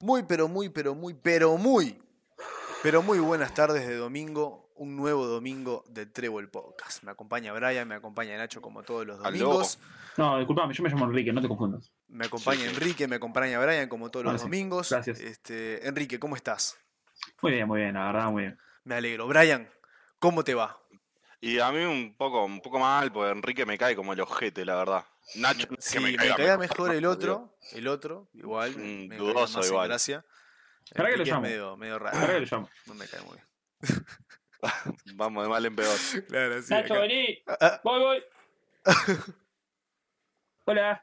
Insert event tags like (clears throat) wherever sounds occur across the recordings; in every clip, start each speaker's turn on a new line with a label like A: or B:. A: Muy, pero muy, pero muy, pero muy, pero muy buenas tardes de domingo. Un nuevo domingo de Trébol Podcast. Me acompaña Brian, me acompaña Nacho como todos los
B: Aló.
A: domingos.
C: No, disculpame, yo me llamo Enrique, no te confundas.
A: Me acompaña Enrique, me acompaña Brian como todos
C: Ah,
A: los
C: sí.
A: domingos.
C: Gracias.
A: Este, Enrique, ¿cómo estás?
C: Muy bien, muy bien, la verdad, muy bien.
A: Me alegro. Brian, ¿cómo te va?
B: Y a mí un poco, un poco mal, porque Enrique me cae como el ojete, la verdad. Nacho, no es
A: Si
B: que
A: me
B: caiga
A: caía mejor el
B: (laughs) pero
A: otro, el otro, igual, me me
B: Mm,
A: caía
B: dudoso
A: más en
B: igual.
A: gracia.
C: ¿Para qué
A: Enrique
C: lo
A: es
C: llamo?
A: medio, medio
C: Ahora que
A: raro,
C: lo llamo.
A: no me cae muy bien.
B: Vamos de mal en peor.
A: Claro, sí,
C: Nacho,
A: acá-
C: vení,
A: Ah, ah,
C: voy,
A: (laughs)
C: voy. Hola,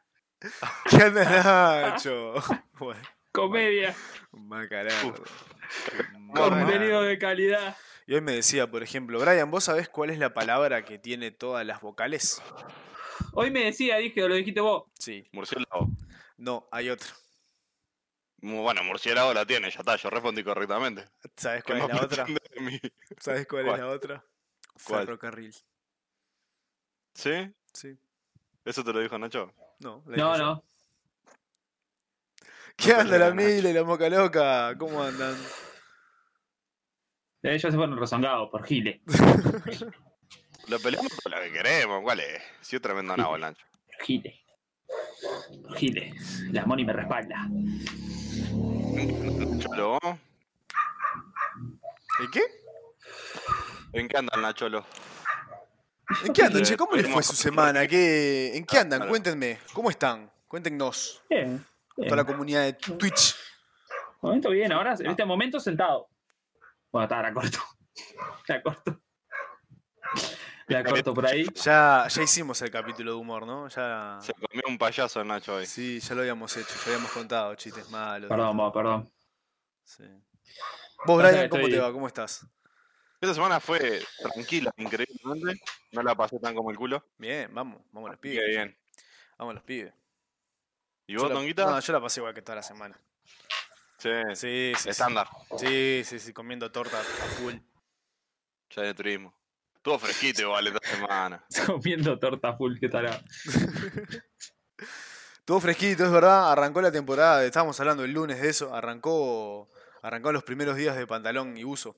A: ¿Qué onda,
C: (laughs)
A: Nacho? (laughs) Bueno.
C: comedia,
A: Macarado.
C: contenido de calidad.
A: Y hoy me decía, por ejemplo, Brian, ¿vos sabés cuál es la palabra que tiene todas las vocales?
C: Hoy me decía, dije, lo dijiste vos.
A: Sí.
B: Murciélago.
A: No, hay otra.
B: Mu- Bueno, murciélago la tiene, ya está, yo respondí correctamente.
A: ¿Sabés
B: ¿Qué
A: cuál es
B: más
A: la otra?
B: pretende de mí?
A: ¿Sabés cuál, es
B: ¿Cuál?
A: la otra?
B: ¿Cuál?
A: Ferrocarril.
B: ¿Sí?
A: Sí.
B: ¿Eso te lo dijo Nacho?
A: No, la
C: No,
A: dije yo.
C: no.
A: ¿Qué anda la
B: Nacho.
A: mila y la moca loca? ¿Cómo andan?
C: Ellos eh, se fueron rezongados por Gile.
B: Lo peleamos por lo que queremos, ¿cuál es? Sí, es tremendo nabo, el Nacho.
C: Gile. Gile. La Moni me respalda.
B: Cholo.
A: ¿En qué?
B: ¿En qué anda el Nacholo?
A: ¿En qué andan,
B: Eh,
A: che? ¿Cómo les fue
B: tuvimos-
A: su semana? ¿Qué... ¿En qué andan?
B: Claro.
A: Cuéntenme. ¿Cómo están? Cuéntenos.
C: Bien. bien.
A: Toda la comunidad de Twitch.
C: Momento bien, ahora,
A: Ah.
C: en este momento sentado. Bueno, está, la corto. (laughs) La corto. La corto por ahí.
A: Ya, ya hicimos el capítulo de humor, ¿no? Ya.
B: Se comió un payaso el Nacho hoy.
A: Sí, ya lo habíamos hecho, ya habíamos contado chistes malos.
C: Perdón, vos, perdón.
A: Sí. Vos,
C: Acá
A: Brian, ¿cómo
C: estoy.
A: te va? ¿Cómo estás?
B: Esta semana fue tranquila, increíblemente. No la pasé tan como el culo.
A: Bien, vamos, vamos los
B: Qué
A: pibes.
B: bien.
A: Vamos los pibes.
B: ¿Y
A: Yo
B: vos,
A: la-
B: Tonguita?
A: No, yo la pasé igual que toda la semana.
B: sí,
A: Sí, sí. Sí,
B: estándar.
A: sí, sí, sí, comiendo torta a full.
B: Ya de turismo. Estuvo fresquito igual esta semana.
C: (laughs) comiendo torta full, qué tal.
A: Estuvo fresquito, es verdad. Arrancó la temporada, estábamos hablando el lunes de eso. Arrancó, arrancó los primeros días de pantalón y uso.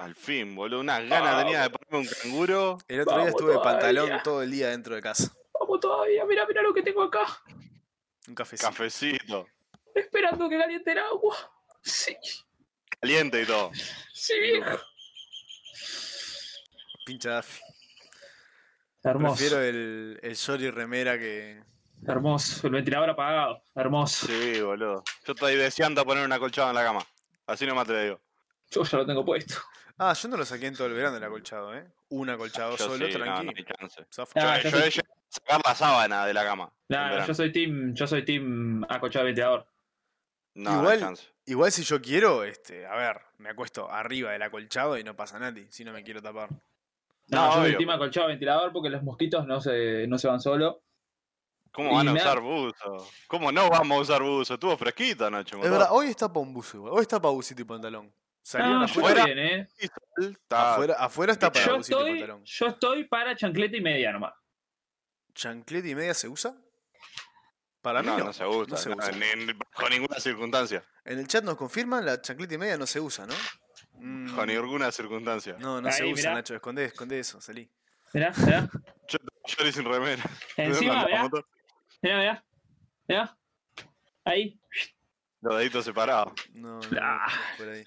B: Al fin, boludo. Unas ganas tenía de ponerme un canguro.
A: El otro día
C: Vamos
A: estuve de pantalón
C: todavía.
A: todo el día dentro de casa.
C: Vamos todavía, mira, mira lo que tengo acá.
A: Un cafecito.
B: Cafecito.
C: Esperando que caliente el agua. Sí,
B: Caliente y todo.
C: sí, viejo.
A: Pincha Daffy.
C: Hermoso,
A: Prefiero el, el short y remera que.
C: hermoso. El ventilador apagado, hermoso.
B: Sí, boludo. Yo estoy deseando poner una colchada en la cama. Así nomás te lo digo.
C: Yo ya lo tengo puesto.
A: Ah, yo no lo saqué en todo el verano el acolchado, ¿eh? Un acolchado
B: Yo
A: solo,
B: sí, no,
A: tranqui.
B: no hay chance.
A: Zafo.
C: Ah,
B: yo
C: yo
B: yo
C: sí.
B: he llegado a sacar la sábana de la cama. en
C: No, no,
B: verano.
C: yo soy team, yo soy team acochado de ventilador.
B: No, no
A: Igual-
B: hay chance.
A: Igual si yo quiero, este, a ver, me acuesto arriba del acolchado y no pasa nada, si no me quiero tapar.
C: No,
B: No,
C: yo soy
B: obvio.
C: team acolchado de ventilador porque los mosquitos no se, no se van solo.
B: ¿Cómo van
C: Y
B: a
C: me-
B: usar buzo? ¿Cómo no vamos a usar buzo? Estuvo fresquito, Nacho.
A: Es verdad, hoy está pa' un buzo igual, hoy está pa' busito y pantalón. Salieron
C: No, yo
A: afuera,
B: afuera.
C: estoy bien, ¿eh?
B: Está
A: afuera, afuera está para
C: Yo
A: busito y
C: estoy,
A: pantalón.
C: yo estoy para chancleta y media nomás.
A: ¿Chancleta y media se usa? Para mí
B: no,
A: no.
B: no, se gusta.
A: no se usa.
B: con ninguna circunstancia.
A: En el chat nos confirman, la chancleta y media no se usa, ¿no? Mm,
B: Con ninguna circunstancia.
A: no, no se
C: Ahí,
A: usa,
C: mirá.
A: Nacho, esconde, esconde eso, salí.
C: Mirá, mirá.
B: Yo, yo le sin remera.
C: Encima,
B: Con la
C: mirá,
B: moto,
C: mirá, mirá. mirá. Ahí.
B: Los deditos separados.
A: No, no, no,
C: Ah.
A: no es por ahí.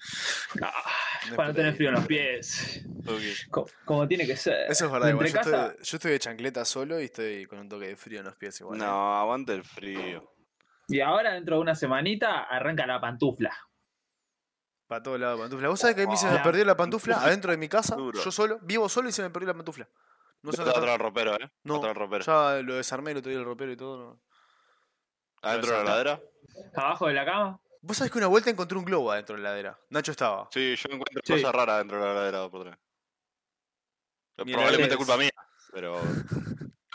C: Ah.
A: no es
C: Para no
A: por
C: tener
A: ahí.
C: frío en los pies.
B: Tuki.
C: Co- Como, tiene que ser.
A: Eso es verdad, igual. Yo
C: Entre casa-
A: estoy, yo estoy de chancleta solo y estoy con un toque de frío en los pies igual. ¿eh?
B: No, aguante el frío.
C: Y ahora, dentro de una semanita, arranca la pantufla.
A: Para todos lados, pantufla. ¿Vos sabés que a mí se me
C: Ojalá.
A: perdió la pantufla adentro de mi casa?
B: Duro.
A: Yo solo, vivo solo y se me perdió la pantufla. No sé
B: Está
A: dónde
B: atrás del ropero, ¿eh?
A: No,
B: Atrás del ropero.
A: está. Ya lo desarmé, lo traí el ropero y todo. no.
B: ¿Adentro de la
A: está.
B: ladera?
C: Abajo de la cama.
A: ¿Vos sabés que una vuelta encontré un globo adentro de la heladera? Nacho estaba.
B: Sí, yo encuentro
C: Sí.
B: cosas raras dentro de la ladera dos por tres.
A: Ni
B: Probablemente
A: la
B: es culpa mía, pero.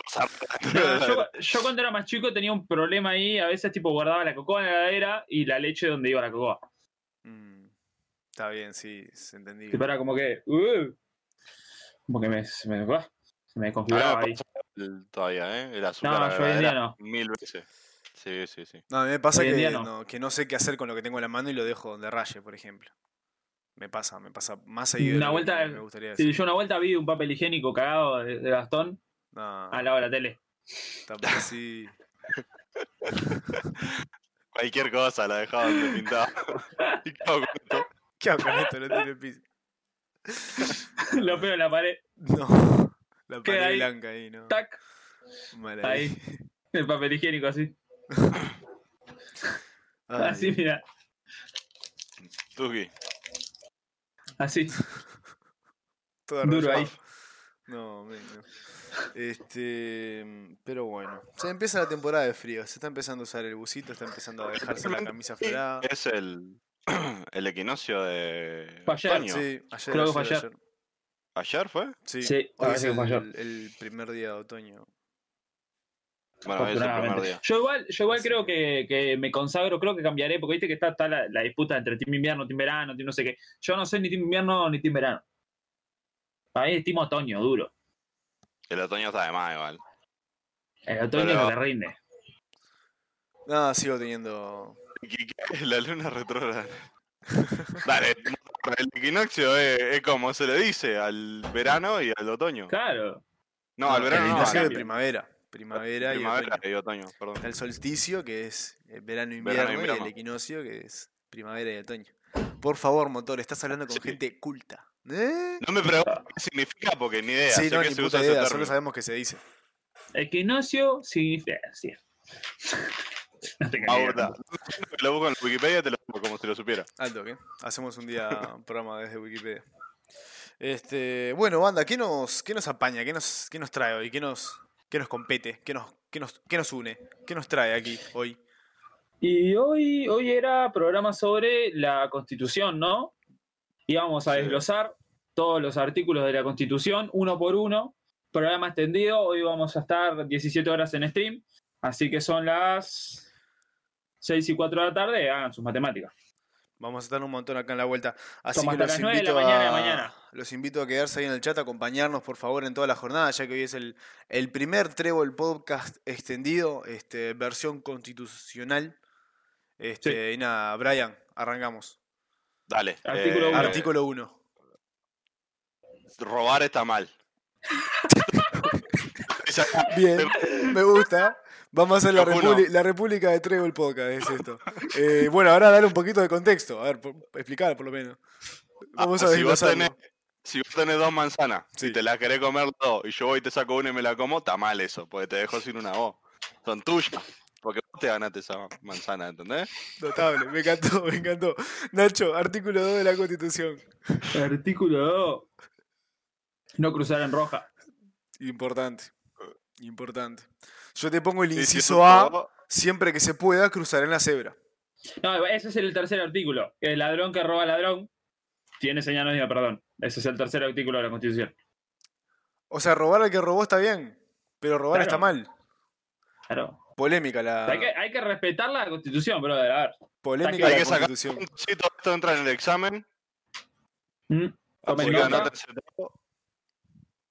B: Cosas raras dentro de la
C: No,
B: heladera.
C: yo, yo cuando era más chico tenía un problema ahí. A veces, tipo, guardaba la cocoa en la heladera y la leche donde iba la cocoa.
A: Mm, está bien, sí, se entendí.
C: Tipo, era como que. uh, como que me, se me, ah, se
B: A mí
C: me
B: me
C: configuraba ahí.
B: pasa el- Todavía, ¿eh? El azúcar.
C: No,
B: a la
C: yo hoy en día
B: heladera
C: no.
B: Mil veces. Sí, sí, sí.
A: No, a mí me pasa
C: Hoy en
A: que
C: día
A: no.
C: no.
A: que no sé qué hacer con lo que tengo en la mano y lo dejo donde raye, por ejemplo. Me pasa, me pasa más seguido. de
C: Una
A: lo
C: vuelta-
A: que Me gustaría
C: Sí,
A: decir.
C: yo una vuelta vi un papel higiénico cagado de, de Gastón
A: No,
C: al lado de la tele. (laughs)
A: tampoco así.
B: Cualquier cosa la dejaban de
C: (laughs)
B: pintar. Y claro, con esto.
A: ¿Qué hago con esto? No tiene piso.
C: Lo pego en la pared.
A: No. (laughs) La
C: Queda
A: pared
C: ahí.
A: blanca ahí, ¿no?
C: Tac.
A: Maravilla.
C: Ahí. (laughs) El papel higiénico así.
A: Ay,
C: Así, mira.
B: Tuki.
C: Así.
A: todo
C: duro
A: rayado.
C: ahí.
A: No, men, no. Este, pero bueno. Se empieza la temporada de frío. Se está empezando a usar el busito, está empezando a dejarse la
C: Eh,
A: camisa aflorada.
B: Es el, (clears throat) el equinoccio de.
C: Fue ayer.
B: otoño.
A: Sí, ayer,
C: Creo que fue ayer.
B: ¿Ayer fue?
A: Sí,
C: Sí, me
A: hoy es
C: parece que fue ayer.
A: el, el primer día de otoño.
B: Bueno, hoy es el primer
C: Afortunadamente.
B: día.
C: Yo igual, yo igual
A: Así
C: creo
A: que-
C: que, que me consagro, creo que cambiaré, porque viste que está, está la, la disputa entre Team Invierno, Team Verano, Team no sé qué. Yo no soy ni Team Invierno ni Team Verano. Para mí es Team Otoño, duro.
B: El otoño está de más, igual.
C: El otoño
B: Pero-
C: es lo que rinde.
A: Nada, Ah, sigo teniendo.
B: ¿Qué- qué? (laughs) La luna retrógrada. Dale, el equinoccio es, es como se le dice al verano y al otoño.
C: Claro.
B: No, al
A: Ah, el
B: verano no.
A: inicio
B: al
A: de
C: cambio.
A: primavera. Primavera, y
B: primavera
A: otoño.
B: y otoño, perdón.
A: Está el solsticio, que es eh, verano-invierno,
B: Verano, invierno.
A: y el equinoccio, que es primavera y otoño. Por favor, motor, estás hablando con
B: Sí.
A: gente culta. ¿Eh?
B: No me pregunto qué significa porque ni idea.
A: sí,
B: sé
A: no,
B: que
A: ni
B: se
A: puta
B: usa ese
A: idea, solo
B: término.
A: sabemos que se dice.
C: Equinoccio significa. sí. (laughs) No te
B: Ah, (laughs)
C: creo.
B: verdad. Lo busco en Wikipedia te lo pongo como si lo supiera.
A: Al toque. Hacemos un
B: (laughs)
A: día un programa desde Wikipedia. Este, bueno, banda, ¿qué nos, qué nos apaña? ¿Qué nos, qué nos trae hoy? ¿Qué nos, qué nos compete? ¿Qué nos, qué, nos, ¿Qué nos une? ¿Qué nos trae aquí hoy?
C: Y hoy, hoy era programa sobre la Constitución, ¿no? Íbamos a
B: Sí.
C: desglosar todos los artículos de la Constitución, uno por uno. Programa extendido, hoy vamos a estar 17 horas en stream, así que son las 6 y 4 de la tarde, hagan sus matemáticas.
A: Vamos a estar un montón acá en la vuelta. Así
C: Como
A: que
C: hasta
A: los
C: las nueve de la
A: invito,
C: mañana,
A: a,
C: mañana.
A: los invito a quedarse ahí en el chat, a acompañarnos por favor en toda la jornada, ya que hoy es el, el primer Trébol Podcast extendido, este, versión constitucional. Este, Y nada, Brian, arrancamos.
B: Dale. eh,
C: Artículo uno.
A: Artículo 1.
B: Robar está
A: (laughs)
B: mal. Esa-
A: (laughs) Bien, me gusta. Vamos a hacer la,
B: Capullo.
A: repúbli- la República de Trébol Podcast, es esto. Eh, bueno, ahora dale un poquito de contexto. A ver, por- explicar por lo menos. Vamos a
B: Ah, si vos
A: desglosarlo.
B: tenés- Si vos tenés dos manzanas
A: Sí.
B: y te las querés comer dos y yo voy y te saco una y me la como, está mal eso, porque te dejo sin una voz. Son tuyas. Porque vos te ganaste esa manzana, ¿entendés?
A: Notable, me encantó, (laughs) me encantó. Nacho, artículo 2 de la Constitución.
C: Artículo 2. No cruzar en roja.
A: Importante, importante. Yo te pongo el
B: Y si
A: inciso
B: eso
A: A,
B: todo,
A: siempre que se pueda cruzar en la cebra.
C: No, ese es el tercer artículo. El ladrón que roba ladrón tiene señal no diga perdón. Ese es el tercer artículo de la Constitución.
A: O sea, robar al que robó está bien, pero robar
C: Claro.
A: está mal.
C: Claro.
A: Polémica la,
C: Hay, que, hay que respetar la Constitución, brother. A ver.
A: polémica
C: hay
A: la
B: que sacar-
A: Constitución.
B: Si todo esto entra en el examen,
C: Mm.
B: si
C: Tomen
A: Polémica.
C: nota,
B: ganaste ese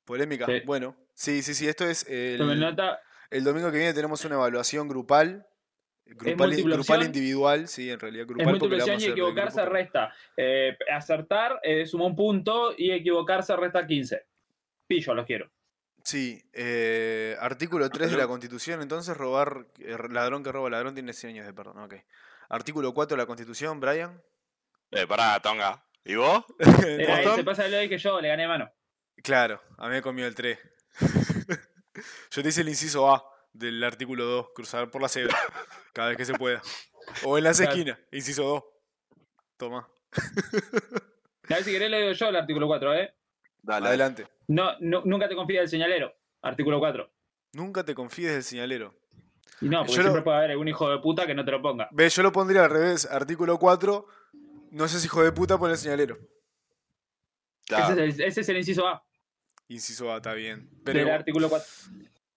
A: Polémica,
C: Sí.
A: bueno. Sí, sí, sí, esto es el,
C: tomen nota.
A: el domingo que viene tenemos una evaluación grupal. Grupal,
C: múltiple
A: grupal
C: opción.
A: individual, sí, en realidad grupal.
C: Es
A: porque
C: múltiple
A: la
C: opción
A: vamos
C: y
A: a hacer del
C: equivocarse
A: grupo.
C: resta. Eh, acertar eh, suma un punto y equivocarse resta 15. Pillo, los quiero.
A: Sí, eh, artículo 3 de la Constitución, entonces robar, eh, ladrón que roba ladrón tiene 100 años de perdón, ok. Artículo 4 de la Constitución, Brian.
B: Eh, pará, tonga. ¿Y vos?
C: Era
B: Bastón.
C: ese, Eh, pasa que lo dije yo, le gané de mano.
A: Claro, a mí me comió el 3. (laughs) Yo te hice el inciso A del artículo 2, cruzar por la cebra, cada vez que se pueda. O en las
C: Claro.
A: esquinas, inciso 2. Toma,
C: A ver si querés lo digo yo el artículo 4, ¿eh?
B: Dale.
A: adelante.
C: No, no- nunca te confía el señalero. Artículo 4.
A: Nunca te confíes del señalero.
C: Y no, porque
A: Yo lo-
C: siempre puede haber algún hijo de puta que no te lo ponga.
A: Ve, yo lo pondría al revés, artículo 4, no seas hijo de puta, pon el señalero.
B: Claro.
C: Ese, es el, ese es el inciso A
A: Inciso A, está bien.
C: del
A: Pero
C: artículo 4.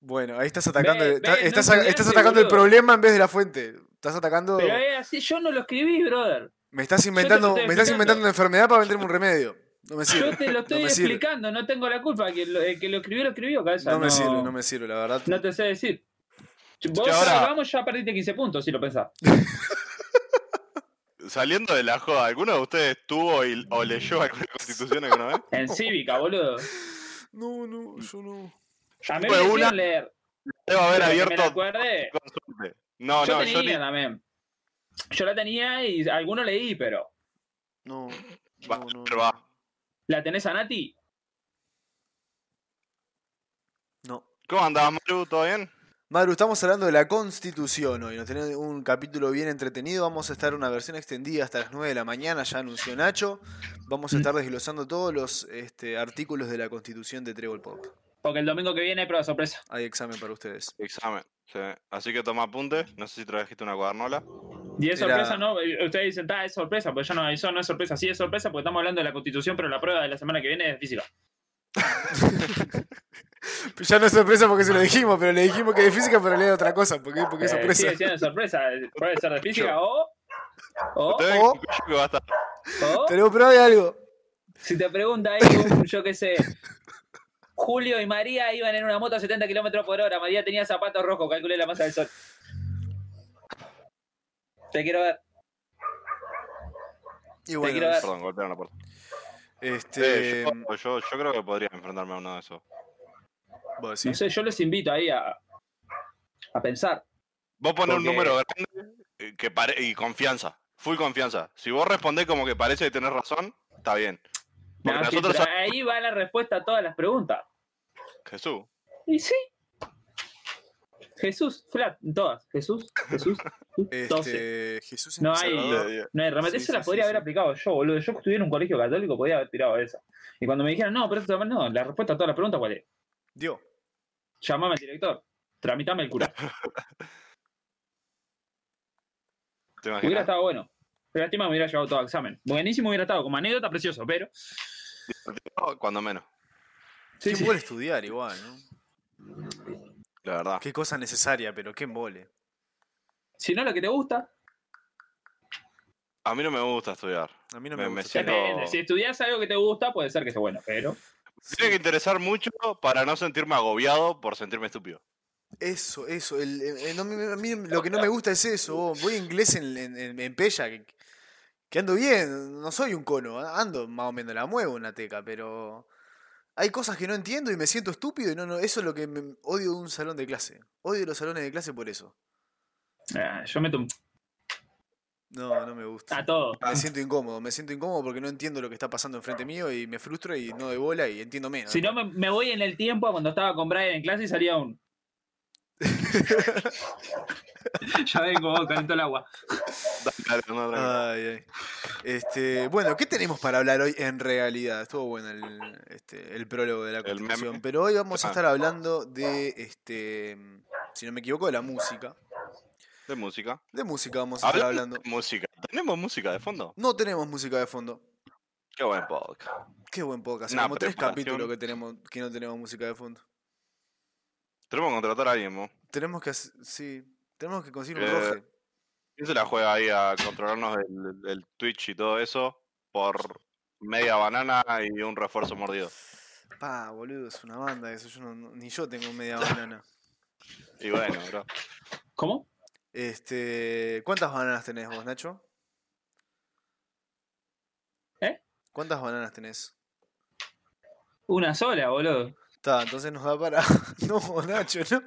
A: Bueno, ahí estás atacando,
C: Ve,
A: está-
C: ve, no
A: estás, a- estás
C: estudiaste,
A: atacando el
C: boludo.
A: problema en vez de la fuente. Estás atacando.
C: Pero es así, yo no lo escribí, brother.
A: Me estás
C: te
A: inventando,
C: estoy
A: me estás
C: explicando.
A: inventando una enfermedad para venderme un remedio. No me sirve.
C: Yo te lo estoy
A: no me sirve.
C: explicando, no tengo la culpa. Que lo, el que lo escribió, lo escribió, cabeza.
A: No me sirve, no me sirve, la verdad.
C: No te sé decir. Vos
B: Que ahora-
C: vamos, ya perdiste 15 puntos, si lo pensás.
B: Saliendo de la joda, ¿alguno de ustedes tuvo y- o leyó alguna constitución alguna
C: (laughs)
B: vez?
C: En Cívica, boludo.
A: No, no, yo no.
C: A mí
B: tuve
C: me
B: una,
C: hicieron leer.
B: Debo haber
C: pero que me la
B: abierto
C: acuerde,
B: consulte. No,
C: yo
B: no,
C: tenía
B: yo ni.
C: también. Yo la tenía y alguno leí, pero.
A: No.
B: Va,
A: no, no,
B: pero
A: no.
B: va.
C: ¿La tenés a Nati?
A: No.
B: ¿Cómo andabas, Maru? ¿Todo bien?
A: Maru, estamos hablando de la Constitución hoy. Nos tenés un capítulo bien entretenido. Vamos a estar en una versión extendida hasta las 9 de la mañana, ya anunció Nacho. Vamos a estar desglosando todos los este, artículos de la Constitución de Trébol Pop.
C: Porque el domingo que viene hay prueba sorpresa.
A: Hay examen para ustedes.
B: Examen. sí. Así que toma apunte. No sé si trajiste una cuadernola.
C: Y es
A: Era-
C: sorpresa, ¿no? Y Ustedes dicen, "Ta, es sorpresa, pues ya nos avisó, no es sorpresa. Sí, es sorpresa porque estamos hablando de la constitución, pero la prueba de la semana que viene es física.
A: Ya no es sorpresa porque se lo dijimos, pero le dijimos que de física, pero le da otra cosa. Porque, porque es
C: Eh,
A: sorpresa.
C: sigue siendo sorpresa. eh, Puede ser de física o. O.
B: Ustedes
A: Oh.
B: concluyen que va a estar.
C: o
A: Tenemos prueba de algo.
C: si te pregunta
B: (laughs)
C: ahí, yo qué sé. Julio y María iban en una moto a 70 kilómetros por hora. María tenía zapatos rojos. Calculé la masa del sol. Te quiero ver.
A: Y bueno,
C: quiero ver.
B: Perdón, golpearon la puerta.
A: este.
B: Eh, yo, yo- yo creo que podría enfrentarme a uno de esos.
A: vos
C: No
A: decís.
C: sé, yo les invito ahí a, a pensar.
B: Vos ponés un
C: Porque-
B: número grande eh, que pare- y confianza. Full confianza. Si vos respondés como que parece que tenés razón, está bien. Porque
C: No, sí,
B: nosotros
C: pero ahí va la respuesta a todas las preguntas.
B: Jesús.
C: Y sí. Jesús, flat, todas. Jesús, Jesús.
B: (laughs)
C: Entonces,
A: Este, Jesús es
C: No
A: mi
C: hay-
A: salvador.
B: le- le-
C: no hay remedio.
A: sí,
C: Eso
A: sí,
C: la podría
A: sí,
C: haber
A: sí.
C: aplicado yo, boludo. Yo que estuviera en un colegio católico podría haber tirado esa. Y cuando me dijeron, no, pero eso no, la respuesta a todas las preguntas, ¿cuál es?
A: Dio.
C: Llamame al director. Tramitame el culo.
A: (laughs)
B: ¿Te
C: Hubiera
B: imaginas?
C: estado bueno. Pero lástima me hubiera llevado todo el examen. Buenísimo hubiera estado, como anécdota precioso, pero.
B: Oh, Cuando menos,
A: Qué
C: Sí, sí.
A: embole estudiar igual, ¿no?
B: la verdad.
A: Qué cosa necesaria, pero qué embole.
C: Si no lo que te gusta,
B: A mí no me gusta estudiar.
A: A mí no
B: Me-
A: me,
B: me
A: gusta.
B: siento-
C: depende. Si estudias algo que te gusta, puede ser que esté bueno, pero.
B: Tiene que interesar mucho para no sentirme agobiado por sentirme estúpido.
A: Eso, eso. el- el- el- no me- a mí lo que no me gusta es eso. vos. Voy a inglés en, en, en- en Pella, que, que ando bien. No soy un cono. Ando más o menos, la muevo una teca, pero. Hay cosas que no entiendo y me siento estúpido y no, no, eso es lo que me- odio de un salón de clase. Odio los salones de clase por eso.
C: ah, yo meto un-
A: No, no me gusta. Ah,
C: a todo.
A: Me siento incómodo, me siento incómodo porque no entiendo lo que está pasando enfrente mío y me frustro y no de bola y entiendo menos.
C: Si no, me, me voy en el tiempo a cuando estaba con Brian en clase y salía un.
A: (laughs)
C: (laughs) ya vengo, vos, calentó el agua.
B: Dale, dale, no, tranquilo.
A: Ay, ay. Este, bueno, ¿qué tenemos para hablar hoy en realidad? Estuvo bueno el, este, el prólogo de la
B: meme.
A: Constitución, pero hoy vamos a
B: Ah.
A: estar hablando de, este, si no me equivoco, de la música.
B: de música.
A: De música vamos a estar
B: Hablando
A: hablando.
B: de música. ¿Tenemos música de fondo?
A: No tenemos música de fondo.
B: Qué buen podcast.
A: Qué buen podcast.
B: Una
A: como tres
B: preparación.
A: capítulos que tenemos que no tenemos música de fondo.
B: Tenemos que contratar a alguien, ¿no?
A: Tenemos que, hac- sí, tenemos que conseguir un
B: Eh,
A: roje.
B: ¿Quién se la juega ahí a controlarnos el, el Twitch y todo eso por media banana y un refuerzo mordido?
A: Pa, boludo, es una banda eso. Yo no- no- ni yo tengo media banana.
B: Y bueno, bro.
C: ¿Cómo?
A: Este, ¿cuántas bananas tenés vos, Nacho?
C: ¿Eh?
A: ¿Cuántas bananas tenés?
C: Una sola, boludo.
A: Está, entonces nos da para. (laughs) No, Nacho, no.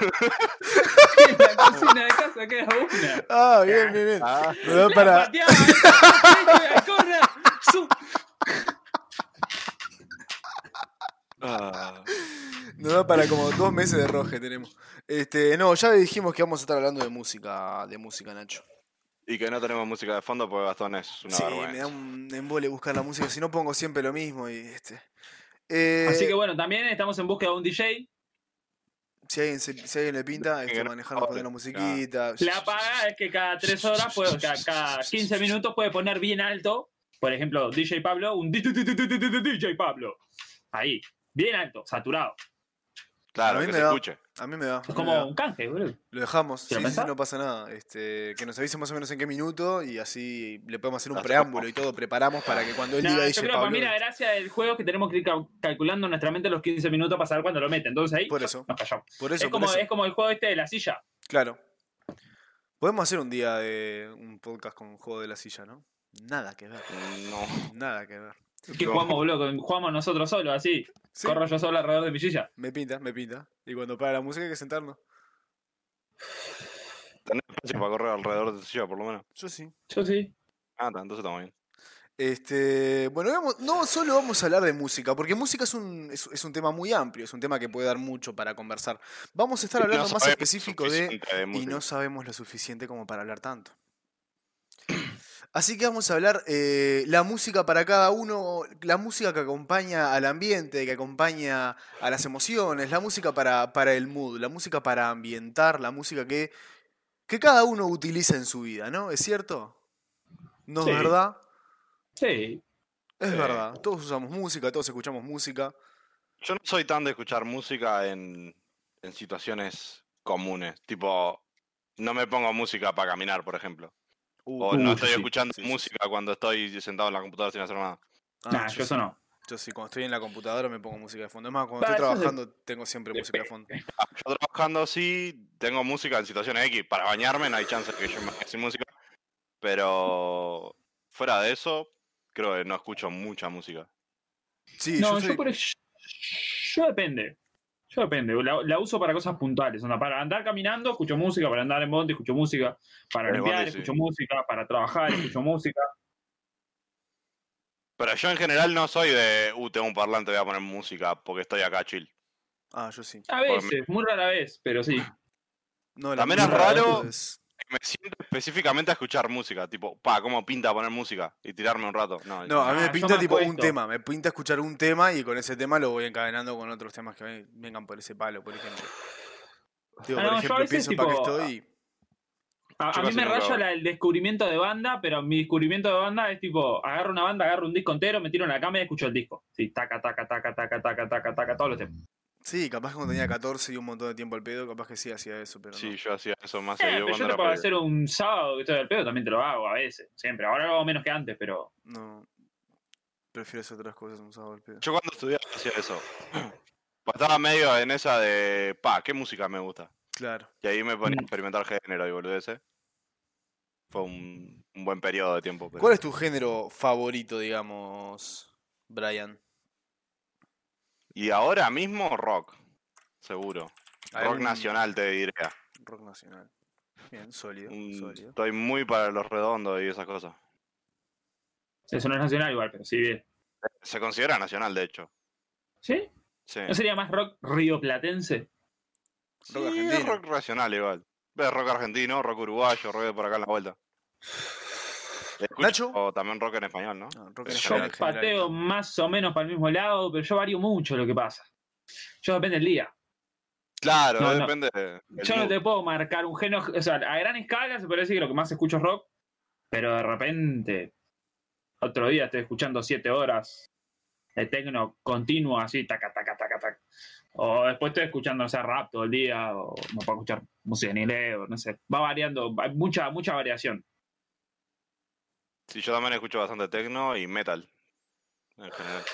C: En (laughs) la cocina de casa queda una.
A: (laughs) Ah, bien, bien, bien.
B: Ah,
A: Nos da
C: La
A: para.
C: pateaba, la corra, su-
B: ah,
A: Nos da para como dos meses de roje tenemos. Este, no, ya dijimos que vamos a estar hablando de música, de música, Nacho.
B: y que no tenemos música de fondo porque Gastón es una
A: sí,
B: vergüenza.
A: me da un embole buscar la música, si no pongo siempre lo mismo y este. Eh,
C: Así que bueno, también estamos en búsqueda de un DJ.
A: si, alguien se- si alguien le pinta,
B: que
A: este,
B: no-
A: manejarnos poner la musiquita.
C: La paga es que cada 3 horas, puede- ca- cada, 15 minutos puede poner bien alto. Por ejemplo, DJ Pablo, un DJ Pablo. Ahí, bien alto, saturado.
B: Claro,
A: A mí
B: que
A: me
B: se
A: da-
B: escuche.
A: A mí me da. a mí
C: Es
A: me
C: como
A: da.
C: un canje, boludo.
A: Lo dejamos, sí,
C: ¿Lo
A: sí,
C: pensás?
A: no pasa nada. Este, que nos avise más o menos en qué minuto y así le podemos hacer un
B: Las
A: preámbulo
B: copas.
A: y todo, preparamos para que cuando él
C: No,
A: diga
C: yo
A: dice
C: creo que para
A: Pablo.
C: mí la gracia del juego es que tenemos que ir cal- calculando en nuestra mente los 15 minutos para saber cuándo lo mete. Entonces ahí
A: Por eso.
C: nos callamos.
A: Por eso,
C: es, como,
A: por eso.
C: es como el juego este de la silla.
A: Claro. Podemos hacer un día de un podcast con un juego de la silla, ¿no? Nada que ver.
B: No.
A: Nada que ver.
C: Que
B: No.
C: jugamos, boludo, con- jugamos nosotros solos, así.
A: Sí,
C: Corro yo solo alrededor de mi silla.
A: me pinta, me pinta. Y cuando para la música hay que sentarnos.
B: Tenés espacio para correr alrededor de tu silla, por lo menos.
A: Yo sí.
C: Yo sí.
B: Ah, ta, entonces estamos bien.
A: Este, bueno, vamos- no solo vamos a hablar de música, porque música es un, es, es un tema muy amplio, es un tema que puede dar mucho para conversar. Vamos a estar hablando
B: No
A: más
B: sabemos
A: específico de
B: suficiente de
A: Y
B: música.
A: no sabemos lo suficiente como para hablar tanto. (clears throat) Así que vamos a hablar eh, la música para cada uno, la música que acompaña al ambiente, que acompaña a las emociones, la música para, para el mood, la música para ambientar, la música que, que cada uno utiliza en su vida, ¿no? ¿Es cierto? ¿No
C: Sí.
A: es verdad?
C: Sí.
A: Es
B: Sí.
A: verdad. Todos usamos música, todos escuchamos música.
B: Yo no soy tan de escuchar música en, en situaciones comunes. Tipo, no me pongo música para caminar, por ejemplo.
A: Uh,
B: O no
C: Uh,
B: estoy
C: sí,
B: escuchando
A: sí, sí, sí.
B: música cuando estoy sentado en la computadora sin hacer nada.
A: ah,
C: nah,
A: yo,
C: yo
A: sí,
C: eso no.
A: yo sí, cuando estoy en la computadora me pongo música de fondo. Es más, cuando
C: Bah,
A: estoy
C: eso es de-
A: trabajando tengo siempre música de
C: depende.
A: fondo.
B: Yo trabajando sí, tengo música en situaciones X. Para bañarme no hay chance que yo me bañe sin música. Pero fuera de eso, creo que no escucho mucha música.
A: Sí,
C: no,
A: yo
C: yo,
A: soy-
C: por ej- yo depende. Yo depende. La, la uso para cosas puntuales. onda, para andar caminando, escucho música. Para andar en bondi, escucho música. Para
B: En el
C: limpiar,
B: bondi, sí.
C: escucho música. Para trabajar, escucho música.
B: Pero yo en general no soy de, uh, tengo un parlante, voy a poner música porque estoy acá chill.
A: Ah, yo sí.
C: A
B: Por-
C: veces, muy rara vez, pero sí.
A: No, la
B: También
A: mía
B: es
A: la verdad
B: raro-
A: es-
B: Me siento específicamente a escuchar música. Tipo, pa, ¿cómo pinta poner música? Y tirarme un rato. No,
A: No, a mí me
C: Ah, yo
A: pinta
C: me
A: tipo un
C: acuesto.
A: tema, me pinta escuchar un tema y con ese tema lo voy encadenando con otros temas que ven- vengan por ese palo, por ejemplo. Digo, por
C: Ah, no, yo a
A: ejemplo,
C: veces,
A: pienso en para qué
C: tipo,
A: estoy y-
B: Yo
C: A, a mí
B: casi
C: me
B: nunca
C: raya
B: hago.
C: la- el descubrimiento de banda, pero mi descubrimiento de banda es tipo, agarro una banda, agarro un disco entero, me tiro en la cama y escucho el disco. Sí, taca, taca, taca, taca, taca, taca, taca, todos los temas.
A: Sí, capaz que cuando tenía 14 y un montón de tiempo al pedo, capaz que sí hacía eso, pero
B: Sí,
A: no.
B: yo hacía eso más
C: Eh,
B: seguido cuando
C: pero yo te
B: era
C: puedo
B: pibe.
C: hacer un sábado que estoy al pedo, también te lo hago a veces, siempre. Ahora lo hago menos que antes, pero...
A: No. Prefiero hacer otras cosas un sábado al pedo.
B: Yo cuando estudiaba hacía eso. (clears throat) Pues Estaba medio en esa de, pa, ¿qué música me gusta?
A: Claro.
B: Y ahí me ponía a
C: Mm.
B: experimentar género y boludeces. Fue un, un buen periodo de tiempo. pero-
A: ¿Cuál es tu género favorito, digamos, Brian?
B: Y ahora mismo rock, seguro. Rock
A: ¿Algún
B: nacional te diría.
A: Rock nacional. Bien, sólido,
B: Un-
A: sólido.
B: estoy muy para los redondos y esas cosas.
C: Eso no es nacional igual, pero sí bien.
B: Se considera nacional, de hecho.
C: ¿Sí?
B: Sí.
C: ¿No sería más rock rioplatense?
B: Sí,
A: rock
B: es
A: argentino.
B: rock nacional igual. Ves rock argentino, rock uruguayo, rock de por acá en la vuelta. Escucho
A: Nacho.
B: también rock en español, ¿no?
A: No, rock
B: Yo
A: nacional
C: Yo
A: en general.
C: pateo más o menos para el mismo lado, pero yo varío mucho lo que pasa. Yo depende del día.
B: Claro,
C: No, no.
B: depende. del
C: Yo no
B: mood.
C: te puedo marcar un género, o sea, a gran escala se puede decir que lo que más escucho es rock, pero de repente, otro día estoy escuchando siete horas de tecno continuo, así, taca, taca, taca, taca. O después estoy escuchando, no sé, rap todo el día, o no puedo escuchar música en inglés, o no sé. Va variando, hay mucha, mucha variación.
B: Sí, yo también escucho bastante techno y metal. En general.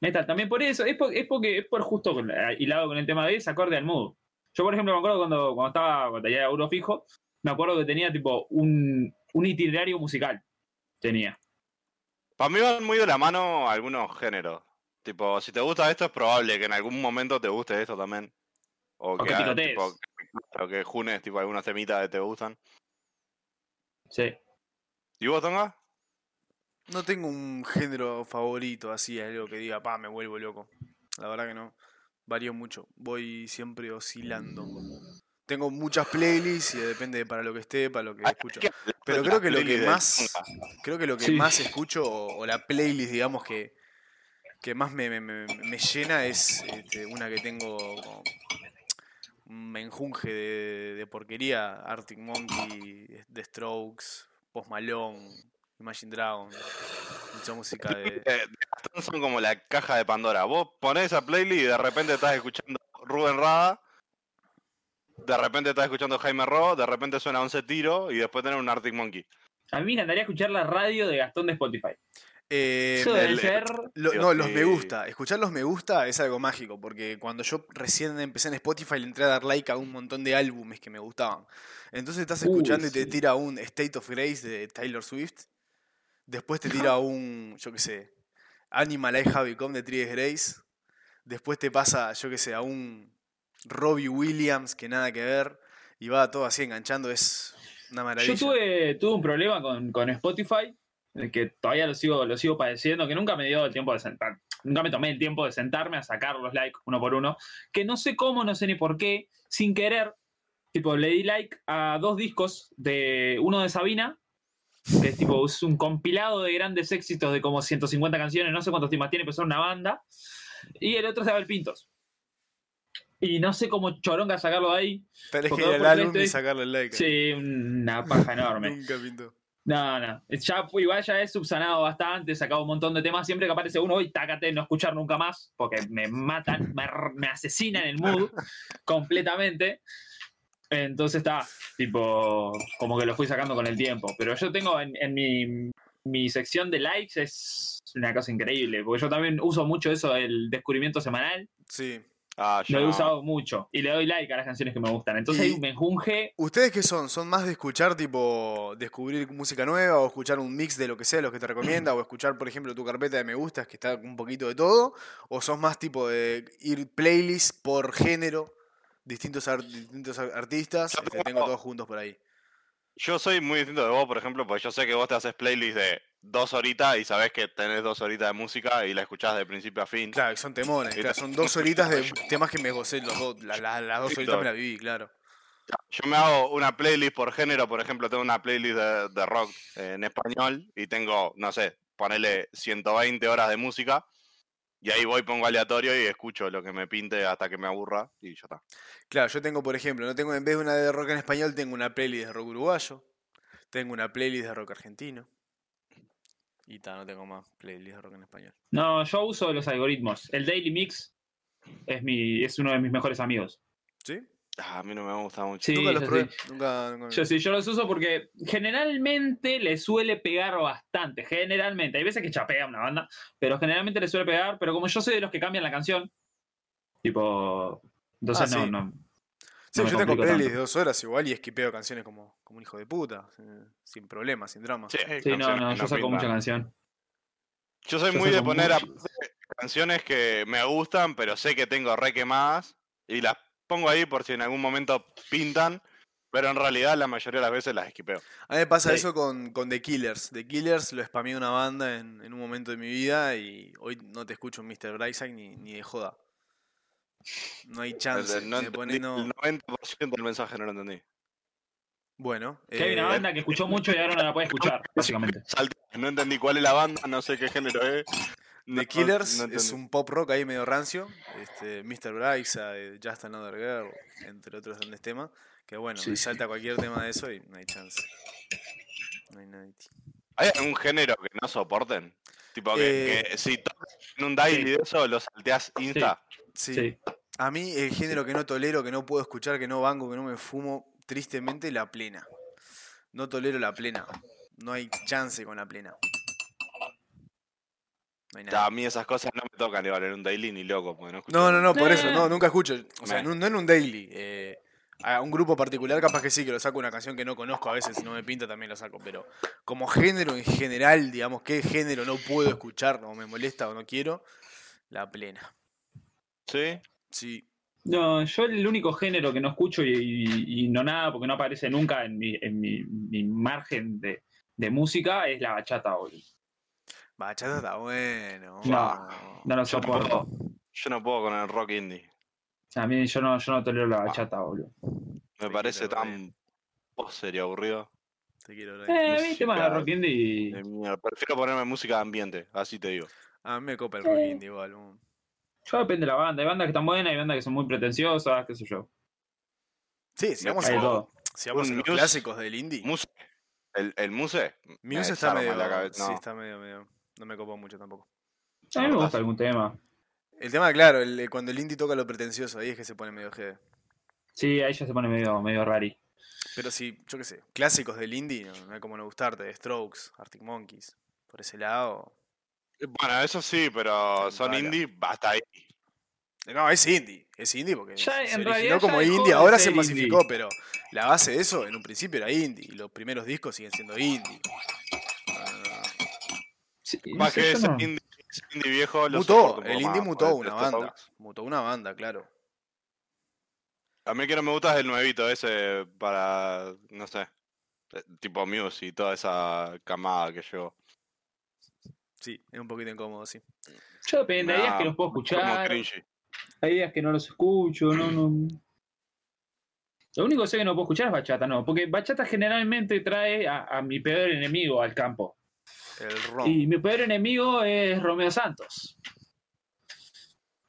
C: Metal, también por eso, es por, es porque es por justo con- eh, hilado con el tema de ese acorde al mood. Yo, por ejemplo, me acuerdo cuando, cuando estaba, cuando tenía euro fijo, me acuerdo que tenía tipo un, un itinerario musical. Tenía.
B: Para mí van muy de la mano algunos géneros. Tipo, si te gusta esto, es probable que en algún momento te guste esto también. O
C: O
B: que,
C: que
B: ah,
C: picotees.
B: tipo, que- o que junes tipo, algunas temitas que te gustan.
C: Sí.
B: ¿Y vos, Tonga?
A: No tengo un género favorito, así, algo que diga, pa, me vuelvo loco. La verdad que no. Varío mucho. Voy siempre oscilando. Tengo muchas playlists y depende de para lo que esté, para lo que escucho. Pero creo que lo que más. Creo que lo que
C: Sí.
A: más escucho, o, o la playlist, digamos, que, que más me, me- me- me llena es este, una que tengo como un menjunje de, de porquería. Arctic Monkey, The Strokes, Post Malone, Imagine Dragon. Mucha música de.
B: Eh, de Gastón son como la caja de Pandora. Vos ponés esa playlist y de repente estás escuchando Rubén Rada. De repente estás escuchando Jaime Ro, de repente suena 11 tiro y después tenés un Arctic Monkey.
C: A mí me encantaría escuchar la radio de Gastón de Spotify.
A: Eh,
C: Eso debe
B: el-
C: ser.
A: lo-
B: Dios,
A: no, los
B: sí.
A: me gusta. Escuchar los me gusta es algo mágico, porque cuando yo recién empecé en Spotify le entré a dar like a un montón de álbumes que me gustaban. Entonces estás
C: Uy,
A: escuchando y te
C: sí.
A: tira un State of Grace de Taylor Swift. Después te
C: (laughs)
A: tira un, yo qué sé, Animal I Have Become de Three Days Grace. Después te pasa, yo qué sé, a un Robbie Williams que nada que ver. Y va todo así enganchando, es una maravilla.
C: Yo tuve, tuve un problema con, con Spotify, eh, que todavía lo sigo, lo sigo padeciendo, que nunca me dio el tiempo de sentar. Nunca me tomé el tiempo de sentarme a sacar los likes uno por uno. Que no sé cómo, no sé ni por qué, sin querer, tipo, le di like a dos discos de uno de Sabina, que es tipo es un compilado de grandes éxitos de como 150 canciones, no sé cuántos temas tiene, pero son una banda. Y el otro es de Abel Pintos. Y no sé cómo choronga sacarlo de ahí.
A: Tenés que
C: porque
A: ir
C: vos
A: al
C: por
A: álbum y
C: Playstation-
A: sacarle el like.
C: Sí, una paja enorme.
A: Nunca pintó.
C: No, no. Ya, fue- igual ya he subsanado bastante, he sacado un montón de temas. Siempre que aparece uno, hoy tácate, no escuchar nunca más, porque me matan, me, r- me asesinan el mood completamente. Entonces está, tipo, como que lo fui sacando con el tiempo. Pero yo tengo en, en mi, mi sección de likes, es una cosa increíble, porque yo también uso mucho eso del descubrimiento semanal.
A: Sí.
B: Ah, yo
C: Lo he
B: no.
C: usado mucho y le doy like a las canciones que me gustan. Entonces
A: Y-
C: ahí me junge
A: ¿Ustedes qué son? ¿Son más de escuchar, tipo, descubrir música nueva o escuchar un mix de lo que sea, lo que te recomienda, o escuchar, por ejemplo, tu carpeta de me gustas, que está un poquito de todo? ¿O sos más tipo de ir playlists por género, distintos, ar- distintos ar- artistas?
B: Yo
A: Este,
B: tengo-
A: tengo todos juntos por ahí.
B: Yo soy muy distinto de vos, por ejemplo, porque yo sé que vos te haces playlist de dos horitas y sabés que tenés dos horitas de música y la escuchás de principio a fin.
A: Claro, que son temones,
B: Sí,
A: claro, Este,
B: ta-
A: son dos horitas de temas que me gocé los dos, la- la- las dos
B: Sí,
A: horitas me
B: ta-
A: las viví, claro.
B: Yo me hago una playlist por género, por ejemplo, tengo una playlist de, de rock eh, en español y tengo, no sé, ponele 120 horas de música y ahí voy, pongo aleatorio y escucho lo que me pinte hasta que me aburra y ya está.
A: Claro, yo tengo, por ejemplo, no tengo en vez de una de rock en español, tengo una playlist de rock uruguayo, tengo una playlist de rock argentino. Y ta, no tengo más playlist de rock en español.
C: No, yo uso los algoritmos. El Daily Mix es, mi, es uno de mis mejores amigos.
A: ¿Sí?
B: Ah, a mí no me gusta mucho.
C: Sí,
A: nunca los
C: yo
A: probé.
C: sí.
A: Nunca, nunca-
C: Yo sí, yo los uso porque generalmente le suele pegar bastante. Generalmente. Hay veces que chapea una banda, pero generalmente le suele pegar. Pero como yo soy de los que cambian la canción, tipo. Entonces
A: Ah,
C: no,
A: sí.
C: no.
A: Sí,
C: no me
A: yo tengo
C: complico
A: playlist
C: tanto.
A: de dos horas igual y esquipeo canciones como, como un hijo de puta, eh, sin problema, sin drama.
B: Sí, hay
C: Sí, no,
B: canciones
C: no,
B: que
C: yo saco
B: pintan.
C: mucha canción.
B: Yo soy
C: Yo
B: muy de
C: saco
B: poner
C: mucho.
B: aparte canciones que me gustan, pero sé que tengo re quemadas y las pongo ahí por si en algún momento pintan, pero en realidad la mayoría de las veces las esquipeo.
A: A mí me pasa
C: Sí.
A: eso con, con The Killers. The Killers lo spameé una banda en, en un momento de mi vida y hoy no te escucho un Mr. Brightside ni, ni de joda. No hay chance.
B: No
A: me pone,
B: entendí
A: no-
B: El 90% del mensaje no lo entendí.
A: Bueno,
C: Que hay una
A: eh,
C: banda que escuchó mucho y ahora no la
A: (laughs)
C: puede escuchar, básicamente.
B: Salté, No entendí cuál es la banda, no sé qué género es. no-
A: The Killers
B: no
A: es
B: entendí.
A: un pop rock ahí medio rancio. Este, Mr. Brightside, Just Another Girl, entre otros grandes temas. Que bueno,
C: Sí,
A: me
C: sí.
A: salta cualquier tema de eso y no hay chance. No hay nadie.
B: ¿Hay algún género que no soporten? Tipo que,
A: Eh,
B: que si tocan en un daily de eso, lo salteás insta.
A: Sí.
C: Sí.
A: A mí el género que no tolero, que no puedo escuchar, que no banco, que no me fumo, tristemente la plena. No tolero la plena. No hay chance con la plena. No hay
B: Ya,
A: nada.
B: a mí esas cosas no me tocan igual en un daily ni loco. porque no, escucho
A: No, no, no, por eso,
C: Eh.
A: no, nunca escucho. O sea,
B: Meh.
A: en un- no en un daily. eh, a un grupo particular, capaz que sí, que lo saco una canción que no conozco a veces, si no me pinta también lo saco, pero como género en general, digamos, qué género no puedo escuchar, o me molesta o no quiero, la plena.
B: ¿Sí?
A: Sí.
C: No, yo el único género que no escucho y, y- y no nada, porque no aparece nunca en mi, en mi, mi margen de, de música, es la bachata hoy.
A: Bachata está bueno.
C: No, No lo
B: Yo
C: soporto.
B: Yo no puedo con el rock indie.
C: A mí yo no, yo no tolero la bachata, boludo.
B: Me
A: Te
B: parece
A: quiero,
B: tan poser y aburrido.
A: Te quiero Brian.
C: Eh,
B: Ah, música
C: viste más la rock indie. y-
B: de mierda. Prefiero ponerme música de ambiente, así te digo.
A: A mí me copa el
C: Sí.
A: rock indie igual. mm.
C: Yo depende de la banda. Hay bandas que están buenas, hay bandas que son muy pretenciosas, qué sé yo.
A: Sí, si
B: Me
A: vamos,
C: Hay de
B: parece-
A: a,
C: todo.
A: si vamos a
B: un
A: los
B: Muse-
A: clásicos del indie,
B: Muse. El, el Muse. me
A: Muse está
B: desarma
A: medio,
B: la cabeza,
A: sí,
B: no.
A: está medio, medio- No me copa mucho tampoco.
C: A mí me
B: Cortás.
C: gusta algún tema.
A: El tema, claro, el- cuando el indie toca lo pretencioso, ahí es que se pone medio jede.
C: Sí, ahí ya se pone medio, medio rari.
A: Pero sí, yo qué sé, clásicos del indie, no, no hay como no gustarte, de Strokes, Arctic Monkeys, por ese lado.
B: eh, Bueno, eso sí, pero
A: Sí,
B: son
A: bala.
B: indie, hasta ahí.
A: No, es indie, es indie porque
C: Ya, en
A: se originó
C: realidad ya
A: como
C: dejó
A: indie,
C: de
A: ahora se
C: ser indie.
A: masificó, pero la base de eso en un principio era indie, y los primeros discos siguen siendo indie. Ah,
C: Sí,
B: Más
C: sí,
B: que
C: yo
B: ese
C: no-
B: indie, ese indie viejo lo soporto
A: mutó,
B: un poco
A: el indie
B: más,
A: mutó
B: porque
A: una
B: esto
A: banda,
B: Fox-
A: mutó una banda, claro.
B: A mí que no me gusta es el nuevito ese para, no sé, eh, tipo Muse y toda esa camada que llegó.
A: Sí, es un poquito incómodo, sí.
C: Yo depende, hay días que los puedo
B: Como
C: escuchar,
B: cringy.
C: hay días que no los escucho, no, no. Lo único que sé que no puedo escuchar es bachata, no, porque bachata generalmente trae a, a mi peor enemigo al campo.
A: El rom.
C: Y mi peor enemigo es Romeo Santos.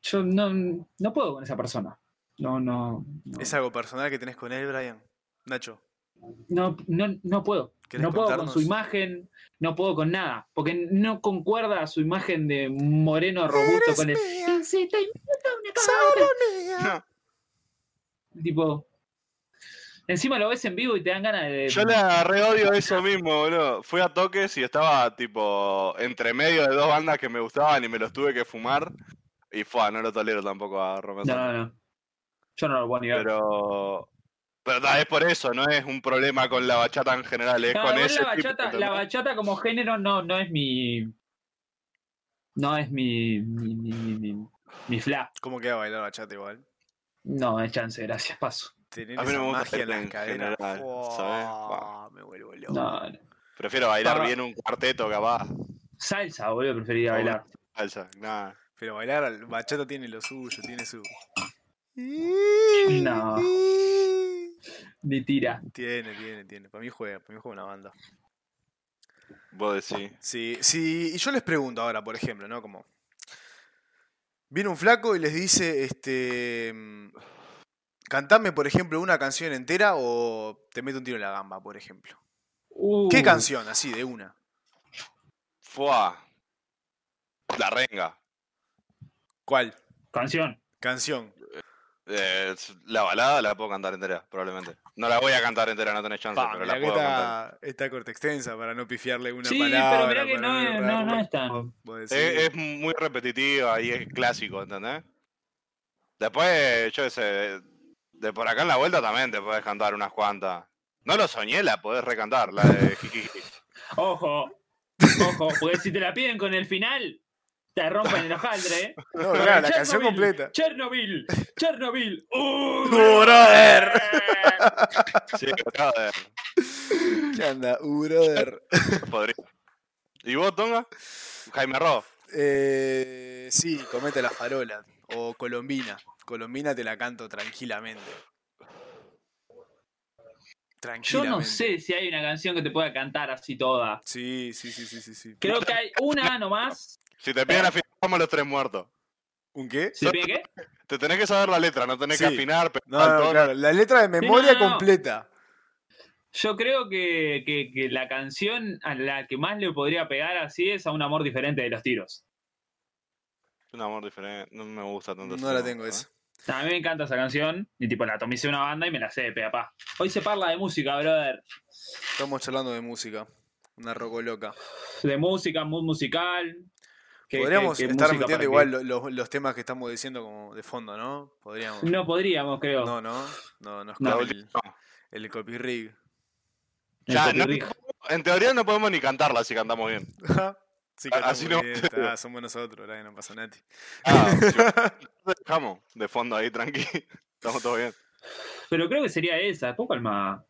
C: Yo no, no puedo con esa persona. No, no. No,
A: ¿Es algo personal que tenés con él, Brian? Nacho.
C: no, no, no puedo.
A: ¿Querés
C: No puedo con
A: contarnos?
C: su imagen, no puedo con nada, porque no concuerda su imagen de moreno robusto con el. "Y si te invito a una carta". Tipo. Encima lo ves en vivo y te dan ganas de.
B: Yo le agarré odio a eso mismo, boludo. Fui a toques y estaba tipo entre medio de dos bandas que me gustaban y me los tuve que fumar. Y fue, no lo tolero tampoco a Romeo
C: No,
B: Santos.
C: no, no. Yo no lo puedo ni ver.
B: Pero. Pero tal vez por eso, no es un problema con la bachata en general, es
C: No,
B: con
C: igual
B: ese
C: la,
B: tipo,
C: bachata, la
B: ¿entendés?
C: bachata como género no, no es mi. No es mi. mi, mi, mi, mi- mi fla.
A: ¿Cómo queda bailar bachata igual?
C: No, es chance, gracias, paso.
A: Tener
B: A mí no
A: esa
B: me gusta
A: magia en
B: bailar
A: las
B: en
A: caderas.
B: general,
A: ¡fua!
B: ¿sabés? Va.
A: me vuelvo loco.
C: No, no.
B: Prefiero bailar
C: Ah.
B: bien un cuarteto capaz.
C: Salsa, boludo, preferiría
B: Ah,
C: bailar.
B: Salsa, nada.
A: Pero bailar al- bachata tiene lo suyo, tiene su.
C: No. Ni tira.
A: Tiene, tiene, tiene. Para mí juega, para mí juega una banda.
B: Vos decís.
A: Sí, sí, y yo les pregunto ahora, por ejemplo, ¿no? Como. Viene un flaco y les dice, este. mm, Cantame, por ejemplo, una canción entera o te meto un tiro en la gamba, por ejemplo.
C: Uh,
A: ¿Qué canción? Así, de una.
B: Fua. La renga.
A: ¿Cuál?
C: Canción.
A: Canción.
B: Eh, es- la balada la puedo cantar entera, probablemente. No la voy a cantar entera, no tenés chance,
A: Pa,
B: pero
A: mirá
B: la
A: que
B: puedo cantar.
A: está, está corta extensa para no pifiarle una
C: Sí,
A: palabra.
C: pero mirá que
A: para
C: no es- no-
A: errarle.
C: no es tan-
A: Vos- vos decís,
B: Es, es muy repetitiva y es clásico, ¿entendés? Después, yo qué sé, de- de por acá en la vuelta también te podés cantar unas cuantas. No lo soñé, la podés recantar, la
A: (laughs)
B: de Jijiji.
C: Ojo. Ojo, porque si te la piden con el final, te rompen el hojaldre, eh.
A: (laughs) No, (laughs) claro, la canción
C: Chernobyl,
A: completa.
C: Chernobyl, Chernobyl. ¡Uh,
A: ¡Uh, (laughs) brother!
C: (laughs)
B: Sí, brother,
A: ¿Qué anda? Uh, brother.
B: podría. ¿Y vos, Tonga? Jaime Ro.
A: Eh, sí, comete la farola. O Colombina. Colombina te la canto tranquilamente.
C: Yo
A: Tranquilamente.
C: no sé si hay una canción que te pueda cantar así toda.
A: Sí, sí, sí, sí, sí. sí.
C: Creo que hay
A: (laughs)
C: una nomás.
B: Si te
A: Eh.
B: piden afinar, como los tres muertos.
A: ¿Un qué?
C: ¿Se pide qué?
B: Te tenés que saber la letra, no tenés
A: Sí.
B: que afinar, pero
A: No, no, claro, la letra de memoria
C: no, no.
A: completa.
C: Yo creo que, que- que la canción a la que más le podría pegar así es a un amor diferente de los tiros.
B: Un amor diferente, no me gusta tanto.
A: No la
B: eh?
A: tengo esa.
C: A mí me encanta esa canción. Y tipo, la atomicé una banda y me la sé de pe a pa. Hoy se parla de música, brother.
A: Estamos charlando de música. Una roco loca.
C: De música, mood musical. ¿Qué- qué-
A: Podríamos
C: qué
A: estar
C: música para
A: metiendo
C: qué?
A: igual lo- los, los temas que estamos diciendo como de fondo, ¿no? Podríamos.
C: No podríamos, creo.
A: no, no, no, nos
C: No.
A: cae
B: La
A: el,
B: última.
A: el copyright. (laughs)
C: El
B: Ya,
C: copyright.
B: En teoría no podemos ni cantarla si cantamos
A: (laughs)
B: bien.
A: sí,
B: Ah,
A: cantamos
B: así no.
A: bien, está, somos nosotros, ahora que no pasa nada.
B: Ah, si lo dejamos de fondo ahí, tranqui. (laughs) Estamos todos bien.
C: Pero creo que sería esa. Poco alma.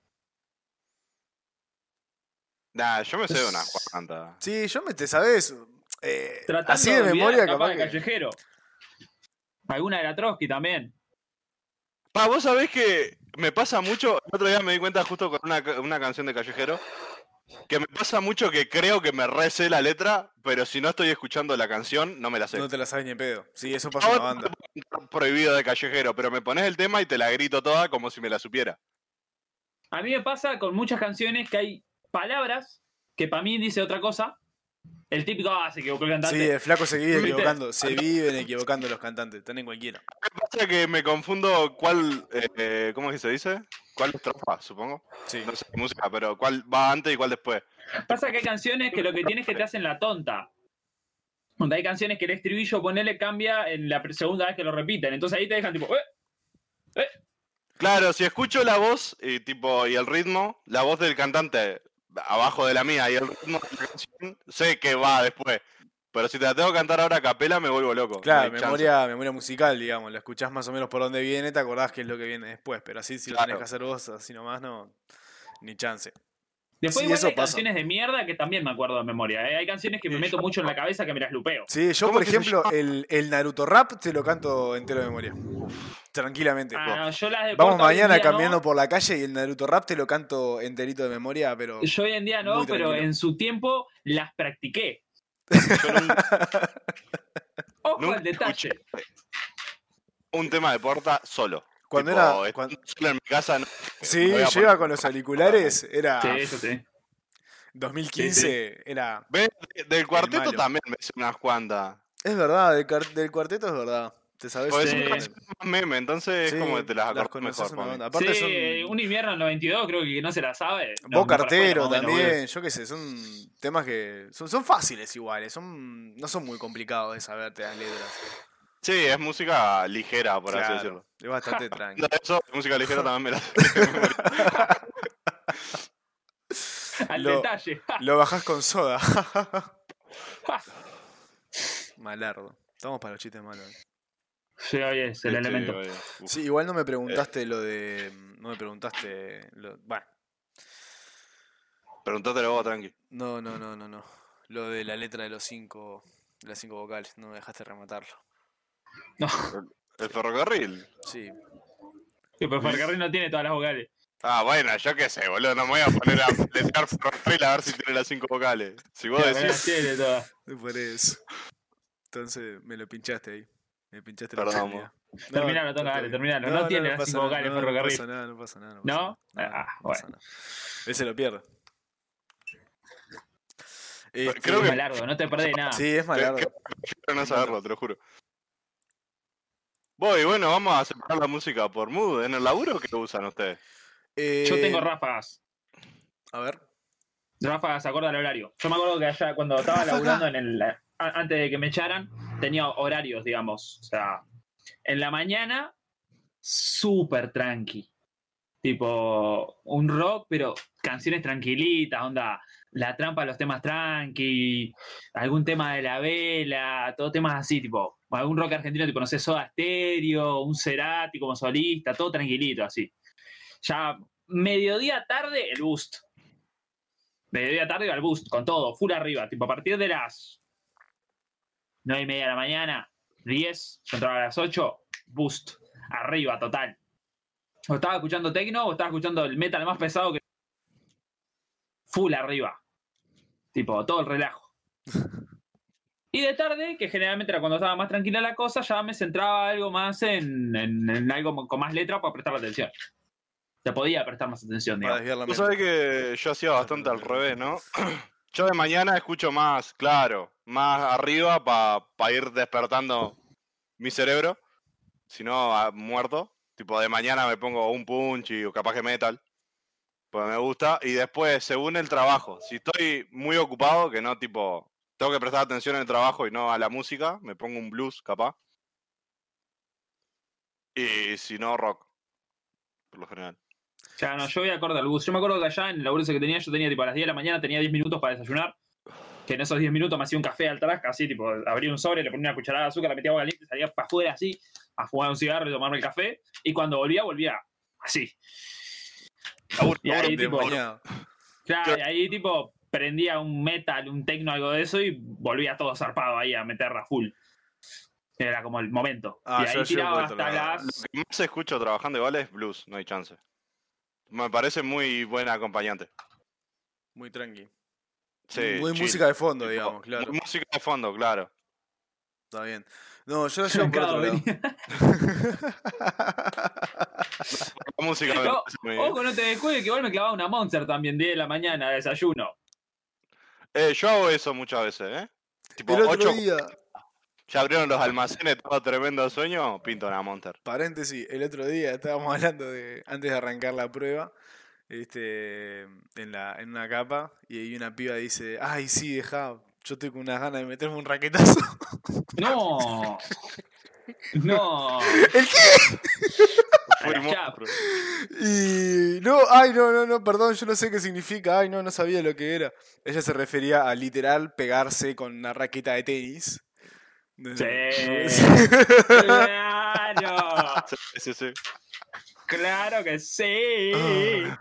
B: Nah, yo me sé de una cuanta.
A: Sí, yo me te sabes. Eh,
C: Tratando
A: así de
C: olvidar,
A: memoria,
C: capaz
A: capaz.
C: de
A: que-
C: callejero. Alguna de la Trotsky también.
B: Pa, vos sabés que me pasa mucho. El otro día me di cuenta justo con una, ca- una canción de Callejero. Que me pasa mucho que creo que me re sé la letra, pero si no estoy escuchando la canción, no me la sé.
A: No te la sabes ni en pedo. Sí, eso
B: Ah,
A: pasa en la
B: bueno,
A: banda.
B: prohibido de callejero, pero me pones el tema y te la grito toda como si me la supiera.
C: A mí me pasa con muchas canciones que hay palabras que para mí dice otra cosa, El típico, ah, se equivocó el cantante.
A: Sí, el flaco se vive
C: ¿Viste?
A: equivocando. Se viven equivocando los cantantes. Están en cualquiera.
B: Pasa que me confundo cuál, eh, ¿cómo es que se dice? ¿Cuál estrofa, supongo?
A: Sí.
B: No sé qué música, pero cuál va antes y cuál después.
C: Pasa que hay canciones que lo que tienes es que te hacen la tonta. Donde hay canciones que el estribillo, ponele, cambia en la pr- segunda vez que lo repiten. Entonces ahí te dejan tipo, "Eh".
B: Claro, si escucho la voz y tipo y el ritmo, la voz del cantante abajo de la mía y el ritmo de la canción, sé que va después. Pero si te la tengo que cantar ahora a capela, me vuelvo loco. no hay
A: Claro,
B: chance.
A: memoria, memoria musical, digamos. La escuchás más o menos por dónde viene, te acordás qué es lo que viene después. Pero así, si lo tenés
B: Claro.
A: que hacer vos, así nomás, no. Ni chance.
C: Después
A: Sí,
C: igual
A: eso
C: hay
A: pasa.
C: canciones de mierda que también me acuerdo de memoria. ¿eh? Hay canciones que me
B: Sí,
C: meto
B: yo-
C: mucho en la cabeza que me las lupeo.
A: Sí, yo,
B: ¿Cómo
A: por
B: que se
A: ejemplo, el, el Naruto Rap te lo canto entero de memoria. Tranquilamente.
C: Ah, no, yo las de
A: Vamos
C: Porta hoy en
A: mañana
C: día no.
A: caminando por la calle y el Naruto Rap te lo canto enterito de memoria, pero.
C: Yo hoy en día no,
A: Muy
C: pero
A: tranquilo.
C: en su tiempo las practiqué.
B: Yo nunca-
C: Ojo
B: Nunca
C: al detalle.
B: un tema de porta solo.
A: Cuando
B: Tipo,
A: era.
B: estando
A: cuan-
B: solo en mi casa. no-
A: Sí,
B: me voy a
A: yo iba
B: poner-
A: con los auriculares, era.
C: Sí, eso sí.
A: 2015, era.
B: ¿Ves? De- Del cuarteto
A: malo.
B: también me hice unas cuantas.
A: Es verdad, del, cuar- del cuarteto es verdad. Te sabes.
B: Porque
C: son
A: eh,
B: canciones Más meme, entonces
A: sí,
B: Pues es como que te las acordás
A: conocés
B: mejor.
A: una
B: para mí.
A: banda. Aparte
C: Sí,
A: son.
C: un invierno en 92 creo que no se la sabe. No,
A: Vos
C: para afuera,
A: cartero
C: más o menos,
A: también,
C: boludo.
A: yo qué sé, son temas que son, son fáciles iguales, son no son muy complicados de saberte las letras.
B: Sí, es música ligera, por así
A: Claro,
B: decirlo.
A: Es bastante tranquilo.
B: (laughs) No, Eso, música ligera también me la
C: Al
A: Lo- (laughs)
C: detalle.
A: Lo bajás con soda. (laughs) Malardo. Estamos para los chistes malos. eh. hoy.
C: Sí, oye, es
B: (laughs)
C: el
B: Sí,
C: elemento.
B: oye, uf.
A: Sí, igual no me preguntaste lo de no me preguntaste lo bueno,
B: Preguntátelo vos, tranqui.
A: no, no, no, no, no. Lo de la letra de los cinco de las cinco vocales, no me dejaste rematarlo.
B: El ferrocarril.
A: Sí.
C: Sí, pero Ferrocarril no tiene todas las vocales.
B: Ah, bueno, yo qué sé, boludo. No me voy a poner a desear ferrocarril a ver si tiene las cinco vocales. Si vos
C: Las
B: decís.
C: vocales tiene todas.
A: Por eso. Entonces me lo pinchaste ahí. Me pinchaste la
B: Perdón,
A: oportunidad. (laughs) No,
C: Terminalo,
A: está
C: Tonagale,
A: bien.
C: terminalo. No tiene las
A: pasa
C: cinco
A: nada,
C: vocales,
A: no, No
C: ferrocarril.
A: pasa nada, no pasa nada. No,
C: ¿No?
A: pasa nada,
C: Ah,
A: pasa
C: bueno.
A: nada. Él se lo pierde. Este,
B: Creo que-
C: Malardo, no te perdés nada.
A: Sí, es
B: Creo
A: malardo.
B: que prefiero no saberlo, te lo juro. Voy, bueno, vamos a separar la música por mood. ¿En el laburo qué usan ustedes?
C: Yo
A: Eh,
C: tengo ráfagas.
A: A ver.
C: Ráfagas acorde al horario. Yo me acuerdo que allá cuando estaba
A: Ráfaga.
C: laburando en el, a- antes de que me echaran, tenía horarios, digamos. O sea, en la mañana, súper tranqui. Tipo, un rock, pero canciones tranquilitas, onda. La trampa, los temas tranqui, algún tema de la vela, todo temas así, tipo, algún rock argentino, tipo, no sé, Soda Stereo, un Cerati como solista, todo tranquilito, así. Ya mediodía tarde, el boost. Mediodía tarde al boost, con todo, full arriba. Tipo, a partir de las 9 y media de la mañana, 10, yo entraba a las 8, boost, arriba, total. O estaba escuchando techno o estaba escuchando el metal más pesado que. Full arriba. Tipo, todo el relajo. Y de tarde, que generalmente era cuando estaba más tranquila la cosa, ya me centraba algo más en, en- en algo con más letra para prestar atención. Te podía prestar más atención,
A: Para
C: digamos.
A: desviar la
B: Vos
A: mente.
B: sabés que yo hacía bastante al revés, ¿no? (clears throat) Yo de mañana escucho más, claro, más arriba para ir despertando mi cerebro. Si no, a- muerto. Tipo, de mañana me pongo un punchy o capaz que metal. Pues me gusta. Y después, según el trabajo. Si estoy muy ocupado, que no, tipo, tengo que prestar atención en el trabajo y no a la música, me pongo un blues, capaz. Y si no, rock. Por lo general.
C: Ya, no, yo voy acorde al bus. Yo me acuerdo que allá en el laburo ese que tenía, yo tenía tipo a las 10 de la mañana, tenía 10 minutos para desayunar. Que en esos 10 minutos me hacía un café al tarasca, así, tipo, abría un sobre, le ponía una cucharada de azúcar, la metía agua caliente, salía para afuera así, a fumar un cigarro y tomarme el café. Y cuando volvía, volvía así.
B: Laburo,
C: Y ahí,
B: laburo,
C: tipo,
B: laburo.
A: Bañado.
C: Claro,
B: Claro.
C: y ahí, tipo, prendía un metal, un techno, algo de eso, y volvía todo zarpado ahí a meterla full. Era como el momento.
A: Ah,
C: y
A: yo-
C: ahí
A: yo voy
C: tiraba
A: otro
C: hasta
A: lado.
C: las.
B: que más escucho trabajando igual es blues, no hay chance. Me parece muy buena acompañante.
A: Muy tranqui.
B: Sí,
A: Muy
B: chill,
A: música de fondo,
B: tipo,
A: digamos,
B: mu-
A: claro.
B: Música de fondo, claro.
A: Está bien. No, yo la llevo por
C: Claro,
A: otro (laughs) lado.
C: venía.
B: La música me
C: No,
B: parece muy-
C: Ojo, no te descuides que igual me clavaba una Monster también, 10 de la mañana, desayuno.
B: Eh, yo hago eso muchas veces, ¿eh? Tipo,
A: El otro
B: ocho-
A: día,
B: ya abrieron los almacenes, todo tremendo sueño, pinto una Monster.
A: paréntesis, el otro día estábamos (laughs) hablando de, antes de arrancar la prueba, este, en, la, en una capa, y ahí una piba dice, ay, sí, deja, yo tengo unas ganas de meterme un raquetazo. (laughs)
C: No. No.
A: ¿El qué?
B: Fui
C: Ya.
B: monstruo.
A: Y no, ay, no, no, no, perdón, yo no sé qué significa, ay, no, no sabía lo que era. Ella se refería a literal pegarse con una raqueta de tenis.
C: Sí. Claro.
B: Sí, sí, sí.
C: Claro que sí.
A: Ah.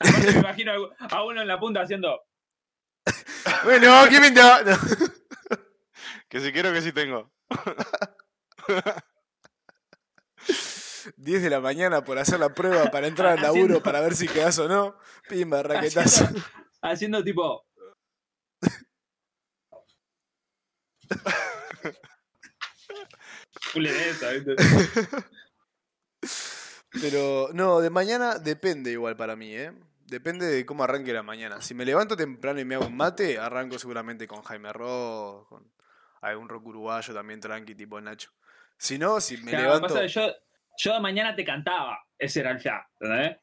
C: Aparte Me imagino a- a uno en la punta haciendo.
A: (laughs) Bueno, ¿qué pinta? No.
B: Que si quiero que sí tengo.
A: 10 de la mañana por hacer la prueba para entrar al laburo
C: Haciendo-
A: para ver si quedás o no. Pimba, raquetazo.
C: (laughs)
A: (laughs)
C: Haciendo, haciendo tipo. Full de esa, ¿viste?
A: Pero no, de mañana depende igual para mí, ¿eh? Depende de cómo arranque la mañana. Si me levanto temprano y me hago un mate, arranco seguramente con Jaime Ross, con algún rock uruguayo también tranqui, tipo Nacho. Si no, si me
C: Claro,
A: levanto...
C: pasa que yo, yo de mañana te cantaba. Ese era el ya. ¿entendés?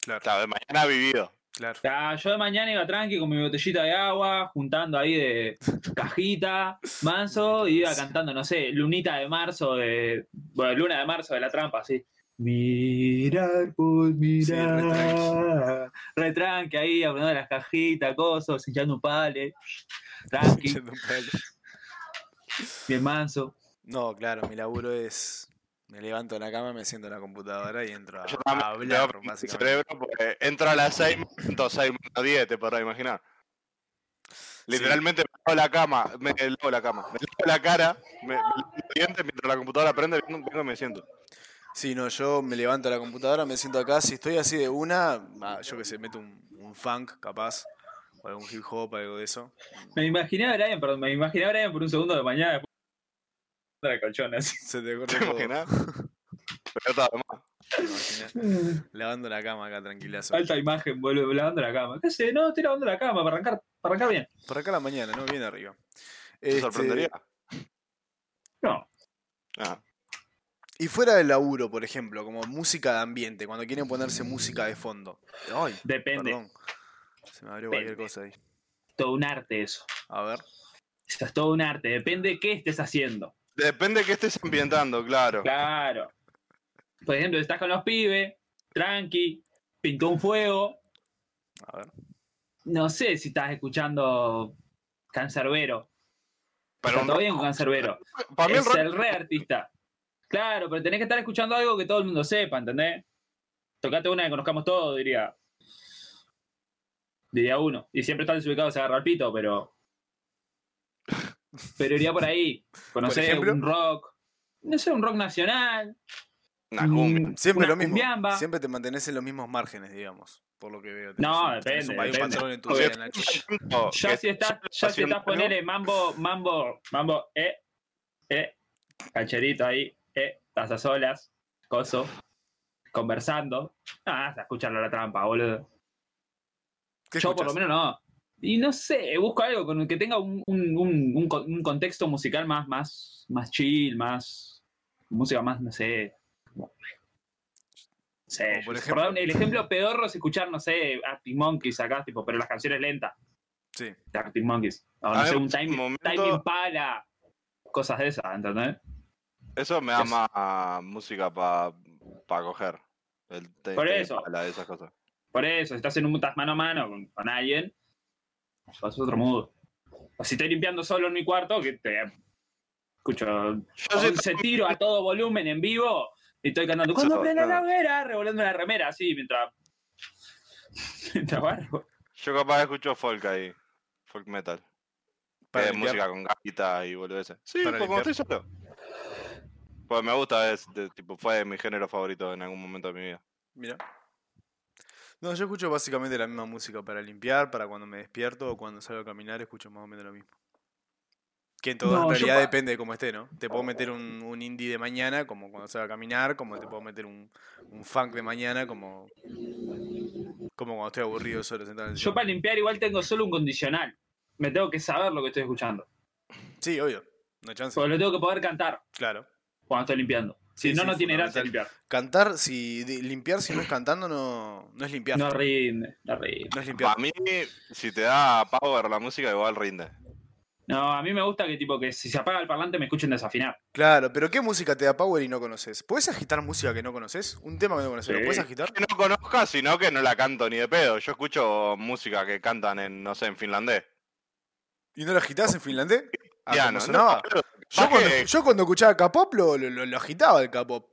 A: Claro,
B: Claro, de mañana vivido.
A: claro. (laughs)
C: O sea, yo de mañana iba tranqui con mi botellita de agua, juntando ahí de cajita, manso, y iba cantando, no sé, lunita de marzo, de, bueno, luna de marzo de la trampa, así. Mirar por
A: Sí, re tranqui.
C: mirar. Re tranqui ahí, abriendo las cajitas, cosas, hinchando un pale. Tranqui,
A: Yendo un palo.
C: bien manso.
A: No, claro, mi laburo es... Me levanto de la cama, me siento en la computadora y entro a,
B: Yo
A: a
B: también
A: hablar,
B: tengo el
A: básicamente.
B: cerebro porque entro a las 6, entonces 6 menos 10, te podrás imaginar. Literalmente me lavo la cama, me lavo la cama, me lavo la cara, me, me lavo los dientes mientras la computadora prende, vengo vengo y me siento.
A: Sí, no, yo me levanto a la computadora, me siento acá. Si estoy así de una, ah, yo que sé, meto un, un funk capaz, o algún hip hop, algo de eso.
C: Me imaginé a Brian, perdón, me imaginé a Brian por un segundo de mañana después de la colchona, así.
A: Se te corta
B: (laughs) ¿Te
A: todo,
B: imaginas? Pero todo demás.
A: te imaginas. Lavando la cama acá, tranquilazo.
C: Alta imagen, vuelve lavando la cama. ¿Qué hace? No, estoy lavando la cama para arrancar, para arrancar bien.
A: Por acá a la mañana, ¿no? Bien arriba.
B: ¿Te
A: Este,
B: sorprendería?
C: No.
B: Ah,
A: y fuera del laburo, por ejemplo, como música de ambiente, cuando quieren ponerse música de fondo. Ay,
C: Depende.
A: perdón. Se me abrió cualquier
C: Depende.
A: cosa ahí.
C: Todo un arte eso.
A: A ver.
C: Eso es todo un arte. Depende de qué estés haciendo.
B: Depende de qué estés ambientando, claro.
C: Claro. Por ejemplo, estás con los pibes, tranqui, pintó un fuego.
A: A ver.
C: No sé si estás escuchando Cancerbero.
B: Pero
C: Está
B: un
C: todo
B: rock-
C: bien con Cancerbero.
B: para mí el
C: Es
B: rock
C: el re artista. Claro, pero tenés que estar escuchando algo que todo el mundo sepa, ¿entendés? Tocate una que conozcamos todos, diría. Diría uno. Y siempre está desubicado, se agarra el pito, pero. Pero iría por ahí. Conocer
A: ejemplo?
C: un rock. No sé, un rock nacional.
B: una cumbia.
C: un-
A: Siempre
C: una
A: lo mismo.
C: cumbiamba.
A: Siempre te mantenés en los mismos márgenes, digamos. Por lo que veo. Tenés
C: No,
A: un- tenés un-
C: depende,
A: Hay un
C: depende.
A: patrón en tu
B: Porque
A: vida, Nacho.
B: tanto
C: Ya
B: que
C: si estás, ya si
B: haciendo
C: estás ponele mambo, mambo, mambo, eh, eh, cacherito ahí, eh, estás a solas, coso, conversando. Ah, vas a escucharlo a la trampa, boludo.
A: ¿Qué
C: Yo por lo
A: escuchás?
C: menos no. Y no sé, busco algo con el que tenga un, un- un- un co- un contexto musical más, más, más chill, más. Música más, no sé. como- No sé,
A: Como por
C: yo-
A: ejemplo.
C: perdón, el ejemplo pedorro es escuchar, no sé, Arctic Monkeys acá, tipo, pero las canciones lentas
A: Sí.
C: de Arctic Monkeys. O,
B: A
C: no
B: mí
C: sé,
B: me
C: un
B: pasa un
C: timing,
B: momento-
C: pala. Cosas de esas, ¿entendés?
B: Eso me da
C: Es-
B: más música para coger. El te-
C: Por
B: te-
C: eso.
B: La de esas cosas.
C: Por eso, si estás en un estás mano a mano con, con alguien, vas a otro modo. O si estoy limpiando solo en mi cuarto, que te escucho
B: Yo sí,
C: 11 tiros a todo volumen en vivo y estoy cantando cuando
B: Eso,
C: prende la
B: claro.
C: hoguera, revolviendo la remera, así mientras. (laughs) mientras barro.
B: yo capaz escucho folk ahí. Folk metal.
A: Para
B: que es
A: limpiar.
B: música con gaita y boludeces. Sí,
A: Para
B: pues como
A: limpiar.
B: estoy solo. Pues me gusta, es de- tipo, fue mi género favorito en algún momento de mi vida.
A: Mira. No, yo escucho básicamente la misma música para limpiar, para cuando me despierto o cuando salgo a caminar, escucho más o menos lo mismo. Que en todo
C: No,
A: en
C: yo
A: realidad
C: pa-
A: depende de cómo esté, ¿no? Te puedo meter un, un indie de mañana, como cuando se va a caminar, como te puedo meter un, un funk de mañana, como, como cuando estoy aburrido solo sentado en el
C: Yo
A: sillón.
C: para limpiar igual tengo solo un condicional. Me tengo que saber lo que estoy escuchando.
A: Sí, obvio. No hay chance.
C: Porque lo tengo que poder cantar
A: Claro.
C: cuando estoy limpiando. Si
A: Sí,
C: no,
A: sí,
C: no tiene gracia
A: fundamental.
C: limpiar.
A: Cantar, si de- limpiar si no es cantando, no, no es limpiar.
C: No
A: No,
C: rinde, no rinde.
A: es limpiar.
B: Para mí, si te da power la música, igual rinde.
C: No, a mí me gusta que tipo que si se apaga el parlante me escuchen desafinar.
A: Claro, pero ¿qué música te da power y no conoces? ¿Puedes agitar música que no conoces? Un tema que no conoces, ¿lo
C: Sí.
A: puedes agitar?
B: Que no conozca, sino que no la canto ni de pedo. Yo escucho música que cantan en, no sé, en finlandés.
A: ¿Y no lo agitás en finlandés? ¿A
B: Ya,
A: cómo
B: no, no,
A: sonaba?
B: boludo.
A: yo,
B: Capaz
A: cuando,
B: que-
A: yo cuando escuchaba K-pop lo, lo- lo- lo agitaba el K-pop.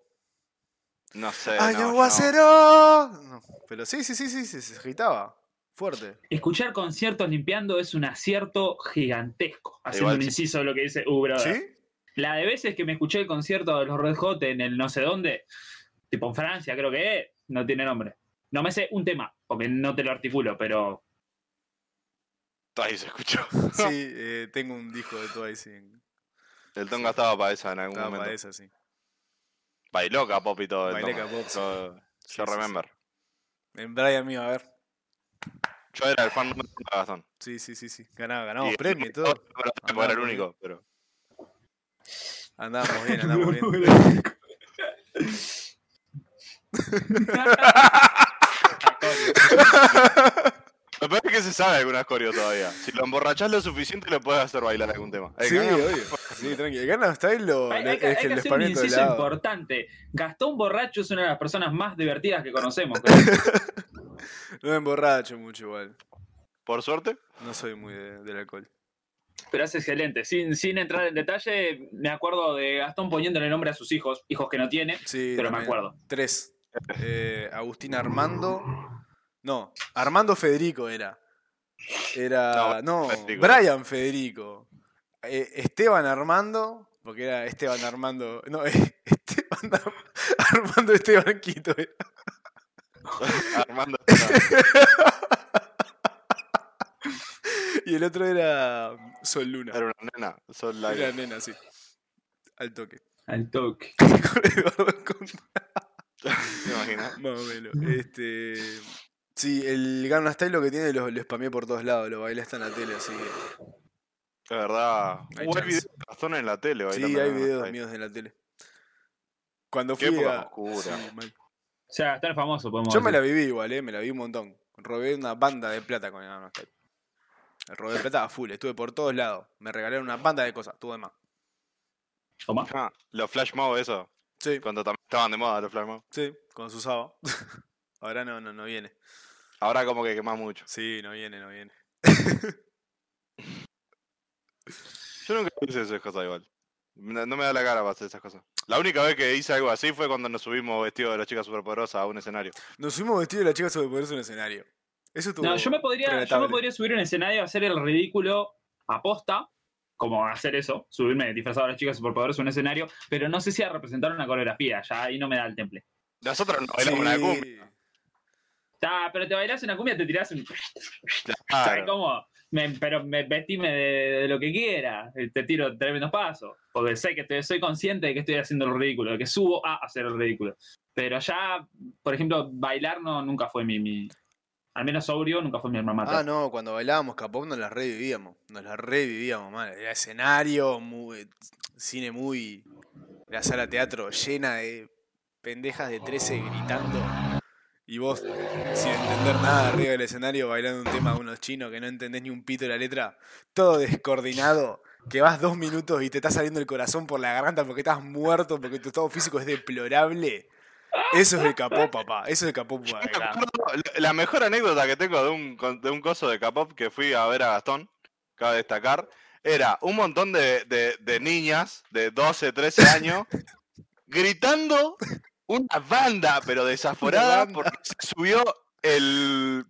B: No sé.
A: ¡Ay,
B: Eh, no, yo no.
A: aguacero! No, Pero sí, sí, sí, sí, sí, se agitaba. Fuerte.
C: Escuchar conciertos limpiando es un acierto gigantesco. Haciendo
B: Igual
C: un
B: sí.
C: inciso de lo que dice Uh, brother.
A: ¿Sí?
B: (laughs)
C: La de veces que me escuché el concierto de los Red Hot en el no sé dónde, tipo en Francia, creo que es, no tiene nombre. No me sé un tema, porque no te lo articulo, pero
B: Ahí se escuchó.
A: Sí, eh, tengo un disco de Twice en
B: El Tonga estaba para esa en algún
A: estaba
B: momento.
A: para esa, sí.
B: Bailoca, pop y todo. el
A: Bailé
B: Tonga.
A: K-pop, sí.
B: Yo,
A: Sí,
B: yo
A: sí, sí.
B: remember.
A: En Brian mío, a ver.
B: Yo era el fan número uno de Gastón.
A: Sí, sí, sí, sí. Ganaba, ganamos
B: Y-
A: premio y
B: (laughs)
A: todo.
B: Pero
A: Andaba
B: era el
A: muy bien.
B: único, pero.
A: Andábamos bien,
B: (laughs)
C: (laughs)
A: andábamos bien.
B: Lo peor es que se sabe algunas coreo todavía. Si lo emborrachás lo suficiente, le puedes hacer bailar algún tema. Eh, El
A: Sí,
B: que haga-
A: obvio. Sí, tranquilo. Gana Style lo,
C: hay, hay que,
A: es
C: hay
A: que el
C: que hacer un
A: espamiento de
C: inciso
A: lado.
C: importante. Gastón Borracho es una de las personas más divertidas que
A: (laughs)
C: conocemos. creo.
A: No me emborracho mucho igual. (laughs)
B: Por suerte,
A: No soy muy de- del alcohol.
C: Pero es excelente. Sin, sin entrar en detalle, me acuerdo de Gastón poniéndole nombre a sus hijos, hijos que no tiene,
A: Sí,
C: pero me
A: también.
C: acuerdo.
A: Tres. Eh, Agustín Armando. No, Armando Federico era. Era. No,
B: No, Federico.
A: Brian Federico. Eh, Esteban Armando. Porque era Esteban Armando. No, (laughs) Esteban Ar- Armando Esteban Quito. era. (laughs)
B: Armando.
A: Y el otro era Sol Luna.
B: Era una nena. Son la...
A: Era nena, sí. Al toque. (laughs)
C: Al toque.
A: Con Eduardo Conde.
B: (laughs) ¿Te imaginas?
A: Más o menos. Este. Sí, el Gangnam Style lo que tiene lo, lo spameé por todos lados, lo bailé hasta en la tele, así que.
B: De verdad.
A: Hay
B: Hubo
A: chance.
B: videos de Gastón en la tele.
A: Sí,
B: bailando
A: hay
B: en la
A: videos
B: calle.
A: míos en la tele. Cuando
B: Qué
A: fui
B: época
A: a-
B: más oscura.
A: sí, mal.
C: O sea, Gastón es famoso, podemos
A: Yo me la
C: decir.
A: viví igual, eh, me la viví un montón. Robé una banda de plata con el Gangnam Style. Robé plata a full, estuve por todos lados. Me regalaron una banda de cosas, tuve más.
C: Tomá.
B: Ah, los flash mob, eso.
A: Sí,
B: Cuando también estaban de moda los flash mob.
A: sí, cuando se usaba. (laughs) Ahora no, no, no viene.
B: Ahora como que quemás mucho.
A: Sí, no viene, no viene.
B: Yo nunca hice esas cosas igual. No no me da la cara para hacer esas cosas. La única vez que hice algo así fue cuando nos subimos vestidos de las chicas superpoderosas a un escenario.
A: Nos subimos vestidos de la chica sobre poderse un escenario. Eso estuvo
C: No, yo me podría, yo me
A: relatable.
C: podría subir a un escenario a hacer el ridículo aposta, como hacer eso, subirme disfrazado a las chicas superpoderosas a un escenario, pero no sé si a representar una coreografía, ya ahí no me da el temple.
B: Nosotros nos bailamos una
A: Sí.
B: cumbia.
C: Ta, pero te bailás una cumbia, te tirás un. (laughs) ¿Sabes
B: Claro.
C: cómo? Me- pero me vestime de, de lo que quiera, eh, te tiro tremendos pasos, porque sé que estoy, soy consciente de que estoy haciendo el ridículo, de que subo a hacer el ridículo. Pero ya, por ejemplo, bailar no, nunca fue mi. mi- al menos sobrio nunca fue mi alma mater.
A: Ah, no, cuando bailábamos K-pop nos la revivíamos. Nos la revivíamos, man. Era escenario, muy- cine muy. La sala de teatro llena de pendejas de 13 gritando. Y vos, sin entender nada arriba del escenario, bailando un tema de unos chinos que no entendés ni un pito de la letra. Todo descoordinado. Que vas dos minutos y te está saliendo el corazón por la garganta porque estás muerto, porque tu estado físico es deplorable. Eso es el K-pop, papá. Eso es el K-pop.
B: Yo me
A: acá.
B: acuerdo- la- La mejor anécdota que tengo de un, con- de un coso de K-pop que fui a ver a Gastón, cabe destacar, era un montón de, de- de niñas de 12, 13 años gritando una banda, pero desaforada,
A: banda.
B: porque se subió el,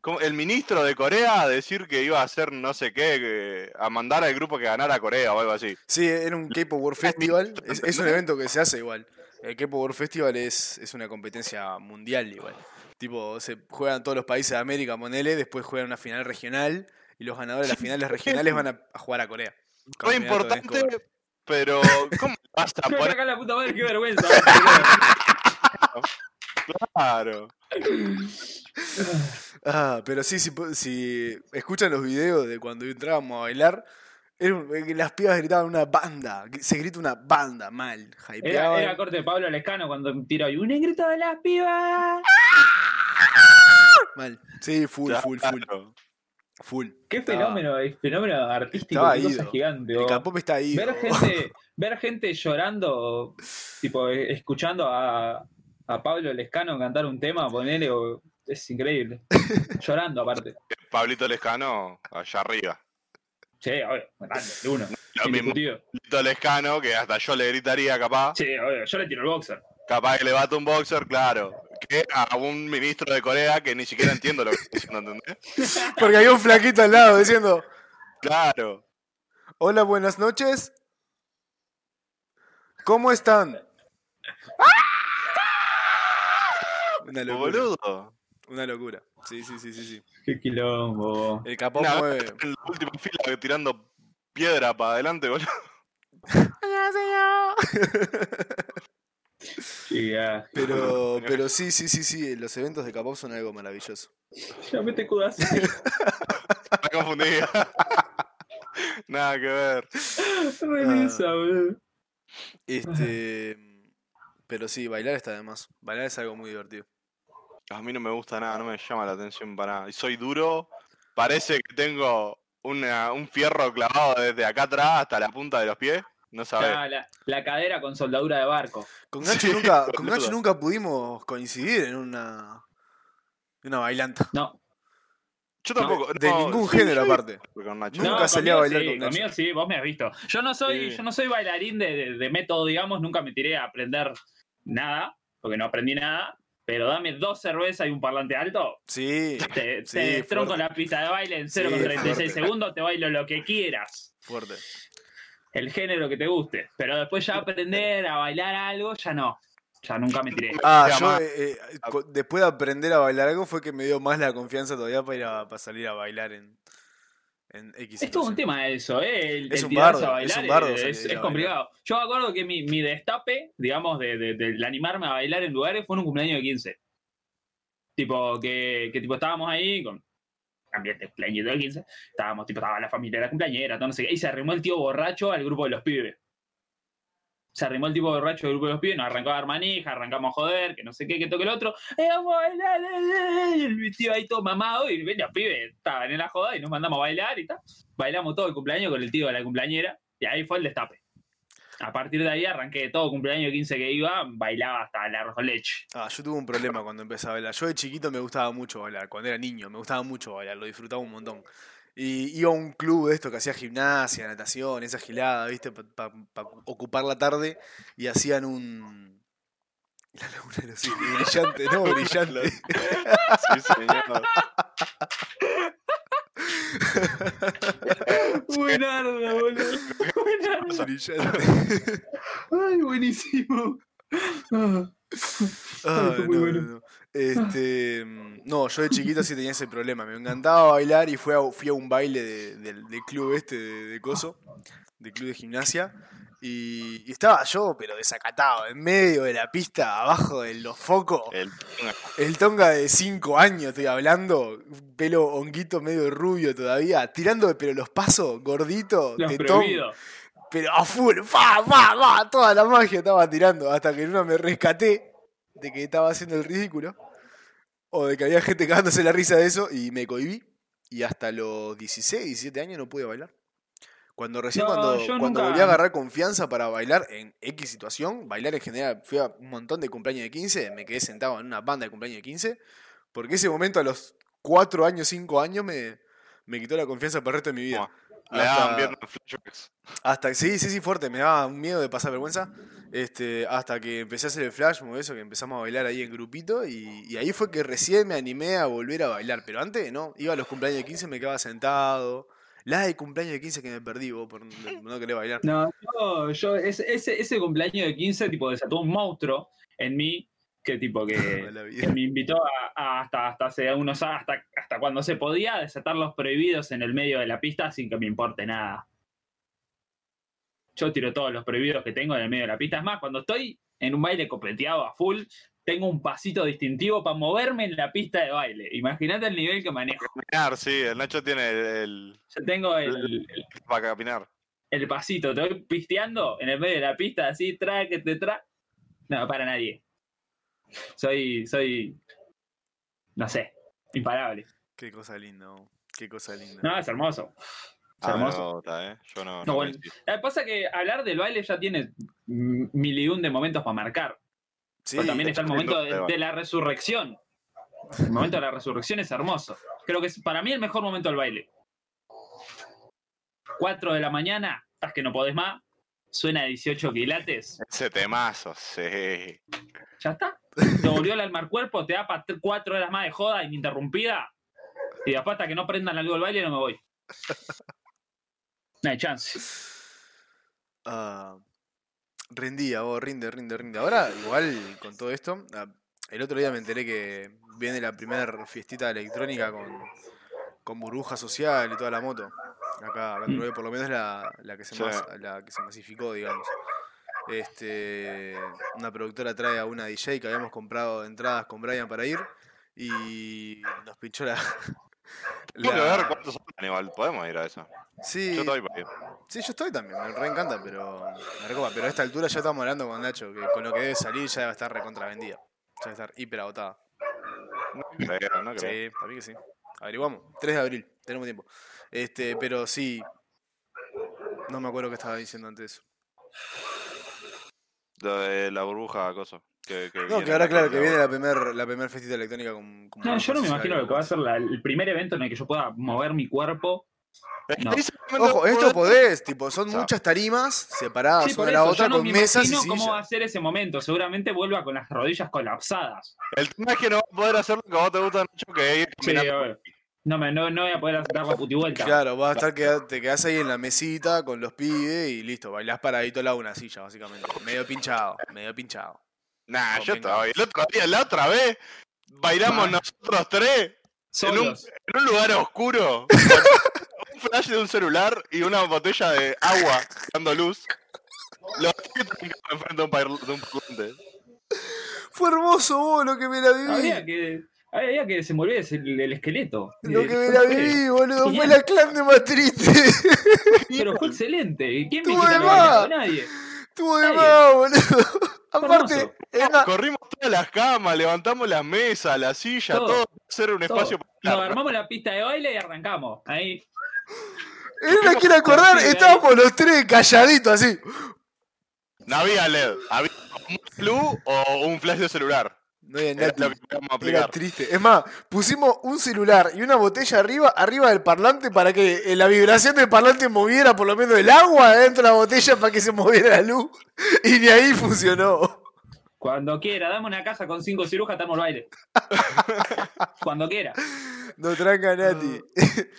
B: ¿cómo? el ministro de Corea a decir que iba a hacer no sé qué, que- a mandar al grupo que ganara Corea o algo así.
A: Sí, era un K-Pop World Festival. Es, es un evento que se hace igual. El K-Pop World Festival es, es una competencia mundial igual. Tipo, se juegan todos los países de América, ponele, después juegan una final regional y los ganadores de las finales regionales van a, a jugar a Corea.
B: Fue
A: Campeonato de
B: importante, pero ¿cómo le vas
A: Ah,
B: a
C: Yo
B: poner?
C: acá la puta madre,
A: (laughs)
C: qué vergüenza.
B: Claro.
A: Ah, pero sí, si, po- si escuchan los videos de cuando entrábamos a bailar, era un- eh, las pibas gritaban una banda, gr- se grita una banda mal,
C: Era,
A: hypeaban.
C: era corte de Pablo Lescano cuando tiró y un grito de las pibas.
A: mal. Sí, full, full, full,
B: claro.
A: full.
C: Qué
A: Estaba-
C: fenómeno, eh, fenómeno artístico,
A: Estaba
C: qué cosa
A: ido.
C: gigante.
A: El
C: vos.
A: K-pop está ahí.
C: Ver
A: vos.
C: gente, ver gente llorando, tipo, eh, escuchando a, a Pablo Lescano cantar un tema, ponele, o- es
A: (laughs)
C: increíble. Llorando aparte.
B: Pablito Lescano, allá arriba.
C: Sí, obvio, grande, de uno.
B: Lo mismo
C: indiscutido.
B: Pablito Lescano, que hasta yo le gritaría capaz.
C: Sí, obvio, yo le tiro el boxer.
B: Capaz que le bate un boxer, claro. Que a un ministro de Corea que ni siquiera entiendo lo que está diciendo, ¿entendés?
A: Porque había un flaquito al lado diciendo,
B: Claro.
A: hola, buenas noches. ¿Cómo están? Una locura.
B: Boludo.
A: Una locura. Sí, sí, sí, sí, sí.
C: Qué quilombo.
A: El K-pop
B: Una
A: mueve.
B: (laughs) en la última fila tirando piedra para adelante, boludo. (laughs)
C: Qué gaje.
B: (laughs)
A: Pero, pero sí, sí, sí, sí, los eventos de K-pop son algo maravilloso.
C: Ya
A: (laughs)
C: mete Kudasai.
B: Está confundido. (laughs) Nada que ver.
A: Ah.
C: Regresa, boludo.
A: Este, pero sí, bailar está de más. Bailar es algo muy divertido.
B: A mí no me gusta nada, no me llama la atención para nada. Y soy duro. Parece que tengo una- un fierro clavado desde acá atrás hasta la punta de los pies. No sabés.
C: Ya, la, la cadera con soldadura de barco.
A: Con Gancho
B: Sí, (laughs)
A: nunca, con
B: boludo.
A: Gancho nunca pudimos coincidir en una, en una bailanta.
C: No,
B: Yo
C: No,
B: tampoco.
A: De
B: no,
A: ningún
B: sí,
A: género
B: yo-
A: aparte.
B: con Nacho.
A: Nunca
C: no,
A: salí a
C: conmigo
A: bailar
C: sí,
A: con Nacho.
C: Conmigo sí, vos me has visto. Yo no soy,
B: Sí.
C: yo no soy bailarín de, de- de método, digamos, nunca me tiré a aprender nada, porque no aprendí nada. Pero dame dos cervezas y un parlante alto,
A: Sí,
C: te,
A: Sí,
C: te tronco
A: fuerte.
C: la pista de baile en
A: Sí,
C: 0,36
A: fuerte.
C: segundos, te bailo lo que quieras,
A: fuerte.
C: el género que te guste. Pero
A: (laughs)
C: después ya aprender a bailar algo, ya no. Ya nunca me tiré.
A: Ah,
B: Ya
A: yo
B: más.
A: eh, eh, co- después de aprender a bailar algo fue que me dio más la confianza todavía para ir a- para salir a bailar en, en X.
C: Es todo un
A: situación.
C: tema eso, ¿eh? El,
A: Es
C: el
A: un
C: tirarse
A: bardo,
C: a
A: es
C: bailar
A: un bardo
C: es,
A: salir
C: es
A: a bailar.
C: complicado. Yo me acuerdo que mi, mi destape, digamos, de, de- del animarme a bailar en lugares fue en un cumpleaños de 15. Tipo, que, que tipo estábamos ahí con ambiente cumpleaños de 15, estábamos, tipo, estaba la familia de la cumpleañera, todo no sé qué, y se arrimó el tío borracho al grupo de los pibes. Se arrimó el tipo borracho del grupo de los pibes, nos arrancó a dar manija, arrancamos a joder, que no sé qué, que toque el otro, ¡Eh, vamos a bailar! eh, eh", y El tío ahí todo mamado, y los pibes estaban en la joda y nos mandamos a bailar y tal bailamos todo el cumpleaños con el tío de la cumpleañera y ahí fue el destape. A partir de ahí arranqué todo cumpleaños 15 que iba, bailaba hasta el arroz con leche.
A: Ah, yo tuve un problema cuando empecé a bailar. Yo de chiquito me gustaba mucho bailar, cuando era niño, me gustaba mucho bailar, lo disfrutaba un montón. Y iba a un club de esto que hacía gimnasia, natación, esa gilada, ¿viste? Para ocupar la tarde y hacían un. (laughs) La laguna de los cisnes, brillante, (laughs) no, brillante.
B: Sí,
A: (laughs)
B: señor.
C: Buenarda, boludo. Buenarda.
A: brillante.
C: Ah. Ay, buenísimo. Ah,
A: Ah,
C: Eso es muy
A: no,
C: bueno.
A: no, no. Este, mm, no, yo de chiquito sí tenía ese problema. Me encantaba bailar y fui a, fui a un baile de- del del club este de, de Coso, de club de gimnasia. Y, y estaba yo, pero desacatado, en medio de la pista, abajo de los focos.
B: El-
A: El tonga de 5 años, estoy hablando, pelo honguito medio rubio todavía, tirando pero los pasos, gordito,
C: Los
A: tetón,
C: prohibidos.
A: pero a full, va, va, va, toda la magia estaba tirando, hasta que en una me rescaté de que estaba haciendo el ridículo, o de que había gente cagándose la risa de eso, y me cohibí, y hasta los 16, 17 años no pude bailar. Cuando recién,
C: No,
A: cuando,
C: yo
A: cuando
C: nunca-
A: volví a agarrar confianza para bailar en X situación, bailar en general, fui a un montón de cumpleaños de 15, me quedé sentado en una banda de cumpleaños de 15, porque ese momento a los 4 años, 5 años me, me quitó la confianza para el resto de mi vida.
B: Le
A: Hasta-
B: daban bien flashbacks.
A: hasta que, sí, sí, sí, fuerte, me daba un miedo de pasar vergüenza. Este, hasta que empecé a hacer el flash, como eso, que empezamos a bailar ahí en grupito. Y, y ahí fue que recién me animé a volver a bailar. Pero antes, no, iba a los cumpleaños de 15, me quedaba sentado. Las de cumpleaños de 15 que me perdí, vos, por no no querer bailar.
C: No, yo, yo ese, ese, ese cumpleaños de 15 tipo desató un monstruo en mí que tipo que
A: (laughs) Toda la
C: que
A: vida.
C: me invitó a, a- hasta, hasta hace unos años, hasta, hasta cuando se podía, desatar los prohibidos en el medio de la pista sin que me importe nada. yo tiro todos los prohibidos que tengo en el medio de la pista. Es más, cuando estoy en un baile copeteado a full, tengo un pasito distintivo para moverme en la pista de baile. Imagínate el nivel que manejo.
B: Caminar, sí, el Nacho tiene el,
C: Yo tengo
B: el-
C: el,
B: el- para caminar.
C: el pasito, te voy pisteando en el medio de la pista, así, tra, que te tra. No, para nadie. Soy, soy, no sé, imparable.
A: Qué cosa linda, vos. qué cosa linda.
C: No, es hermoso.
B: Ah,
C: Es
B: me
C: hermoso.
B: gusta, ¿eh? Yo no.
C: No,
B: no
C: bueno.
B: coincido.
C: Lo que pasa es que hablar del baile ya tiene mm, mil y un de momentos para marcar.
A: Sí,
C: Pero también está el momento
B: tremendo
C: de,
B: tema.
C: de la resurrección. El momento de la resurrección es hermoso. Creo que es para mí el mejor momento del baile. 4 de la mañana, estás que no podés más. Suena 18 quilates.
B: Ese temazo, sí.
C: ya está. Te volvió el alma al cuerpo, te da para cuatro horas más de joda ininterrumpida. Y después hasta que no prendan algo el baile no me voy. No hay chance.
A: ah, rendía, vos, rinde, rinde, rinde. Ahora, igual con todo esto, ah, el otro día me enteré que viene la primera fiestita electrónica con, con burbuja social y toda la moto. Acá, acá en
C: Mm.
A: Uruguay, por lo menos la, la que se
B: Sí.
A: mas- la que se masificó, digamos. Este, una productora trae a una DJ que habíamos comprado entradas con Brian para ir y nos pinchó la. (laughs)
B: Tengo que
A: la-
B: ver cuántos son, igual. Podemos ir a eso.
A: Sí,
B: Yo estoy para ir.
A: Sí, yo estoy también, me reencanta, pero me recopa. Pero a esta altura ya estamos hablando con Nacho, que con lo que debe salir ya va a estar recontravendido. Ya va a estar hiper agotada.
B: Creo, no creo.
A: Sí, para mí que sí. Averiguamos. 3 de abril, tenemos tiempo. Este, pero sí. No me acuerdo qué estaba diciendo antes.
B: Lo de la burbuja, acoso. Que, que
A: No,
B: viene
A: que ahora,
B: la
A: claro, que
B: corrida,
A: viene la primer, la primer festita electrónica con. con
C: No, yo no me
A: con-
C: imagino lo que va a ser la- el primer evento en el que yo pueda mover mi cuerpo.
B: bueno.
C: no.
B: Ahí se me
A: Ojo,
B: ocurre-
A: esto podés, tipo, son
B: Chao.
A: muchas tarimas separadas
C: Sí,
A: una
C: por
A: de Ah, la
C: eso,
A: otra
C: yo no
A: con
C: me
A: mesas y
C: imagino cómo va a
A: sillas.
C: ser ese momento. Seguramente vuelva con las rodillas colapsadas.
B: El tema es que no vas a poder hacer lo que a vos te gusta, Nacho, que ir
C: Sí,
B: caminando.
C: a ver. No, me, no, no voy a poder dar la putivuelta.
A: Claro, vas a estar que te quedás ahí en la mesita con los pibes y listo, bailás paradito al lado de una silla, básicamente. Medio pinchado, medio pinchado.
B: Nah, Ah, yo
A: Convengamos.
B: estaba. El otro día, la otra vez, bailamos
C: Ah.
B: nosotros tres
C: Solos.
B: en un lugar oscuro. con un flash de un celular y una botella de agua dando luz. Los tres trancados enfrente de un par- de un parlante.
A: Fue hermoso vos lo que me la
C: Habría
A: viví.
C: que, habría que desenvolverse el, el esqueleto.
A: Lo
C: Eh,
A: que me la
C: fue-
A: viví, boludo. Fue
C: Genial.
A: la clan de más triste.
C: (laughs) Pero fue excelente. ¿Y quién me
A: Estuvo
C: quita
A: de
C: la gana?
A: más.
C: Nadie.
A: Estuvo de
C: Está
A: más, boludo. Aparte,
C: hermoso.
A: es más,
B: Corrimos todas las camas, levantamos las mesas, la silla,
C: Todo,
B: todo, para hacer un
C: todo.
B: espacio
C: Nos
B: para
C: armamos la pista de baile y arrancamos. Ahí.
A: él la quiere acordar,
C: Sí, ahí.
A: estábamos los tres calladitos así.
B: No había LED, había un luz o un flash de celular.
A: No había
B: Era
A: nada.
B: lo que íbamos a
A: Era
B: aplicar.
A: triste. Es más, pusimos un celular y una botella arriba, arriba del parlante para que eh, la vibración del parlante moviera por lo menos el agua dentro de la botella para que se moviera la luz. Y ni ahí funcionó.
C: Cuando quiera, dame una caja con cinco cirujas, estamos al (laughs) baile. Cuando quiera.
A: No tranca Nati.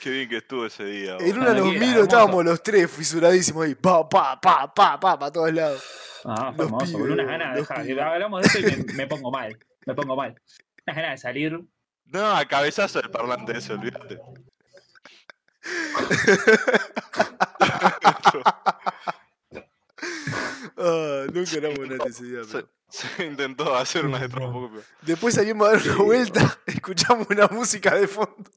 B: Qué bien que estuvo ese día.
A: (laughs) En
B: boludo.
A: una
C: Nati,
A: los
C: era
A: miro
C: hermoso.
A: estábamos los tres fisuradísimos ahí. Pa, pa, pa, pa, pa, pa, todos lados.
C: Ah,
A: Los
C: fue hermoso. con
A: pibes,
C: unas ganas.
A: los
C: deja,
A: pibes.
C: hablamos de eso y me, me pongo mal. Me pongo mal. Unas ganas de salir.
B: No, a cabezazo del parlante ese, olvídate.
A: Ah, nunca éramos Nati ese día,
B: Se,
A: pero-
B: se intentó hacer una de otro poco peor.
A: Después salimos a dar una vuelta, (laughs) escuchamos una música de fondo.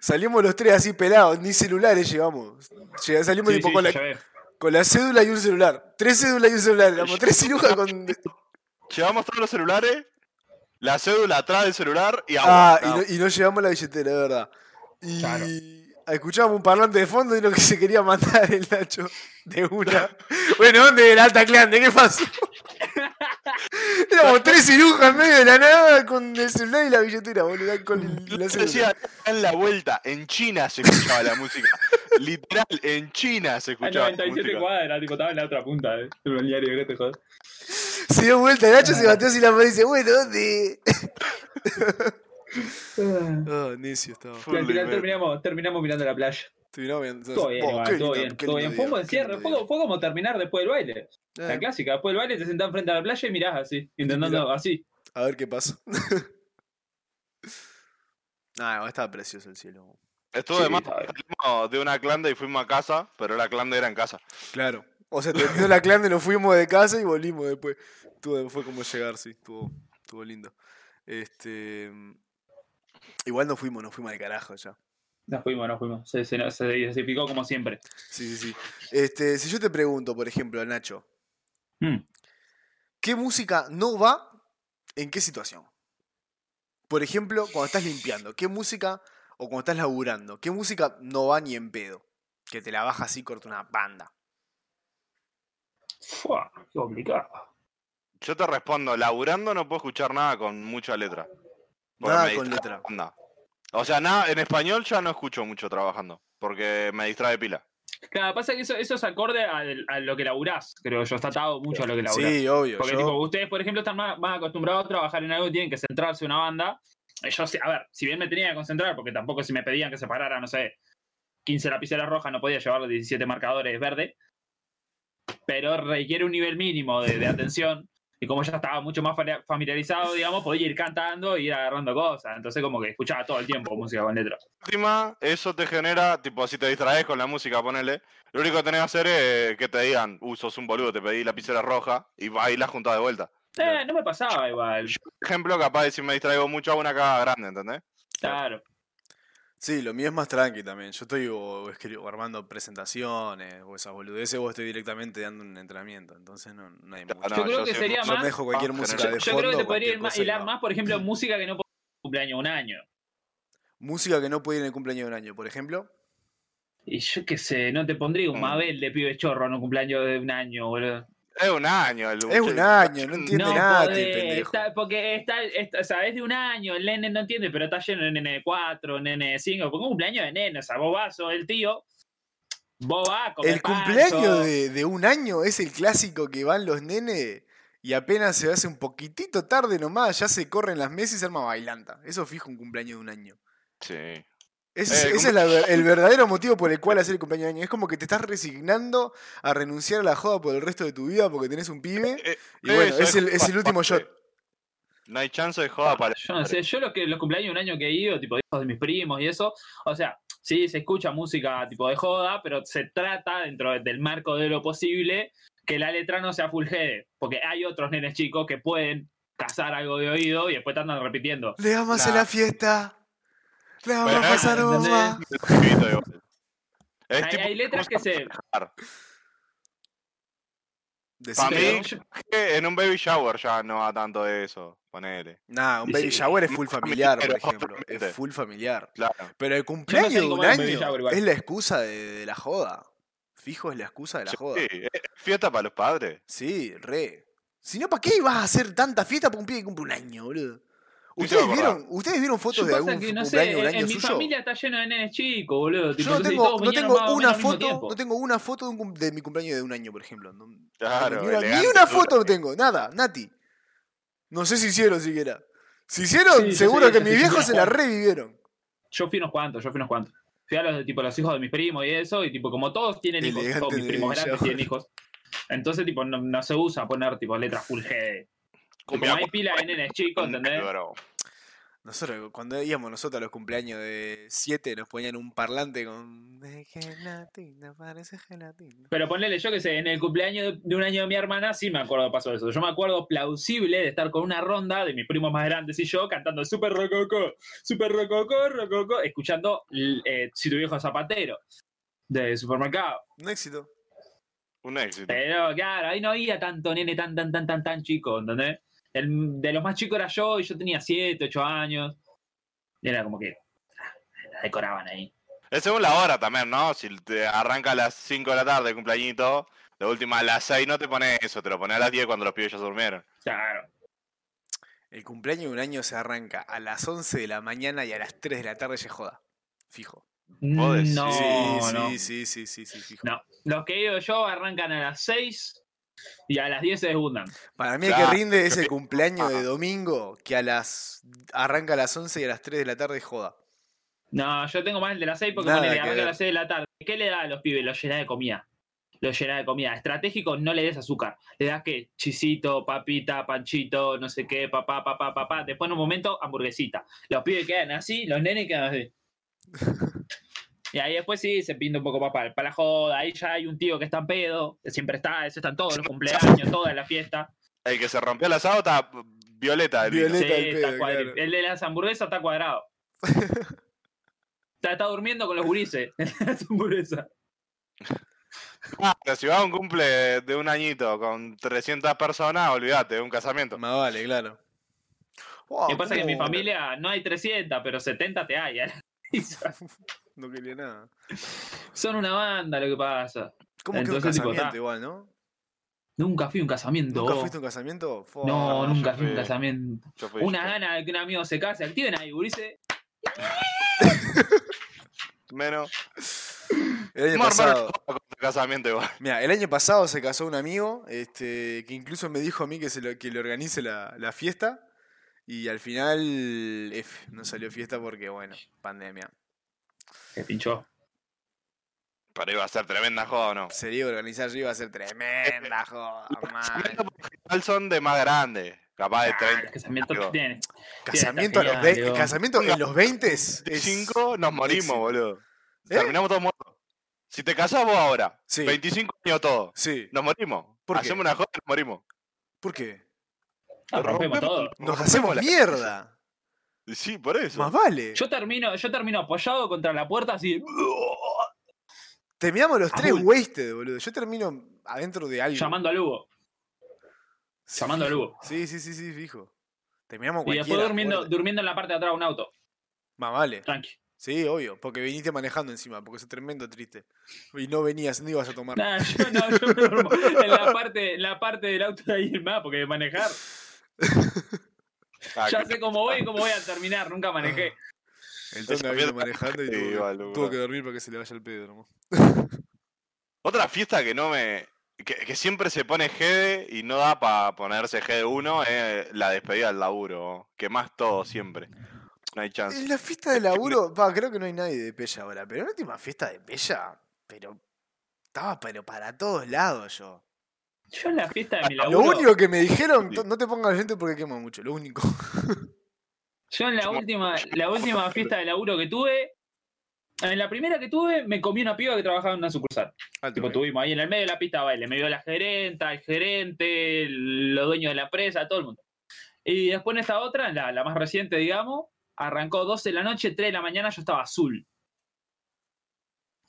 A: Salimos los tres así pelados, ni celulares llevamos. Llega- Salimos
C: Sí,
A: tipo
C: sí,
A: con,
C: yo
A: la,
C: ya veo.
A: con la cédula y un celular. Tres cédulas y un celular. Éramos tres cirujas
C: (laughs)
A: con.
B: Llevamos todos los celulares, la cédula atrás del celular y agua.
A: Ah, y no, y no llevamos la billetera, de verdad. Y
C: Claro.
A: escuchábamos un parlante de fondo y lo que se quería matar el Nacho de una. (laughs) Bueno, ¿dónde era alta clan? ¿De qué
C: (laughs)
A: pasó? Éramos tres cirujas en medio de la nada con el celular y la billetera, boludo.
C: (laughs)
A: Con el- la
B: Yo
A: cédula.
B: decía, en la vuelta, en China se escuchaba
A: (laughs)
B: la música. Literal, en China se
C: A
B: escuchaba la
C: 97
B: música.
C: cuadras, tipo, estaba en la otra punta eh, del balneario, que no te jodas.
A: Se dio vuelta Nacho,
C: (laughs)
A: se batió así la mano y dice, bueno, ¿dónde?
C: Ah.
A: Ah, necio estaba.
B: Full
C: Y al final
B: de-
C: terminamos, terminamos mirando la playa.
A: Estuvieron bien. entonces,
C: Todo bien,
A: oh,
C: igual,
A: qué
C: todo
A: lindo,
C: bien,
A: qué
C: todo
A: lindo
C: bien.
A: día,
C: Fue como el
A: qué
C: cierre,
A: lindo
C: fue,
A: día.
C: como- fue como terminar después del baile. La
A: Eh,
C: clásica, después del baile te sentás frente a la playa y mirás así, intentando así.
A: A (laughs) ver qué pasa. ah, no, estaba precioso el cielo.
B: Estuvo de
C: Sí,
B: más.
C: está bien.
B: Salimos de una clanda y fuimos a casa, pero la clanda era en casa.
A: Claro. O (laughs) sea, terminó la clan y nos fuimos de casa y volvimos después. Estuvo- fue como llegar, sí, estuvo, estuvo lindo. Este. Igual no fuimos, nos fuimos al carajo ya.
C: Nos fuimos, nos fuimos. Se, se, se diversificó como siempre.
A: Sí, sí, sí. Este, si yo te pregunto, por ejemplo, Nacho,
C: Mm.
A: ¿qué música no va en qué situación? Por ejemplo, cuando estás limpiando, ¿qué música o cuando estás laburando, qué música no va ni en pedo? Que te la baja así corta una banda.
C: Fua, qué complicado.
B: Yo te respondo, laburando no puedo escuchar nada con mucha letra. porque
A: Nada
B: me
A: con letra.
B: distrae la onda. O sea, nada, en español ya no escucho mucho trabajando, porque me distrae pila.
C: Claro, pasa que eso, eso es acorde al- a, lo que laburás, creo yo. Está atado mucho a lo que laburás.
A: Sí, obvio.
C: Porque,
A: yo-
C: tipo, ustedes, por ejemplo, están más, más acostumbrados a trabajar en algo, tienen que centrarse en una banda. Eh, Yo, sí- a ver, si bien me tenía que concentrar, porque tampoco si me pedían que separara, no sé, 15 lapiceras rojas, no podía llevarle 17 marcadores verde. Pero requiere un nivel mínimo de, de atención. Y como ya estaba mucho más fa- familiarizado, digamos, podía ir cantando y ir agarrando cosas. Entonces, como que escuchaba todo el tiempo música con letra.
B: Última, eso te genera, tipo, si te distraes con la música, ponele. Lo único que tenés que hacer es que te digan, uh, sos un boludo, te pedí la lapicera roja y vas y la juntás de vuelta.
C: Eh, no me pasaba igual.
B: Por ejemplo, capaz de si me distraigo mucho hago una caga grande, ¿entendés?
C: Claro.
A: Sí, lo mío es más tranqui también. Yo estoy o escri- o armando presentaciones o esas boludeces, vos estoy directamente dando un entrenamiento, entonces no, no hay
B: Claro,
A: mucho.
B: no,
C: Yo creo
B: yo
C: que
B: sí-
C: sería
A: Yo
C: más.
A: me dejo cualquier
B: Ah,
A: música
B: yo-
A: de
C: Yo
A: fondo.
C: creo que te podría
A: cualquier
C: ir más,
A: cosa y
C: hilar
A: va.
C: más, por ejemplo, música que no puede cumpleaños un año.
A: Música que no puede ir en el cumpleaños de un año, por ejemplo.
C: Y yo qué sé, no te pondría un
B: Mm.
C: Mabel de pibe chorro en un cumpleaños de un año, boludo.
B: Es un año el
A: Es un año, no entiende
C: no
A: nada, este
C: podés,
A: pendejo.
C: está- porque está, está- o sea, es de un año, el nene no entiende, pero está lleno de nene de 4, nene de 5, porque un cumpleaños de nene, o sea, vos vas, sos el tío, vos vas, comés
A: El
C: pan,
A: cumpleaños
C: sos-
A: de, de un año es el clásico que van los nenes y apenas se hace un poquitito tarde nomás, ya se corren las mesas y se arma bailanta. Eso fijo un cumpleaños de un año.
B: Sí.
A: Ese,
B: Eh,
A: es- ese es la ver- el verdadero motivo por el cual hacer el cumpleaños de año. Es como que te estás resignando a renunciar a la joda por el resto de tu vida porque tenés un pibe.
B: Eh,
A: Y bueno,
B: eso,
A: es el, es el
B: joda,
A: último
B: aparte.
A: shot.
B: No hay chance de joda para.
C: Yo no sé, yo los, que, los cumpleaños de un año que he ido, tipo, hijos de mis primos y eso, o sea, sí, se escucha música tipo de joda, pero se trata dentro de- del marco de lo posible que la letra no sea full head, porque hay otros nenes chicos que pueden cazar algo de oído y después te andan repitiendo.
A: Le vamos a hacer
B: Nah.
A: la fiesta. Le vamos a
B: Bueno,
A: pasar
C: ¿entendés?
A: bomba.
B: Pito, (laughs) igual. Es
C: Hay,
B: tipo
C: hay letras que
A: (laughs)
C: se...
A: Decí
B: Pa'
A: que
B: mí,
A: no.
C: yo-
B: que en un baby shower ya no va tanto de eso. Ponele.
A: Nah, un
C: Y
A: baby
C: sí,
A: shower es full
B: más
A: familiar, por
B: familiar,
A: ejemplo. Es
B: obviamente.
A: full familiar.
B: Claro.
A: Pero el cumpleaños de
C: cómo
A: un
C: era un baby
A: año
C: shower igual.
A: es la excusa de, de la joda. Fijo es la excusa de la
B: Sí,
A: joda.
B: es fiesta para los padres.
A: Sí, re. Si no, ¿para qué ibas a hacer tanta fiesta para un pibe que cumple un año, boludo?
B: Ni se va
A: ¿Ustedes
B: a acordar.
A: vieron, ¿Ustedes vieron fotos
C: Yo
A: de
C: pasa
A: algún
C: que,
A: fu-
C: no
A: cumpleaños
C: sé,
A: de un
C: en,
A: año
C: en mi
A: suyo?
C: familia está lleno de nenes chicos, boludo. tipo,
A: Yo no
C: entonces
A: tengo,
C: todos
A: no
C: vinieron
A: tengo
C: más o menos
A: una
C: al mismo
A: foto,
C: tiempo.
A: no tengo una foto de, un cum- de mi cumpleaños de un año, por ejemplo. No- no
B: Claro.
A: tengo ni, una, ni
B: elegante,
A: una
B: dura.
A: foto no tengo, nada, Nati. No sé si hicieron siquiera. Si hicieron,
C: Sí, yo
A: seguro
C: sé,
A: que
C: yo
A: mis
C: sí,
A: viejos
C: una
A: se la
C: foto.
A: revivieron.
C: Yo fui unos cuantos, yo fui unos cuantos. Fui a los de tipo los hijos de mis primos y eso, y tipo, como todos tienen hijos,
A: Elegante
C: todos mis
A: de
C: primos
A: Villa.
C: grandes tienen hijos. Entonces, tipo, no, no se usa poner tipo letras full G. Como
B: Cumbia
C: hay pila de nenes chicos, ¿entendés?
B: Bro.
A: Nosotros, cuando íbamos nosotros a los cumpleaños de 7, nos ponían un parlante con... "De gelatina, parece gelatina.
C: Pero ponele, yo que sé, en el cumpleaños de, de un año de mi hermana sí me acuerdo pasó eso. Yo me acuerdo plausible de estar con una ronda de mis primos más grandes y yo cantando Super Rococó, Super Rococó, Rococó, escuchando l- eh, Si tu viejo es zapatero de supermercado.
A: Un éxito.
B: Un éxito.
C: Pero claro, ahí no había tanto nene tan, tan, tan, tan, tan chico, ¿entendés? El, de los más chicos era yo y yo tenía 7, 8 años. Y era como que ah, la decoraban ahí.
B: Es según la hora también, ¿no? Si te arranca a las 5 de la tarde, cumpleañito, de última a las 6 no te pones eso, te lo pones a las 10 cuando los pibes ya se durmieron.
C: Claro.
A: El cumpleaños de un año se arranca a las 11 de la mañana y a las 3 de la tarde ya joda. Fijo.
C: No,
B: decís.
A: sí,
C: no.
A: sí, sí, sí, sí, sí, fijo.
C: No. Los que he ido yo arrancan a las 6 y a las 10 se desbundan.
A: Para mí el
B: Claro,
A: que rinde es
B: yo
A: el
B: que-
A: cumpleaños de
C: Ah.
B: Ajá.
A: domingo, que a las arranca a las 11 y a las 3 de la tarde joda.
C: No, yo tengo más el de las 6 porque
A: Nada
C: ponele,
A: que
C: arranca
A: ver.
C: a las 6 de la tarde. ¿Qué le da a los pibes? Los llena de comida. Los llena de comida. Estratégico, no le des azúcar. Le das que chisito, papita, panchito, no sé qué, papá, papá,
A: (laughs)
C: papá. Después en un momento, hamburguesita. Los pibes quedan así, los nenes quedan así. Y ahí después sí se pinta un poco más para, para la joda. Ahí ya hay un tío que está en pedo, que siempre está, eso están todos los cumpleaños, toda la fiesta.
B: El que se rompió la asado está violeta. el vino.
A: Violeta.
C: Sí,
A: el pedo,
C: está cuadri-
A: claro.
C: El de las hamburguesas está cuadrado.
A: (laughs)
C: está, está durmiendo con los gurises. (laughs) el de las hamburguesas.
B: Ah, pero si va a un cumple de un añito con 300 personas, olvídate, es un casamiento.
A: Más vale, claro. Wow,
C: Lo que pasa es que en mi
A: ¿cómo?
C: familia no hay 300, pero 70 te hay.
A: (laughs) No quería nada.
C: Son una banda lo que pasa.
A: ¿Cómo que un
C: Entonces, tipo,
A: casamiento
C: ta.
A: igual, no?
C: Nunca fui a un casamiento.
A: ¿Nunca
C: vos.
A: fuiste a un casamiento? Fua.
C: No,
B: yo
C: nunca fui a un
B: fui.
C: casamiento.
B: Yo fui-
C: Una gana de que un amigo se case, activen ahí, gurises.
B: Menos.
A: El año
B: Vamos a armar
A: pasado.
B: una joda con tu casamiento igual. (laughs)
A: Mira, el año pasado se casó un amigo, este, que incluso me dijo a mí que, se lo- que le organice la, la fiesta. Y al final, F, no salió fiesta porque, bueno, pandemia.
C: Se pinchó.
B: Pero iba a ser tremenda joda, ¿o ¿no?
A: Se iba a organizar, yo iba a ser tremenda
C: (laughs)
A: joda,
B: Casamiento
A: man.
B: por lo general son de más grande, capaz de 30.
C: El casamiento que
B: Digo,
C: tiene.
A: Casamiento, a los
C: genial,
A: ve-
C: Leo.
A: casamiento en los 20 es.
B: De 5 nos morimos,
A: éxito.
B: boludo.
A: ¿Eh?
B: Terminamos todos muertos. Si te casás vos ahora,
A: Sí.
B: 25 años todos,
A: Sí.
B: nos morimos.
A: ¿Por qué?
B: Hacemos una joda y nos morimos.
A: ¿Por qué?
C: Ah,
B: rompemos.
C: rompemos todo.
A: Nos
B: Rompemos
A: hacemos
B: la-
A: mierda.
B: (laughs) Sí, por eso.
A: Más vale.
C: Yo termino, yo termino apoyado contra la puerta así.
A: Terminamos los
C: A
A: tres
C: full.
A: wasted, boludo. Yo termino adentro de algo.
C: llamando al Hugo.
A: Sí,
C: llamando al
A: fijo.
C: Hugo.
A: Sí, sí, sí, sí, fijo. Terminamos
C: Y
A: cualquiera.
C: después durmiendo,
A: fuerte.
C: durmiendo en la parte de atrás de un auto.
A: Más vale.
C: Tranqui.
A: Sí, obvio, porque viniste manejando encima, porque es tremendo triste. Y no venías, no ibas a tomar.
C: Nah, yo no, yo me duermo en la parte, en la parte del auto de ahí el mapa, porque manejar.
B: Ah,
C: Ya
B: que-
C: sé cómo voy y cómo voy a terminar, nunca manejé.
A: El tonto
B: Esa
A: vino
B: mierda-
A: manejando y
B: Sí,
A: tuvo, que-
B: igual,
A: tuvo
B: boludo.
A: que dormir para que se le vaya el pedo, nomás.
B: Otra fiesta que no me. que, que siempre se pone GD y no da para ponerse GD1 es la despedida del laburo. Que más todo siempre. No hay chance.
A: En la fiesta de
B: (laughs)
A: laburo, va, creo que no hay nadie de Pella ahora, pero en la última fiesta de Pella, pero estaba pero para todos lados yo.
C: Yo en la fiesta de mi
A: Lo
C: laburo.
A: único que me dijeron, to- no te pongas al frente porque quema mucho, lo único.
C: Yo en la
B: Yo-
C: última, la última fiesta de laburo que tuve. En la primera que tuve, me comí una piba que trabajaba en una sucursal.
A: Ah,
C: Tipo,
A: tuve.
C: tuvimos ahí en el medio de la pista de baile. Me vio la gerenta, el gerente, el- los dueños de la empresa, todo el mundo. Y después en esta otra, la, la más reciente, digamos, arrancó 12 de la noche, 3 de la mañana, yo estaba azul.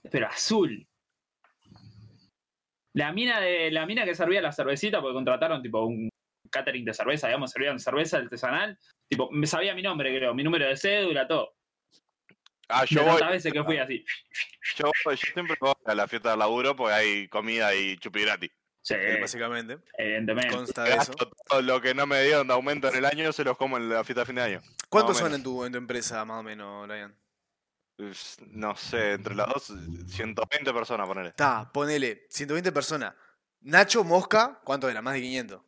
C: Pero azul. La mina, de, la mina que servía la cervecita, porque contrataron tipo un catering de cerveza, digamos, servían cerveza artesanal. Tipo, me sabía mi nombre, creo, mi número de cédula, todo.
B: Ah,
C: Yo
B: yo voy,
C: veces que fui así.
B: yo voy- yo siempre voy a la fiesta del laburo porque hay comida y chupi gratis.
C: Sí,
A: Básicamente,
C: evidentemente.
A: consta de eso.
B: Gasto todo lo que no me dieron de aumento en el año se los como en la fiesta de fin de año.
A: ¿Cuántos
B: o
A: son
B: menos.
A: en tu, en tu empresa, más o menos, Brian?
B: Ups, No sé, entre las dos, 120 personas, ponele.
A: Está, ponele, 120 personas. Nacho Mosca, ¿cuánto era? Más de 500.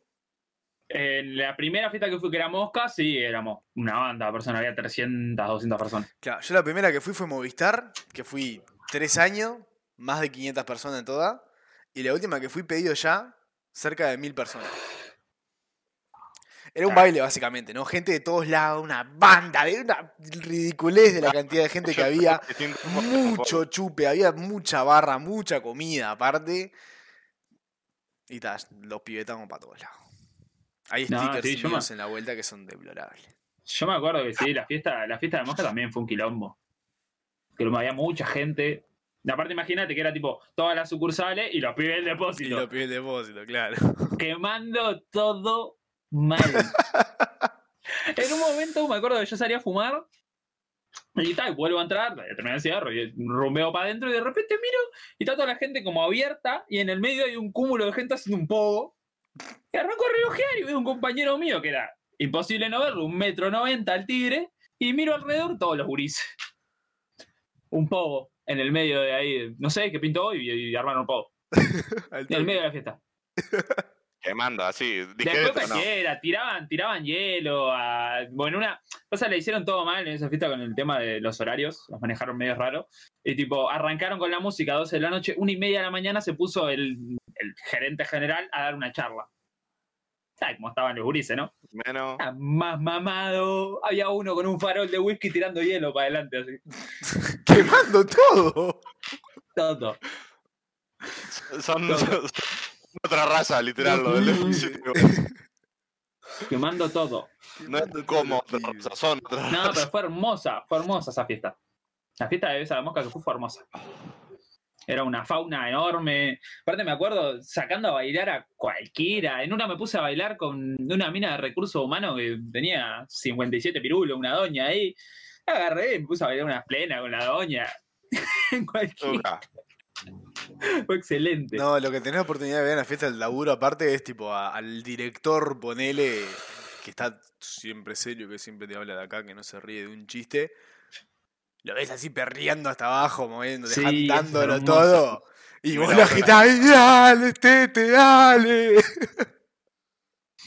C: En Eh, la primera fiesta que fui, que era Mosca, sí, éramos una banda de personas, había 300, 200 personas.
A: Claro, yo la primera que fui fue Movistar, que fui tres años, más de 500 personas en toda. Y la última que fui pedido ya, cerca de mil personas. Era un
C: Claro.
A: baile, básicamente, ¿no? Gente de todos lados, una banda, de una ridiculez de la cantidad de gente que había.
B: Distinto-
A: Mucho chupe, había mucha barra, mucha comida aparte. Y ta, los pibetamos para todos lados. Hay
C: No,
A: stickers
C: sí, yo
A: míos
C: me-
A: en la vuelta que son deplorables.
C: Yo me acuerdo que sí, la fiesta, la fiesta de Mosca también fue un quilombo. Que había mucha gente. Y aparte, imagínate que era tipo todas las sucursales y los pibes del
A: Y
C: depósito.
A: los pibes de depósito, claro.
C: (laughs) Quemando todo mal. en un momento me acuerdo que yo salía a fumar. Y tal, vuelvo a entrar, terminé el cigarro y rumbeo para adentro y de repente miro y está toda la gente como abierta y en el medio hay un cúmulo de gente haciendo un pogo. Y arranco a relojear y veo un compañero mío que era imposible no verlo, un metro noventa al tigre, y miro alrededor todos los gurises. Un pogo en el medio de ahí, no sé qué pintó hoy y, y armaron un pogo.
A: Al
C: En el
A: toque.
C: medio de la fiesta.
B: Quemando, así. (laughs) Dije
C: Después cualquiera, tiraban, tiraban hielo. a- Bueno, una. O sea, le hicieron todo mal en esa fiesta con el tema de los horarios. Los manejaron medio raro. Y tipo, arrancaron con la música a 12 de la noche, una y media de la mañana se puso el, el gerente general a dar una charla. ¿Sabes cómo estaban los gurises, no?
A: (laughs)
B: Menos.
C: Ah, más mamado. Había uno con un farol de whisky tirando hielo para adelante, así.
A: quemando todo.
C: Todo.
B: Son,
C: Todo.
B: son otra raza, literal, lo
A: (laughs)
B: del definitivo.
C: Quemando todo.
B: No
A: Quemando
B: es como
A: todo,
B: otra
A: pibe.
B: raza, son
A: (laughs)
B: otra
C: No,
B: raza.
C: pero fue hermosa, fue hermosa esa fiesta. La fiesta de esa mosca que fue, fue hermosa. Era una fauna enorme. Aparte me acuerdo sacando a bailar a cualquiera. En una me puse a bailar con una mina de recursos humanos que tenía 57 pirulos, una doña ahí. Agarré y me puse a bailar una plena con la doña. (laughs)
B: Nunca.
C: Cualquiera. Fue excelente.
A: No, lo que tenés oportunidad de ver en la fiesta del laburo aparte es tipo a- al director, ponele, que está siempre serio, que siempre te habla de acá, que no se ríe de un chiste. Lo ves así perreando hasta abajo, moviendo,
C: Sí,
A: dejándolo
C: es hermoso.
A: todo. Y
B: Y
A: vos
B: me
A: la
B: la
A: gente, ¡ay, dale, tete, dale!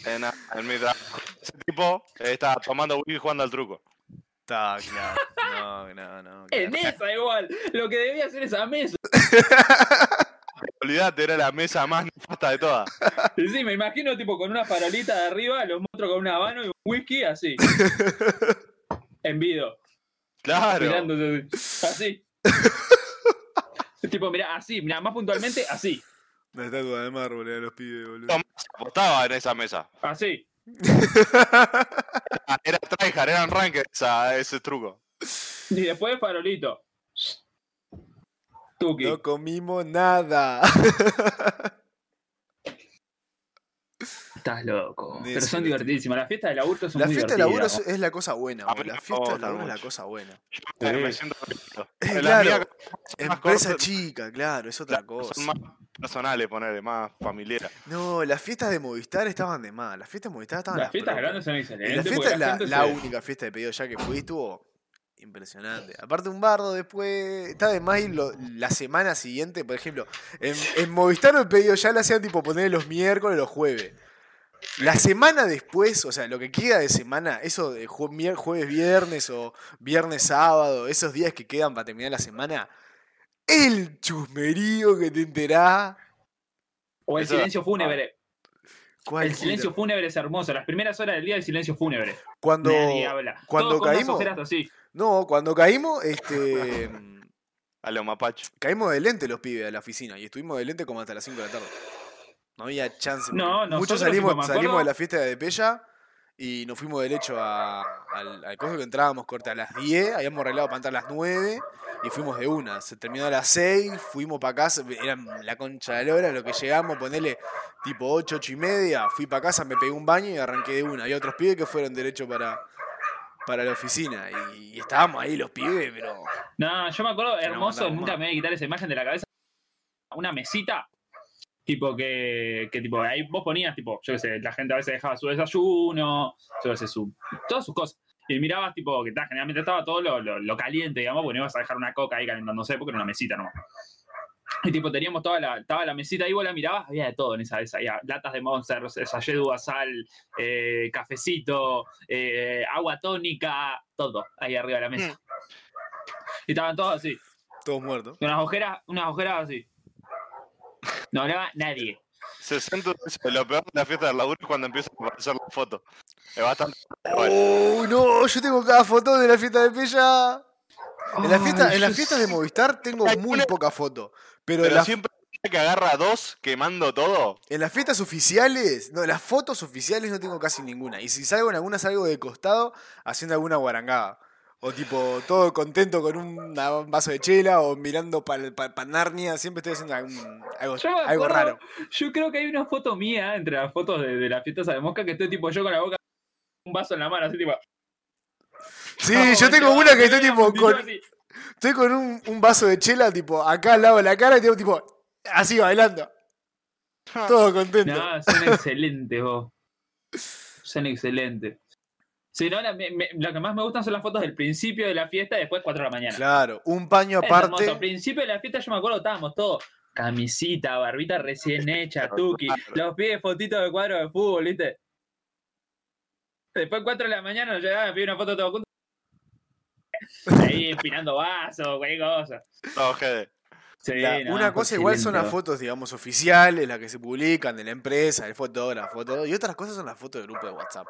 B: En, en mi trabajo. Ese tipo eh, estaba tomando whisky y jugando al truco.
A: Está claro. No, no, no.
C: En esa igual. Lo que debía hacer esa mesa.
B: Olvídate, era la mesa más nefasta de todas.
C: Sí, me imagino tipo con una farolita de arriba, los monstruos con un habano y un whisky así. Envido.
B: Claro.
C: mirándose así. así. tipo, mirá, así, mirá, más puntualmente, así,
A: La estatua de mármol a los pibes, (laughs) boludo.
B: Tomás apostaba en esa mesa.
C: así.
B: Ah, Era tryhard, era un rank esa- ese truco.
C: Y después farolito. Tuki.
A: No comimos nada.
C: Estás loco.
A: Ni
C: Pero
A: decirlo,
C: son divertidísimas. Las fiestas de laburo son
A: La
C: muy
A: fiesta de
C: divertidas.
A: laburo es, es la cosa buena,
B: A mí
A: boludo. La
B: me
A: fiesta de
B: gusta
A: laburo es la
B: mucho.
A: cosa
B: (laughs)
A: buena.
B: Yo me-
C: Sí.
B: me siento tranquilo.
A: (laughs) Eh,
B: Las
A: claro.
B: mías son más
A: Empresa
B: cortas,
A: chica, claro, es otra
B: las-
A: cosa.
B: Son más personales, ponerle, más familiares.
A: No, las fiestas de Movistar estaban de más. Las fiestas de Movistar estaban
C: Las fiestas
A: propias.
C: grandes son
A: Y
C: excelentes.
A: la
C: porque
A: fiesta es la,
C: gente
A: la
C: se-
A: única fiesta de pedido ya que fui, estuvo impresionante. Aparte un bardo después, está de más ir lo- la semana siguiente, por ejemplo, en, en Movistar el pedido ya lo hacían tipo poner los miércoles, los jueves. La semana después, o sea, lo que queda de semana, eso de jue- mier- jueves, viernes o viernes, sábado, esos días que quedan para terminar la semana, el chusmerío que te enterás.
C: O el
B: Eso-
A: ah,
C: silencio fúnebre.
A: cuál
C: El silencio
A: giro.
C: fúnebre es hermoso. Las primeras horas del día, el silencio fúnebre.
A: Cuando,
C: Nadie habla.
A: cuando
C: Todos con unas
A: caímos-
C: ojeras así.
A: No, cuando caímos, este. mm,
B: (laughs) A los mapachos.
A: caímos de lente los pibes a la oficina y estuvimos de lente como hasta las 5 de la tarde. No había chance. porque
C: No,
A: Muchos
C: nosotros, tipo,
A: salimos,
C: me
A: salimos de
C: acuerdo-
A: la fiesta de Pella y nos fuimos derecho a- al, al coso que entrábamos corta a las 10, habíamos arreglado para entrar a las 9 y fuimos de una. Se terminó a las 6, fuimos para casa, era la concha de la hora, lo que llegamos, ponerle tipo 8, 8 y media, fui para casa, me pegué un baño y arranqué de una. Había otros pibes que fueron derecho para, para la oficina y, y estábamos ahí los pibes, pero...
C: No, yo me acuerdo,
A: Pero
C: hermoso,
A: mandamos
C: nunca
A: más.
C: me voy a quitar esa imagen de la cabeza. Una mesita, tipo que, que tipo, ahí vos ponías, tipo, yo qué sé, la gente a veces dejaba su desayuno, yo qué sé, su, todas sus cosas. Y mirabas, tipo, que ta, generalmente estaba todo lo, lo- lo caliente, digamos, porque no ibas a dejar una coca ahí calentándose porque era una mesita nomás. Y tipo, teníamos toda la, estaba la mesita ahí, vos la mirabas, había de todo en esa mesa, había latas de Monster, sachet de uva sal, eh, cafecito, eh, agua tónica, todo ahí arriba de la mesa. Y estaban todos así.
A: Todos muertos.
C: Con unas ojeras, unas ojeras así. No hablaba nadie.
B: 60 lo peor de la fiesta del laburo es cuando empiezan a aparecer las fotos. Es bastante.
A: Oh, no, yo tengo cada foto de la fiesta de Pella. En la fiesta, en las fiestas de Movistar tengo
B: Ay,
A: muy
B: una-
A: poca foto. Pero, en,
B: Pero
A: las-
B: siempre que agarra dos quemando todo.
A: en las fiestas oficiales, no, en las fotos oficiales no tengo casi ninguna. Y si salgo en alguna, salgo de costado haciendo alguna guarangada. O tipo, todo contento con un un vaso de chela o mirando para Narnia. Siempre estoy haciendo algún- algo,
C: Yo me
A: algo
C: acuerdo-
A: raro.
C: (laughs) Yo creo que hay una foto mía entre las fotos de, de la fiesta esa de mosca que estoy tipo yo con la boca un vaso en la mano, así tipo.
A: Sí,
C: "Vamos,
A: yo tengo
C: vamos,
A: una que estoy tipo
C: vamos", y yo
A: con,
C: así.
A: estoy con un, un vaso de chela, tipo, acá al lado de la cara y tengo tipo, así bailando. Todo contento.
C: No, son excelentes vos. Son excelentes. Si no, la- me- me- lo que más me gustan son las fotos del principio de la fiesta y después 4 de la mañana.
A: Claro, un paño
C: Es
A: aparte.
C: hermoso. Al principio de la fiesta yo me acuerdo, estábamos todos. Camisita, barbita recién hecha, tuki. Los pies fotitos de cuadro de fútbol, ¿viste? Después 4 de la mañana nos llegaban a pedir una foto todos juntos.
A: (laughs)
C: Ahí empinando vasos, cualquier cosa.
B: Todo GD.
C: Sí,
A: la-
C: no,
A: una
C: fue
A: cosa igual son las
C: excelente.
A: fotos, digamos, oficiales, las que se publican de la empresa, el fotógrafo, todo. Y otras cosas son las fotos de grupo de WhatsApp.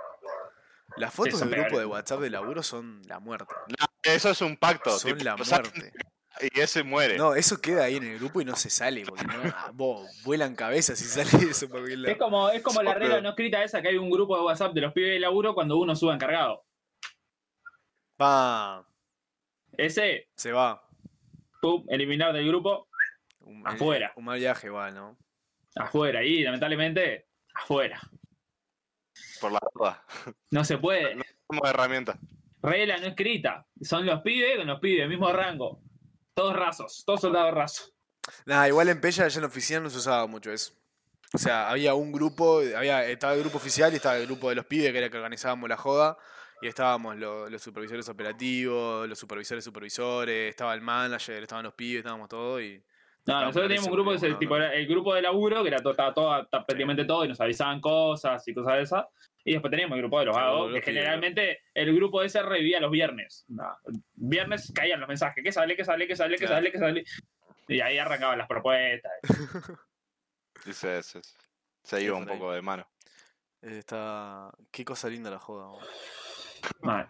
A: Las fotos
C: son
A: de grupo
C: peores.
A: de WhatsApp de laburo son la muerte.
B: Eso es un pacto.
A: Son
B: tipo,
A: la
B: lo sacan
A: muerte.
B: y ese muere.
A: No, eso queda ahí en el grupo y no se sale, porque no, ah, vos, vuelan cabezas si (laughs) sale eso. por cualquier lado.
C: Es como, es como la regla no escrita esa que hay un grupo de WhatsApp de los pibes de laburo cuando uno suba encargado.
A: Pa,
C: Ese,
A: se va.
C: pum, eliminar del grupo,
A: Un, el-
C: Afuera.
A: Un mal viaje igual, ¿no?
C: afuera. Y lamentablemente, afuera.
B: Por la duda.
C: No se puede.
B: Como herramienta.
C: Regla no escrita. Son los pibes con los pibes, mismo rango. Todos rasos, todos soldados rasos.
A: Nah, igual en Pella ya en la oficina no se usaba mucho eso. O sea, había un grupo, había, estaba el grupo oficial y estaba el grupo de los pibes, que era el que organizábamos la joda, y estábamos lo- los supervisores operativos, los supervisores supervisores, estaba el manager, estaban los pibes, estábamos todos y...
C: No,
A: No,
C: nosotros
A: pero
C: teníamos
A: ese
C: un grupo que se-
A: grupo no,
C: tipo,
A: no.
C: era el grupo de laburo, que era to- estaba todo, ta- prácticamente todo, y nos avisaban cosas y cosas de esas. Y después teníamos el grupo de los
A: Claro,
C: hados,
A: los
C: que
A: pibes,
C: generalmente el grupo ese revivía los viernes. Nah, Viernes caían los mensajes, que sale, que sale, que sale, que
A: Claro.
C: sale, que sale. Y ahí arrancaban las propuestas.
B: Dice ese. Se
A: Sí,
B: iba
A: por
B: un
A: ahí.
B: poco de mano.
A: eh, Está... Qué cosa linda la joda. boludo.
C: Mal.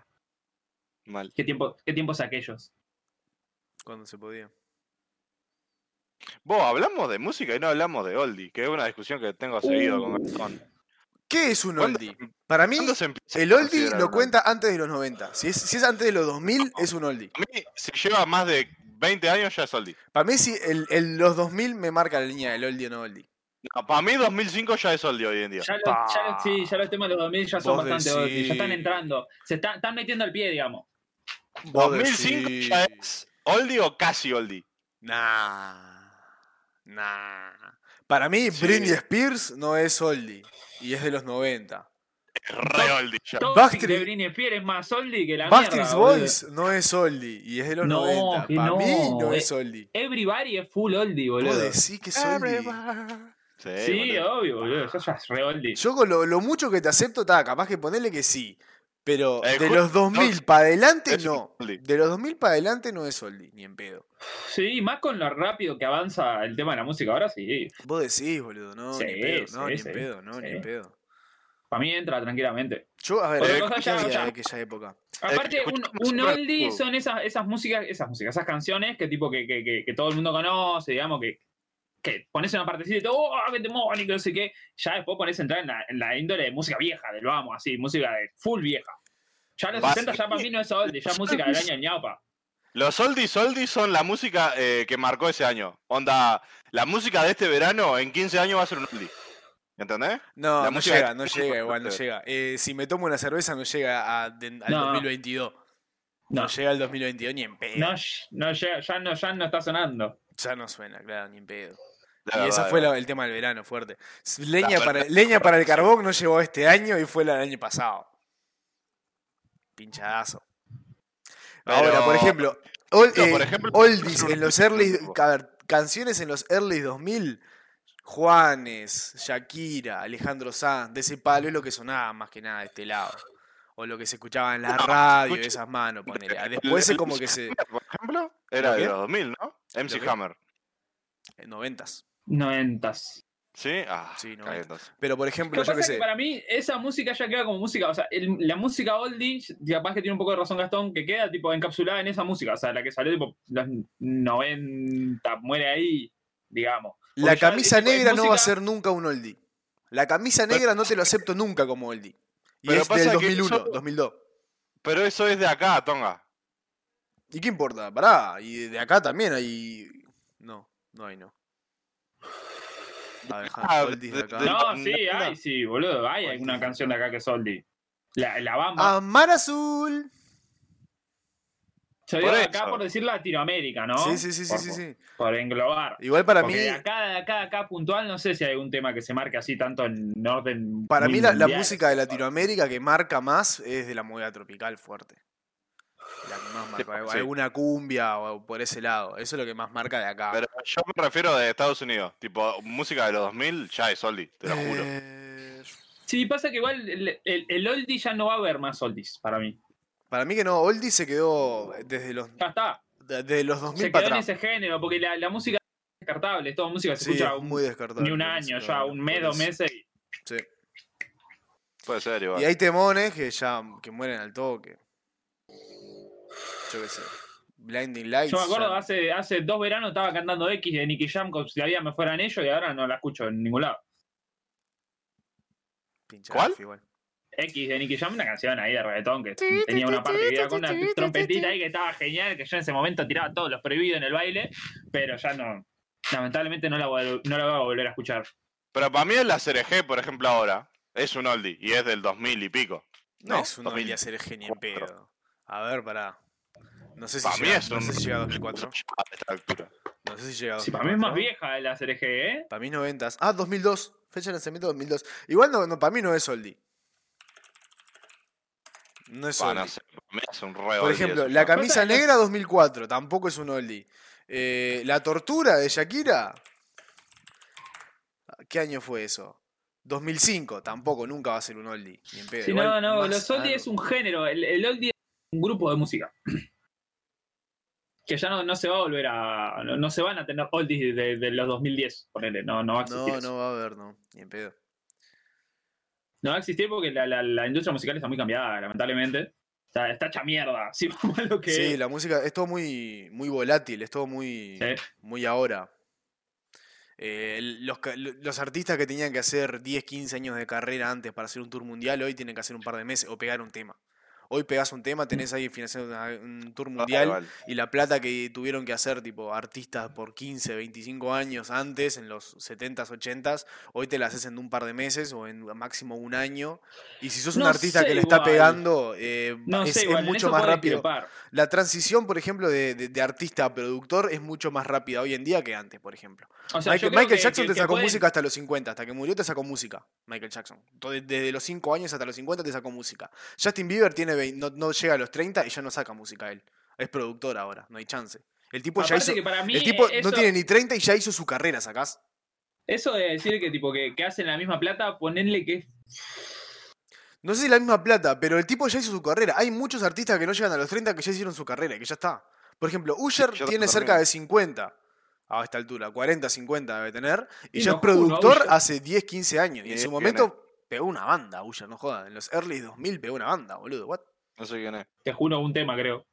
B: Mal.
C: ¿Qué, tiempo, ¿Qué tiempos aquellos?
A: Cuando se podía.
B: Vos, hablamos de música y no hablamos de oldie, que es una discusión que tengo seguido
A: Uh,
B: con Gastón.
A: ¿Qué es un
B: ¿Cuándo-
A: oldie? Para mí,
B: ¿Cuándo se empieza
A: el
B: a
A: oldie
B: considerar
A: lo
B: un
A: cuenta antes de los 90. Si es, si es antes de los 2000, es un oldie.
B: oldie? A mí, si lleva más de 20 años, ya es oldie.
A: Para mí, si el, el- los 2000 me marca la línea del oldie o no oldie.
B: No, para mí 2005 ya es oldie hoy en día.
C: Ya los, ya los- sí, ya los temas de los 2000 ya son
A: Vos
C: bastante
A: decís.
C: odiosos, ya están entrando. Se están, están metiendo el pie, digamos.
A: Vos
B: 2005
A: decís.
B: ya es oldie o casi oldie.
A: Nah. Nah. Para mí,
B: Sí.
A: Britney Spears no es oldie. Y es de los 90.
B: Es Re oldie ya.
C: Todo
A: Backstreet-
C: de Britney Spears es más oldie que la
A: Backstreet
C: mierda, boludo.
A: Boys no es oldie. Y es de los
C: No,
A: 90.
C: que
A: Para
C: no,
A: mí, no
C: eh.
A: es oldie.
C: Everybody es full oldie,
A: Vos
C: boludo.
A: decís que es oldie.
B: Sí,
C: Sí,
B: boludo.
C: obvio, boludo. Eso ya es re oldie.
A: Yo con lo, lo mucho que te acepto, está, capaz que ponerle que sí. Pero
C: Eh,
B: El
A: de
B: Hot
A: los 2000 para adelante,
B: es un
A: no.
B: oldie.
A: De los 2000 para adelante no es oldie, ni en pedo.
C: Sí, más con lo rápido que avanza el tema de la música ahora, sí.
A: Vos decís, boludo, no, ni en
C: Sí,
A: pedo, no,
C: sí,
A: ni en
C: sí,
A: pedo, no, ni en
C: sí.
A: pedo.
C: Para mí entra tranquilamente.
A: Yo, a ver,
C: Otra
A: ¿qué
C: cosa, ya,
A: había
C: ya.
A: de aquella época?
C: Aparte, un,
B: escuchamos
C: un
B: siempre
C: oldie
B: después.
C: son esas, esas músicas, esas músicas, esas canciones que tipo que, que, que, que todo el mundo conoce, digamos, que, que pones una partecita y todo, ¡oh, qué demonio! Que no sé qué. Ya después pones entrar en la, en la índole de música vieja, del vamos, así, música de full vieja. Ya los
B: Vas-
C: 60 ya para mí no es oldie, ya es música del año ñaupa.
B: Los oldies oldies son la música eh, que marcó ese año. Onda, la música de este verano en 15 años va a ser un oldie. ¿Entendés?
A: No,
B: La
A: no
B: música-
A: llega, no llega, igual no llega. Eh, si me tomo una cerveza, no llega a- de- al
C: No.
A: 2022. No.
C: No.
A: llega al 2022 ni en pedo.
C: No, sh- no, ya, ya no, ya no está sonando.
A: Ya no suena, claro, ni en pedo.
B: La
A: y esa
B: verdad, eh.
A: fue la- el tema del verano, fuerte. S- Leña,
B: La
A: para,
B: verdad.
A: leña para el carbón no llegó este año y fue la del año pasado. Pinchadazo. Ahora,
B: Pero-
A: por ejemplo, ol-
B: No,
A: eh,
B: por ejemplo,
A: oldies
B: es un-
A: en los
B: es un
A: early,
B: grupo.
A: a ver, canciones en los early 2000, Juanes, Shakira, Alejandro Sanz, de ese palo es lo que sonaba más que nada de este lado. O lo que se escuchaba en la
B: No,
A: radio,
B: escucha-
A: esas manos, ponele. Ah,
B: El-
A: Después es
B: el
A: como
B: MC
A: que se...
B: Hammer, Por ejemplo, era
A: ¿Lo
B: de
A: qué?
B: los 2000, ¿no? MC
A: qué?
B: Hammer.
A: en noventas.
C: Noventas.
B: ¿Sí? Ah,
A: Sí, no,
B: cagué,
A: no.
B: entonces.
A: Pero, por
C: Lo que
A: ejemplo, yo
C: pasa
A: qué
C: es que
A: sé...
C: para mí esa música ya queda como música, o sea, el- la música oldie, capaz que tiene un poco de razón Gastón, que queda tipo encapsulada en esa música, o sea, la que salió tipo los 90, muere ahí, digamos. Porque
A: La
C: ya
A: camisa
C: ese tipo de
A: negra no va a
C: música-
A: ser nunca un oldie. La camisa
B: Pero-
A: negra no te lo acepto nunca como oldie. Y
B: Pero
A: es del
B: pasa que
A: 2001,
B: eso-
A: 2002.
B: Pero eso es de acá, Tonga.
A: ¿Y qué importa? Pará, y de acá también hay... No, no hay no.
B: (laughs)
A: A ver, ja,
B: Ah,
A: oldies de
B: de-
A: acá.
B: de-
C: No, sí,
B: Del-
C: hay, sí, boludo, hay alguna canción de acá que es oldie. La, la bamba.
A: Amar azul.
C: Yo digo
B: por
C: de acá
B: eso.
C: por decir Latinoamérica, ¿no?
A: Sí, sí, sí, sí,
C: Por-
A: sí, sí.
C: Por englobar.
A: Igual para
C: Porque
A: mí,
C: de acá, de acá, de acá puntual, no sé si hay algún tema que se marque así tanto en orden.
A: para mí la, la
C: mundial.
A: música de Latinoamérica que marca más es de la movida tropical fuerte. La que más marca.
B: sí.
A: Alguna cumbia o por ese lado. Eso es lo que más marca de acá.
B: Pero yo me refiero de Estados Unidos. Tipo, música de los 2000 ya es oldie, te lo juro.
A: Eh,
C: Sí, pasa que igual el, el, el oldie ya no va a haber más oldies para mí.
A: Para mí que no, Oldie se quedó desde los,
C: Ya está.
A: de- desde los
C: se
A: 2000
C: quedó
A: para
C: en
A: atrás.
C: ese género, porque la, la música es descartable, es toda música que se
A: Sí,
C: escucha
A: es
C: un-
A: muy descartable.
C: ni un
A: por
C: año,
A: eso,
C: ya
A: por
C: un mes,
A: eso.
C: dos meses. y-
A: Sí.
B: Puede ser igual.
A: Y hay temones que ya que mueren al toque. Yo qué sé. Blinding Lights.
C: Yo me acuerdo,
A: ya-
C: hace, hace dos veranos estaba cantando X de Nicky Jam con si la vida me fueran ellos y ahora no la escucho en ningún lado.
A: pinche
B: ¿Cuál?
A: gafe Igual.
C: X de Nicky Jam, una canción ahí de reggaetón que tenía una parte que era con una trompetita ahí que estaba genial, que yo en ese momento tiraba todos los prohibidos en el baile, pero ya no. Lamentablemente no la, vol- no la voy a volver a escuchar.
B: Pero para mí el láser G, por ejemplo, ahora es un oldie y es del 2000 y pico.
A: No,
B: No,
A: es un Noelia hacer genio en
B: cuatro.
A: pedo. A ver, pará. No sé si
B: Para mí
A: llega,
B: es
A: no
B: un.
A: sé si llega a 2004.
B: A esta altura.
A: No sé si llega a
C: Sí, para mí es más
A: 2004.
C: vieja la CRG, ¿eh?
A: Para mí 90. Ah, 2002. Fecha de lanzamiento 2002. Igual no, no, para mí no es oldie. No es
B: Pa,
A: oldie.
B: no sé, para mí es un re
A: Por
B: oldie
A: ejemplo,
B: eso.
A: La
C: cosa.
A: camisa
C: Pasa que-
A: negra 2004. Tampoco es un oldie. Eh, la tortura de Shakira. ¿Qué año fue eso? 2005. Tampoco, nunca va a ser un oldie. Ni en pedo.
C: Si
A: Igual
C: no, no,
A: más
C: los oldie
A: algo.
C: es un género, el, el oldie es un grupo de música. Que ya no, no se va a volver a. No, no se van a tener oldies de, de los 2010, ponele, no, no va a existir.
A: No,
C: eso.
A: no va a haber, no. Ni en pedo.
C: No va a existir porque la, la- la industria musical está muy cambiada, lamentablemente. Está, está hecha mierda, (laughs) así como lo que
A: Sí,
C: es.
A: la música es todo muy, muy volátil, es todo muy,
C: Sí.
A: muy ahora. Eh, el- los, ca- lo- los artistas que tenían que hacer 10, 15 años de carrera antes para hacer un tour mundial, hoy tienen que hacer un par de meses o pegar un tema. Hoy pegás un tema, tenés ahí financiando una- un tour mundial
B: Total.
A: y la plata que tuvieron que hacer, tipo, artistas por 15, 25 años antes, en los 70s, 80s, hoy te la haces en un par de meses o en máximo un año. Y si sos un
C: No
A: artista
C: sé
A: que le está
C: igual.
A: pegando, eh,
C: No
A: es,
C: sé,
A: es
C: igual, en
A: mucho
C: eso
A: más
C: puedo
A: rápido.
C: discrepar.
A: La transición, por ejemplo, de, de- de artista a productor es mucho más rápida hoy en día que antes, por ejemplo.
C: O sea, yo
A: Michael,
C: creo
A: Michael
C: que-
A: Jackson
C: que-
A: te
C: que
A: sacó
C: pueden-
A: música hasta los 50, hasta que murió te sacó música, Michael Jackson. Entonces, desde los 5 años hasta los 50 te sacó música. Justin Bieber tiene vein- no, no llega a los 30 y ya no saca música él. Es productor ahora, no hay chance. El tipo ya
C: Aparte
A: hizo...
C: que para mí
A: El tipo
C: eso,
A: no tiene ni 30 y ya hizo su carrera, ¿sacás?
C: eso de decir que tipo que, que hacen la misma plata, ponerle que
A: No sé si la misma plata, pero el tipo ya hizo su carrera. Hay muchos artistas que no llegan a los 30 que ya hicieron su carrera, y que ya está. Por ejemplo, Usher
B: yo
A: tiene
B: también.
A: cerca de 50 a esta altura, 40, 50 debe tener, y
C: Y
A: ya
C: lo
A: es
C: juro,
A: productor
C: Usher.
A: hace 10, 15 años. Y en
B: Sí,
A: su
B: tiene.
A: momento pegó una banda, Usher, no jodas. En los early 2000 pegó una banda, boludo. what?
B: No sé quién es.
C: te juro un tema, creo.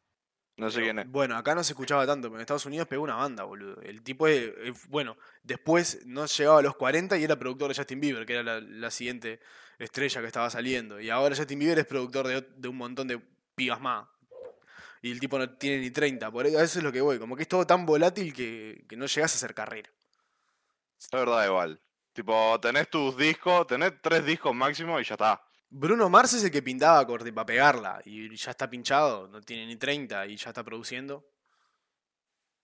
B: No sé quién es.
A: Bueno, acá no se escuchaba tanto, pero en Estados Unidos pegó una banda, boludo. El tipo, eh, eh, bueno, después no llegaba a los 40 y era productor de Justin Bieber, que era la, la siguiente estrella que estaba saliendo. Y ahora Justin Bieber es productor de, ot- de un montón de pibas más. Y el tipo no tiene ni 30, por eso eso es lo que voy. Como que es todo tan volátil que, que no llegas a hacer carrera.
B: Es verdad, igual. Tipo, tenés tus discos, tenés tres discos máximo y ya está.
A: Bruno Mars es el que pintaba corte para pegarla y ya está pinchado, no tiene ni 30 y ya está produciendo.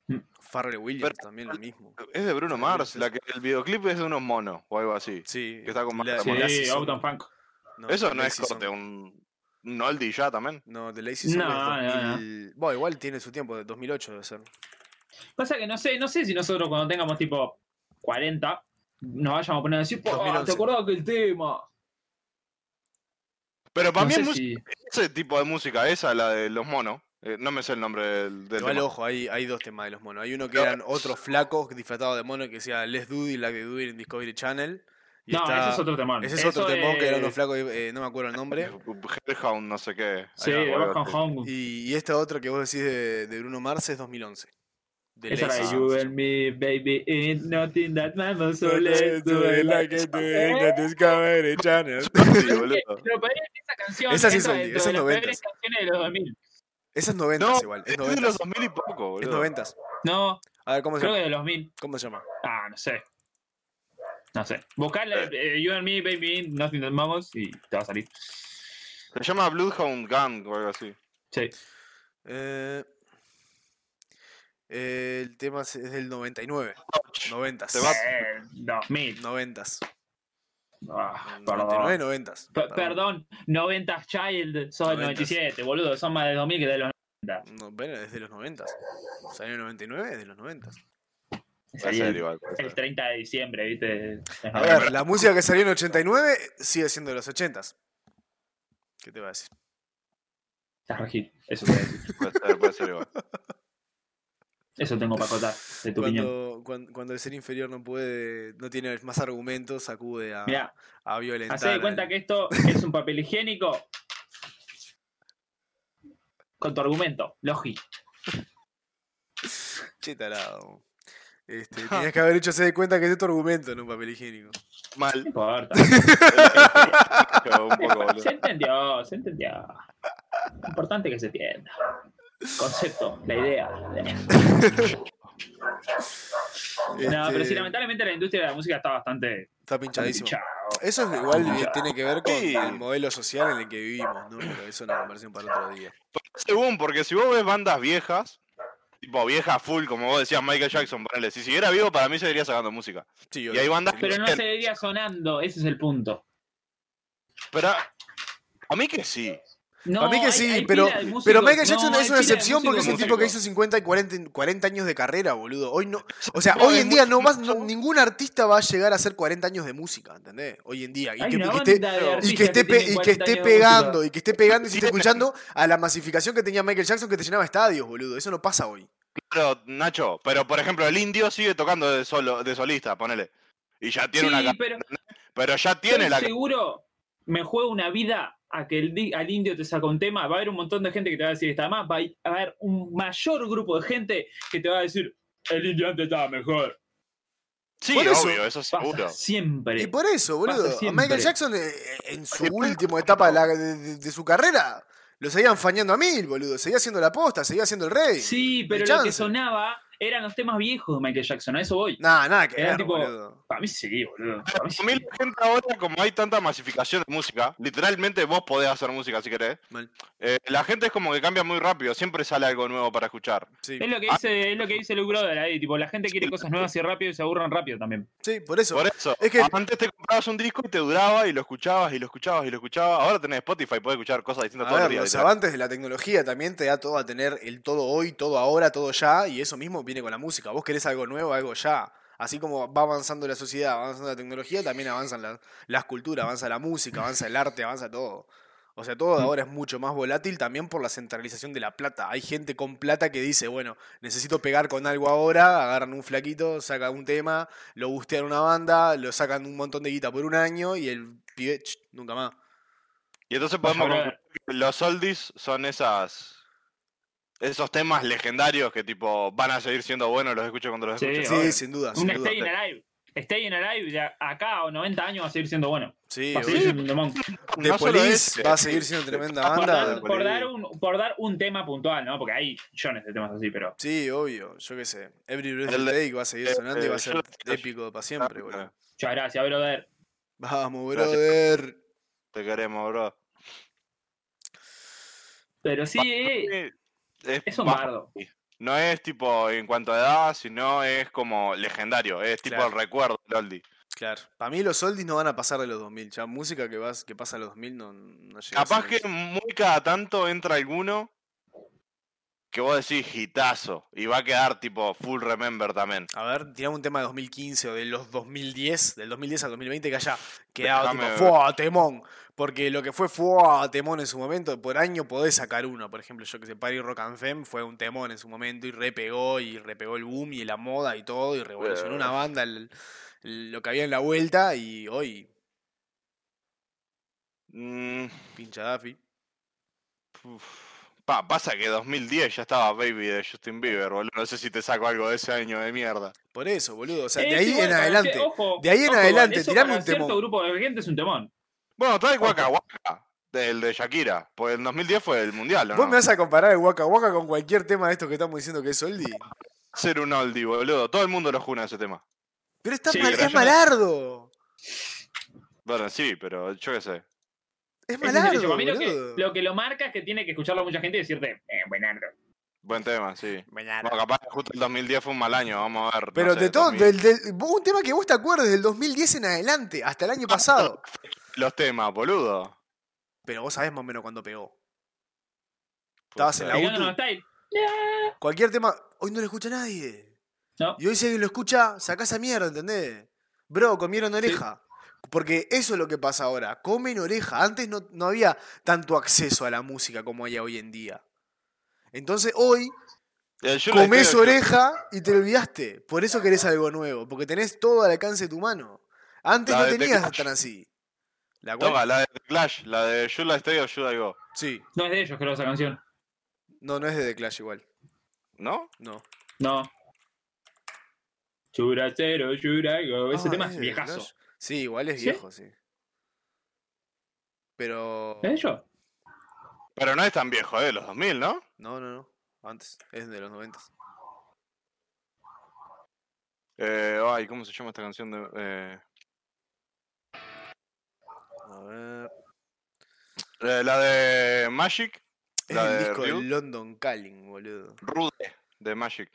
C: Mm.
A: Pharrell Williams
B: Pero-
A: también lo mismo.
B: Es de Bruno Mars, la que el videoclip es de unos monos o algo así.
A: Sí,
B: que está con
A: la-
B: Marta
C: Sí,
B: Como
A: Lazy Song.
C: Out and Funk.
A: No,
B: Eso
A: The
B: no es
A: Lazy
B: corte,
A: Song.
B: un, un oldie ya también.
A: No, The Lazy Song
C: No,
A: es
C: no, no.
A: 2000. Bueno, igual tiene su tiempo, de 2008 debe ser.
C: Pasa que no sé, no sé si nosotros cuando tengamos tipo 40 nos vayamos a poner a decir, "Po,
A: 2011.
C: ¿te acordás que el tema?
B: Pero para
C: No
B: mí
C: sé
B: es música-
C: si-
B: ese tipo de música, esa, la de los monos, eh, no me sé el nombre del, del
A: Igual,
B: tema.
A: ojo, hay, hay dos temas de los monos. Hay uno que
B: No.
A: eran otros flacos disfrazados de mono que decía Les Dudy, la que Dudy en Discovery Channel. Y
C: No,
A: está-
C: ese es otro temón.
A: ese es otro
C: Eso
A: temón que eran
C: es-
A: unos flacos, eh, no me acuerdo el nombre.
B: Eh, Hellhound, no sé qué.
C: Sí,
B: Ahí
C: de
B: va,
C: Back
B: boludo,
C: on
B: sí.
C: Home.
A: Y, y este otro que vos decís de, de Bruno Mars es 2011. The
C: Esa era
A: Lazy
C: de
A: Song
C: You
A: se
C: and Me, baby, ain't nothing that man was so
A: llama.
C: let's do it like it do it, like it.
A: Discovery Channel. (laughs)
B: Sí, boludo.
C: Lo peor es que esa canción
A: Esa sí es
C: entra
A: oldie,
C: dentro
A: esa
C: de
A: es
C: las
A: 90s.
C: peores canciones de los 2000.
A: Esa es 90
B: No,
A: igual. Es
B: Es de
A: 90.
B: los 2000 y poco,
A: Es
B: boludo.
A: 90.
C: No,
A: A ver, ¿cómo se
C: creo que
A: llama?
C: de los 2000.
A: ¿Cómo se llama?
C: Ah, no sé. No sé. Buscar You and Me, baby, ain't nothing that man was y te va a salir.
B: Se llama Bloodhound Gun o algo así.
C: Sí.
A: Eh, el tema es es del 99. 90.
B: Te va-
C: Eh, 2000.
A: 90.
C: Ah,
A: Mm,
C: perdón.
A: 99, 90.
C: Pe- Perdón, 90 Child, sos del
A: 90s.
C: 97, boludo, son más de 2000 que de los 90.
A: No, bueno, es de los 90. Salió en 99, es de los 90.
B: Puede
C: Salí
B: ser
C: el,
B: igual, puede
C: el
B: ser.
C: 30 de diciembre, viste.
A: A ver, la música que salió en 89 sigue siendo de los 80. ¿Qué te va a decir?
C: Estás regil, eso, te voy a decir.
B: Puede ser, puede ser
C: (laughs)
B: igual.
C: eso tengo para acotar de tu opinión.
A: Cuando, cuan- cuando el ser inferior no puede, no tiene más argumentos, acude a,
C: Mirá,
A: a violentar.
C: hacé de cuenta
A: al-
C: que esto es un papel higiénico. Con tu argumento, Logi.
A: Che, tarado.
C: (laughs)
A: Este, tenías que haber hecho se de cuenta que es tu argumento en un papel higiénico.
C: No
B: Mal.
C: importa.
A: (laughs)
B: Un poco, boludo.
C: se entendió, se entendió. Importante que se entienda. Concepto, la idea. No, pero sí,
A: Este,
C: lamentablemente la industria de la música está bastante
A: Está pinchadísimo.
C: pinchada.
A: Eso es igual eh,
C: Pinchado.
A: tiene que ver con
B: Sí.
A: el modelo social en el que vivimos, ¿no? Pero eso es una conversación para otro día.
B: Según, porque si vos ves bandas viejas, tipo vieja full, como vos decías Michael Jackson, ponele, si siguiera vivo, para mí seguiría sacando música.
A: Sí,
B: Y
A: obvio.
B: hay bandas que
C: Pero no seguiría sonando, ese es el punto.
B: Pero a mí que sí.
C: No,
A: Para mí que
C: hay-
A: sí,
C: hay
A: pero,
C: pila de músicos.
A: pero Michael Jackson
C: No, hay
A: es una
C: pila de
A: excepción porque es un
C: músicos.
A: tipo que hizo 50 y 40, 40 años de carrera, boludo. Hoy no, o sea, hoy en día no vas, no- ningún artista va a llegar a hacer 40 años de música, ¿entendés? Hoy en día. Y
C: Hay
A: que,
C: una
A: y que esté-
C: banda de
A: y
C: artistas
A: que esté, pe-
C: tienen
A: y que
C: 40
A: esté
C: años de música.
A: pegando, y que esté pegando y
C: (laughs)
A: se esté
B: Tienen.
A: escuchando a la masificación que tenía Michael Jackson que te llenaba estadios, boludo. Eso no pasa hoy.
B: Pero, Nacho, pero por ejemplo, el indio sigue tocando de solo, de solista, ponele. Y ya tiene una
C: Sí,
B: ca-
C: pero
B: Pero ya tiene
C: estoy
B: la ca-
C: seguro me juego una vida a que el di- al indio te saca un tema, va a haber un montón de gente que te va a decir está más, va a haber un mayor grupo de gente que te va a decir el indio antes estaba mejor.
B: Sí,
A: Por eso
B: obvio, eso
C: Pasa
B: seguro.
C: siempre.
A: Y por eso, boludo, a
C: siempre.
A: Michael Jackson eh, eh, en su
B: Porque Michael
A: última
B: Jackson-
A: etapa de, la- de- de- de su carrera lo seguían fañando a mil, boludo. Seguía siendo la posta, seguía siendo el rey.
C: sí, pero
A: hay
C: lo que
A: chance.
C: sonaba eran los temas viejos de Michael Jackson, a eso voy.
A: Nada, nada que
C: Era
A: ver,
C: tipo-
A: boludo.
C: Para mí sí, boludo. Para mí sí.
B: Para mí la gente ahora, como hay tanta masificación de música, literalmente vos podés hacer música si querés.
A: Mal.
B: eh, la gente es como que cambia muy rápido, siempre sale algo nuevo para escuchar.
A: Sí.
C: Es lo que dice, es lo que dice el brother ahí, tipo, la gente quiere cosas nuevas y rápido y se aburran rápido también.
A: Sí, por eso.
B: Por eso,
A: Es que-
B: antes te comprabas un disco y te duraba y lo escuchabas y lo escuchabas y lo escuchabas. Ahora tenés Spotify, podés escuchar cosas distintas
A: A
B: todos los
A: ver,
B: días.
A: los
B: literal.
A: avances de la tecnología también te da todo a tener el todo hoy, todo ahora, todo ya, y eso mismo viene con la música. Vos querés algo nuevo, algo ya. Así como va avanzando la sociedad, avanzando la tecnología, también avanzan la- las culturas, avanza la música, avanza el arte, avanza todo. O sea, todo ahora es mucho más volátil también por la centralización de la plata. Hay gente con plata que dice, bueno, necesito pegar con algo ahora, agarran un flaquito, sacan un tema, lo gustean una banda, lo sacan un montón de guita por un año y el pibe ch, nunca más.
B: Y entonces
C: Vaya,
B: podemos
C: brother.
B: concluir que los oldies son esas esos temas legendarios que tipo van a seguir siendo buenos, los escucho cuando los
C: Sí,
B: escucho.
A: Sí,
C: obvio.
A: sin duda, sin
C: Un
A: duda.
C: Stay in Alive. Stay in Alive, ya acá o 90 años va a seguir siendo bueno.
A: Sí,
C: Va a seguir
A: boludo.
C: siendo un temón.
A: De
B: No solo
A: Police
B: ese.
A: va a seguir siendo tremenda
C: Por
A: banda.
C: dar,
B: de
C: por, dar
B: Police.
C: un, por dar un tema puntual, ¿no? Porque hay millones de temas así, pero.
A: Sí, obvio, yo qué sé. Every Breath
B: El
A: You
B: de-
A: Take va a seguir
B: eh,
A: sonando y va a
B: eh,
A: ser
B: yo- yo-
A: épico para siempre, boludo.
C: Muchas gracias, brother.
A: Vamos,
B: Gracias.
A: brother.
B: Te queremos, bro.
C: Pero sí, eh,
B: Sí, es
C: es un
B: más-
C: bardo.
B: No es tipo en cuanto a edad, sino es como legendario, es tipo
A: Claro.
B: el recuerdo del oldie.
A: Claro. Para mí los oldies no van a pasar de los 2000. Ya música que, vas, que pasa a los 2000 no, no llega. a
B: Capaz
A: ser música.
B: que muy cada tanto entra alguno que vos decís hitazo y va a quedar tipo full remember también.
A: A ver, tiramos un tema de 2015 o de los 2010, del 2010 al 2020 que allá quedaba tipo
B: Déjame ver.
A: Fua Temón. Porque lo que fue Fua Temón en su momento, por año podés sacar uno. Por ejemplo, yo que sé, Party Rock and Femme fue un temón en su momento y repegó y repegó el boom y la moda y todo y revolucionó
B: Eh.
A: una banda, el- el- lo que había en la vuelta y hoy,
B: Mm,
A: pincha Daffy.
B: uf. Pa, pasa que 2010 ya estaba Baby de Justin Bieber, boludo. No sé si te saco algo de ese año de mierda.
A: Por eso, boludo. O sea,
C: Es
A: de ahí
C: igual
A: en
C: para-
A: adelante.
C: che, ojo,
A: de ahí en
C: ojo,
A: adelante,
C: eso
A: tirame
C: para
A: un temón.
C: cierto grupo de gente es un temón.
B: Bueno, trae Waka Waka, del de Shakira. Pues el 2010 fue el mundial, ¿o
A: ¿Vos
B: no?
A: me vas a comparar el Waka Waka con cualquier tema de estos que estamos diciendo que es oldie?
B: Ser un oldie, boludo. Todo el mundo lo juna ese tema.
A: Pero está
C: Sí,
A: mal-
C: pero
A: es
C: yo no-
A: malardo.
B: Bueno, sí, pero yo qué sé.
A: Es
C: Ese es el
A: malardo,
C: hecho. Para mí lo que,
A: boludo.
C: lo que lo marca es que tiene que escucharlo mucha gente y decirte, eh, buenardo.
B: Buen tema, sí.
A: Malardo.
B: Bueno, capaz que justo el 2010 fue un mal año, vamos a ver. no
A: Pero
B: sé,
A: de todo,
B: 2000.
A: del- del- un tema que vos te acuerdes del 2010 en adelante, hasta el
B: (laughs)
A: año pasado.
B: Los temas, boludo.
A: Pero vos sabés más o menos cuándo pegó. Estabas en la
C: Pegando
A: UTU.
C: no style.
A: Cualquier tema, hoy no lo escucha nadie.
C: No.
A: Y hoy si alguien lo escucha, sacá esa mierda, ¿entendés? Bro, comieron oreja. Porque eso es lo que pasa ahora. Comen oreja. Antes no, no había tanto acceso a la música como hay hoy en día. Entonces hoy
B: Eh, yo la
A: Comés
B: historia-
A: oreja y te olvidaste. Por eso querés algo nuevo, porque tenés todo al alcance de tu mano. Antes
B: La
A: no
B: de The
A: tenías
B: Clash.
A: tan así. La cual,
B: Toma, la de The Clash, la de Should I Stay or Should I Go.
A: sí,
C: No es de ellos, creo, esa canción.
A: no, no es de The Clash igual.
B: ¿No?
A: No.
C: No. Yura cero, yura go. Ese
A: Ah,
C: tema
A: ¿es
C: es
A: de
C: viejazo.
A: Clash? Sí, igual es
C: ¿Sí?
A: viejo, sí. Pero.
C: ¿Es yo?
B: Pero no es tan viejo, ¿eh? De los 2000, ¿no?
A: No, no, no. Antes. Es de los 90.
B: Eh, ay, ¿cómo se llama esta canción? De, eh,
A: A ver.
B: eh, la de Magic.
A: Es
B: La
A: el
B: de
A: disco de
B: Ryu.
A: London Calling, boludo.
B: Rude de Magic.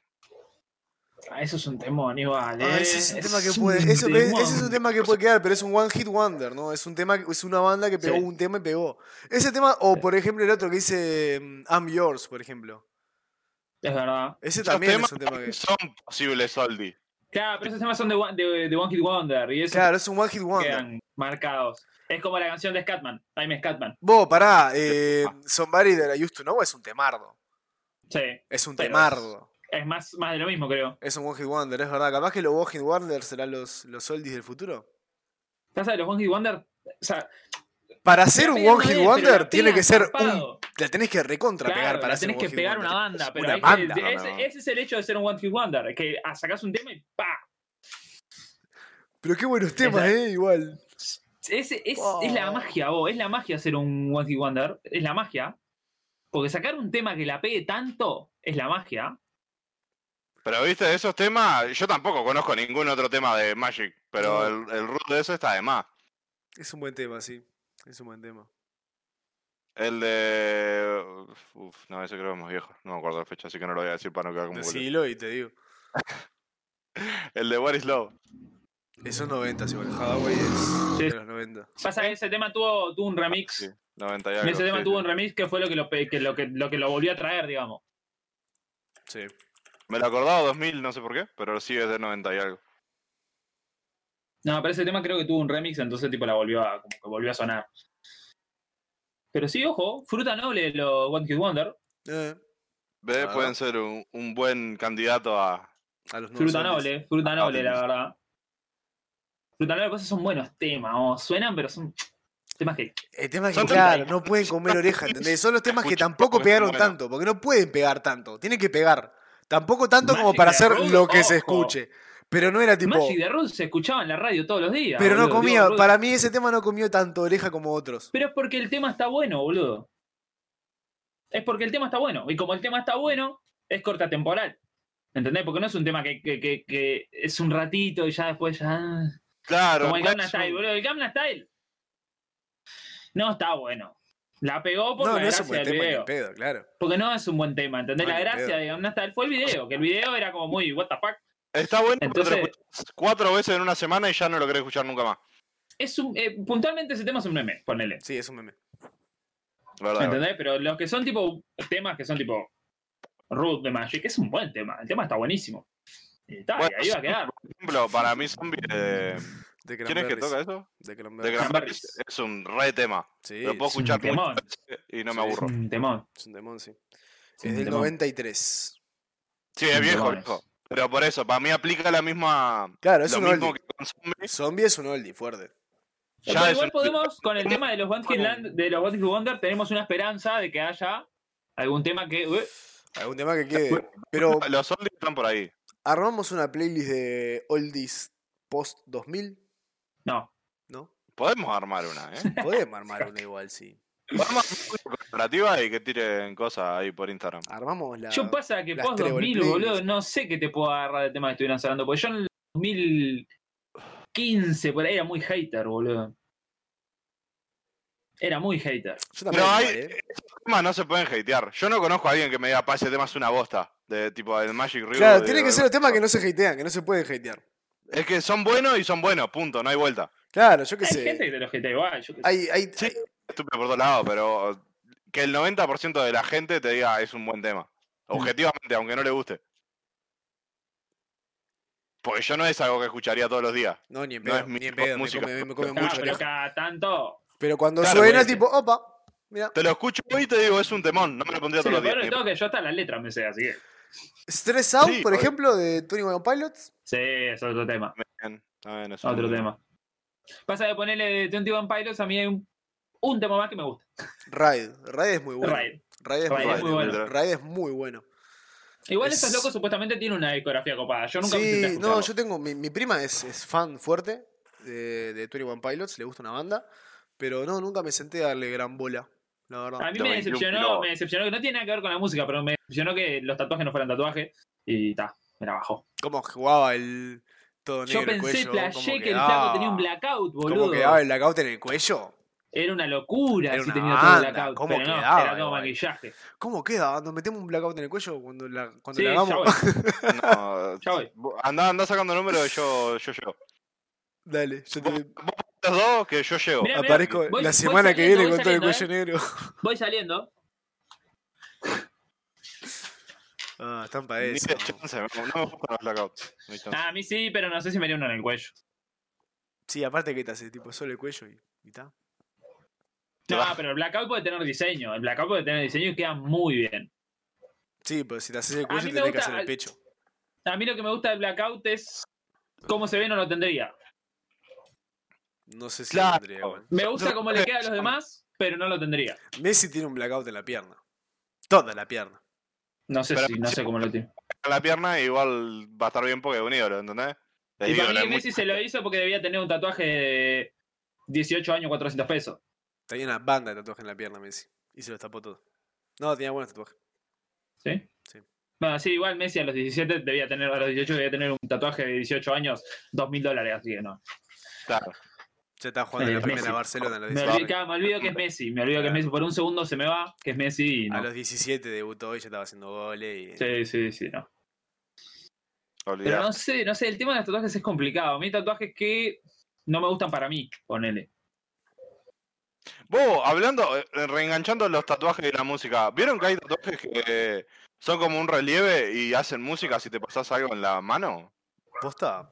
C: Ah, eso es un temón, igual.
A: Ah,
C: eh.
A: ese es un tema que
C: un
A: puede. eso- e-
C: temón.
A: ese es un tema que puede quedar, pero es un one hit wonder, ¿no? Es un tema, es una banda que pegó
C: Sí.
A: un tema y pegó. Ese tema, o
C: Sí.
A: por ejemplo el otro que dice mm, I'm yours, por ejemplo.
C: Es verdad.
A: Ese
B: Esos
A: también
B: temas
A: es un tema
C: (laughs)
A: que.
B: Son posibles Soldi.
C: Claro, pero esos temas son de, one- de- de One Hit Wonder. Y eso
A: Claro, es un one hit wonder.
C: quedan marcados. Es como la canción de Scatman. I'm Scatman.
A: Vos, pará, eh,
C: Ah.
A: Somebody that I used to know es un temardo.
C: Sí.
A: Es un
C: Pero-
A: temardo.
C: Es más, más de lo mismo, creo.
A: Es un One Hit Wonder, es verdad. Capaz que los One Hit Wonder serán los, los oldies del futuro.
C: Casa de los One Hit Wonder. O sea,
A: Para ser un
C: pegan
A: One Hit
C: bien, pero la
A: Wonder, tiene
C: pegan
A: que ser un.
C: zarpado.
A: La tenés que recontra
C: Claro,
A: pegar para
C: la
A: ser
C: tenés
A: un
C: que
A: One Hit
C: pegar una
A: Wonder.
C: banda. Pero
A: una
C: hay que-
A: banda.
C: ese,
B: No, no.
C: ese es el hecho de ser un One Hit Wonder. Que ah, sacás un tema y ¡pa!
A: Pero qué buenos temas, ¿eh? Igual.
C: Ese, es, es la
A: Wow.
C: magia, vos. Es la magia ser un One Hit Wonder. Es la magia. Porque sacar un tema que la pegue tanto es la magia.
B: Pero viste, de esos temas, yo tampoco conozco ningún otro tema de Magic. Pero
A: No.
B: el, el Rude de eso está de más.
A: Es un buen tema, sí. Es un buen tema.
B: El de. Uf, no, ese creo que es más viejo. No me acuerdo la fecha, así que no lo voy a decir para no quedar como boludo.
A: Decilo y te digo.
B: El de What is Love.
A: Esos 90, igual. Hadaway es
C: Sí.
A: de los 90.
C: Pasa que ese tema tuvo, tuvo un remix.
B: Sí, 90 y
C: Y
B: algo,
C: ese tema
B: sí,
C: tuvo
B: sí.
C: un remix que fue lo que lo, pe- que lo, que, lo que lo volvió a traer, digamos.
A: Sí.
B: Me lo acordaba 2000, no sé por qué, pero sí es de 90 y algo.
C: No, pero ese tema creo que tuvo un remix, entonces tipo la volvió a, como que volvió a sonar. Pero sí, ojo, fruta noble de los One Hit Wonder.
A: Eh,
B: ¿Ve?
A: Ah.
B: Pueden ser un, un buen candidato a.
A: a los nuevos
C: fruta
A: oldies.
C: noble, fruta
B: Ah,
C: noble, la
B: sí.
C: verdad. Fruta noble, cosas son buenos temas, o suenan, pero son temas que.
A: El tema es que,
B: Son tan
A: claro,
B: buenos.
A: no pueden comer oreja, ¿entendés? Son los temas que
B: Escuchá,
A: tampoco
B: es
A: pegaron
B: bueno.
A: tanto, porque no pueden pegar tanto, tienen que pegar. Tampoco tanto como
C: Magic
A: para
C: de
A: hacer
C: Rude,
A: lo que se
C: ojo.
A: escuche. Pero no era tipo.
C: Magic de Ruth se escuchaba en la radio todos los días.
A: Pero no
C: boludo,
A: comía,
C: digo, Ruth-
A: para mí ese tema no comió tanto oreja como otros.
C: Pero es porque el tema está bueno, boludo. Es porque el tema está bueno. Y como el tema está bueno, es corta temporal. ¿Entendés? Porque no es un tema que, que- que- que es un ratito y ya después ya. ah,
B: Claro,
C: Como el
B: claro,
C: Gamma
B: es un-
C: Style, boludo. El Gamma Style. No está bueno. La pegó por
A: No,
C: la
A: no es
C: gracia
A: un buen
C: del
A: tema ni
C: video.
A: en pedo, claro.
C: Porque no es un buen tema, ¿entendés?
A: No,
C: la
A: ni en
C: gracia
A: pedo.
C: de Gamma Style fue el video. Que el video era como muy, what the fuck.
B: Está bueno, pero te lo
C: Entonces-
B: escuchás cuatro veces en una semana y ya no lo querés escuchar nunca más.
C: Es un, eh, puntualmente ese tema es un meme, ponele.
A: Sí, es un meme.
B: La verdad.
C: ¿Entendés? Pero los que son tipo temas que son tipo Root de Magic, es un buen tema. El tema está buenísimo. Y está,
B: Bueno,
C: y ahí va a quedar.
B: Por ejemplo, para mí Zombie de...
A: De
B: ¿Quién es
A: Cranberries,
B: que toca eso?
A: De
B: De
A: Cranberries.
B: Cranberries
C: Cranberries.
B: es un re tema.
A: Sí,
B: Lo puedo
A: es-
B: escuchar
C: un temón.
B: muchas veces y no
A: Sí,
B: me aburro.
C: Un temón.
A: es un demon, sí.
C: un
A: Es del
C: temón.
A: 93.
B: Sí, es viejo,
C: temón.
B: viejo. Pero por eso, para mí aplica la misma...
A: Claro, es
B: lo
A: un
B: mismo
A: oldie.
B: que este. con Zombie.
A: Zombie es un oldie fuerte.
B: Ya
C: Después
B: es
C: igual
B: un-
C: podemos, con el tema de los One Hit Land, de los One Hit Wonder, tenemos una esperanza de que haya algún tema que. eh,
A: Algún tema que quede. Pero
B: Los Soldies están por ahí.
A: armamos una playlist de oldies post 2000,
C: no.
A: ¿no?
B: Podemos armar una, ¿eh?
A: Podemos
B: (laughs)
A: armar una igual, sí.
B: Podemos armar una (laughs) comparativa y que tiren cosas ahí por Instagram.
A: Armamos la.
C: Yo pasa que
A: las
C: post
A: Trevor
C: 2000,
A: Playlists.
C: boludo, no sé qué te puedo agarrar del tema que estuvieron sacando. Porque yo en el 2015, por ahí, era muy hater, boludo. Era muy hater.
A: Yo
B: Pero
A: también.
B: hay,
A: igual, ¿eh?
B: esos temas no se pueden hatear. Yo no conozco a alguien que me diga, pa, ese tema es una bosta. De tipo, el Magic River.
A: Claro, tiene que ser los temas que no se hatean, que no se pueden hatear.
B: Es que son buenos y son buenos, punto, no hay vuelta.
A: Claro, yo qué
C: Hay
A: sé.
C: gente que te lo jeta igual. Yo qué sé.
A: Hay, hay,
B: Sí. Estúpido por todos lados, pero que el 90% de la gente te diga es un buen tema.
A: Mm.
B: Objetivamente, aunque no le guste. Porque yo no es algo que escucharía todos los días.
A: No, ni en
B: No
A: pedo,
B: es mi
A: ni en
B: tipo de
A: pedo, me
B: música.
A: come, me come
C: No,
A: mucho.
C: pero
A: oreja.
C: cada tanto.
A: Pero cuando
B: Claro,
A: suena,
B: puede
A: tipo, opa, mira,
B: Te lo escucho hoy y te digo, es un temón, no me lo pondría
C: Sí,
B: todos
C: lo
B: los días.
C: peor de
B: ni-
C: todo que yo hasta las letras me sé, así que.
A: Stress Out,
B: Sí,
A: por
B: obvio.
A: ejemplo, de Tony One Pilots.
C: Sí, es otro tema.
B: Bien, está bien, es un
C: Otro
B: buen
C: tema. Pasa de ponerle 21 Pilots, a mí hay un, un tema más que me gusta.
A: Raid, Raid es muy bueno.
C: Raid.
A: Raid es
C: Raid
A: muy
C: es muy
A: bueno.
B: bueno.
A: Raid es muy bueno.
C: Igual
A: Es-
C: estos locos supuestamente tienen una discografía copada. Yo nunca me senté a
A: Sí, no,
C: escucharlos.
A: yo tengo. Mi, mi prima es, es fan fuerte de, de 21 Pilots, le gusta una banda. Pero no, nunca me senté a darle gran bola, la verdad.
C: A mí
B: Los
C: me
B: 21
C: decepcionó,
B: kilobos.
C: me decepcionó que no tiene nada que ver con la música, pero me decepcionó que los tatuajes no fueran tatuajes y ta, me la bajó.
A: Cómo jugaba el todo negro
C: Yo
A: el
C: pensé,
A: cuello,
C: flashé
A: cómo
C: que el
A: quedaba-
C: flaco tenía un blackout, boludo.
A: Cómo quedaba el blackout en el cuello.
C: Era una locura
A: Era
C: si
A: una
C: tenía todo
A: banda,
C: blackout,
A: ¿cómo
C: pero no,
A: quedaba,
C: era todo
A: igual?
C: maquillaje.
A: ¿Cómo queda? Nos metemos un blackout en el cuello cuando la, cuando
C: Sí,
A: la
C: ya voy.
A: hagamos.
B: No,
C: (laughs) Ya voy.
B: vos andá, andá sacando números y yo, yo llego.
A: (laughs) Dale, yo te
B: Los dos, que yo llego.
C: Mirá, mirá,
A: aparezco
C: voy- voy
A: la semana que
C: saliendo,
A: viene
C: voy
A: con todo el
C: saliendo, ¿eh?
A: cuello negro. (laughs)
C: Voy saliendo.
A: Ah, están para
B: Ni
A: eso.
B: de chance, no me gustan los blackouts. ni de chance.
C: Ah, a mí sí, pero no sé si me dio uno en el cuello.
A: Sí, aparte que te hace tipo solo el cuello y, y ta.
B: Te
C: No,
B: baja.
C: pero el blackout puede tener diseño. El blackout puede tener diseño y queda muy bien.
A: Sí, pero si te haces el
C: mí
A: cuello
C: me
A: tenés que
C: gusta
A: hacer el
C: al-
A: pecho.
C: A mí lo que me gusta del blackout es cómo se ve, no lo tendría.
A: No sé si
B: Claro.
A: lo tendría, bueno.
C: Me
B: Son-
C: gusta
B: son-
C: cómo le queda a los
B: son-
C: demás, pero no lo tendría.
A: Messi tiene un blackout en la pierna. Toda la pierna.
C: No sé
B: Pero-
C: si, no sé cómo lo tiene.
B: La pierna igual va a estar bien porque es un ídolo, ¿entendés? Es
C: Y para
B: ídolo,
C: mí
B: es muy-
C: Messi se lo hizo porque debía tener un tatuaje de 18 años, 400 pesos.
A: Tenía una banda de tatuajes en la pierna, Messi. Y se los tapó todo. No, tenía buenos tatuajes.
C: ¿Sí?
A: Sí.
C: Bueno, sí, igual Messi a los 17 debía tener, a los 18 debía tener un tatuaje de 18 años, 2.000 dólares, así que no.
B: Claro.
A: Ya estaba jugando en
C: Eh,
A: la primera
C: Messi.
A: Barcelona. A los,
C: Me
A: 17.
C: olvido, claro, me olvido que es Messi, me olvido que es Messi, por un segundo se me va, que es Messi y
A: a
C: no.
A: los 17 debutó y ya estaba haciendo goles. Y...
C: Sí, sí, sí, no.
B: Olvidá.
C: Pero no sé, no sé, el tema de los tatuajes es complicado. A mí hay tatuajes que no me gustan para mí, ponele.
B: Vos, hablando, eh, reenganchando los tatuajes y la música, ¿vieron que hay tatuajes que son como un relieve y hacen música si te pasás algo en la mano?
A: ¿Posta?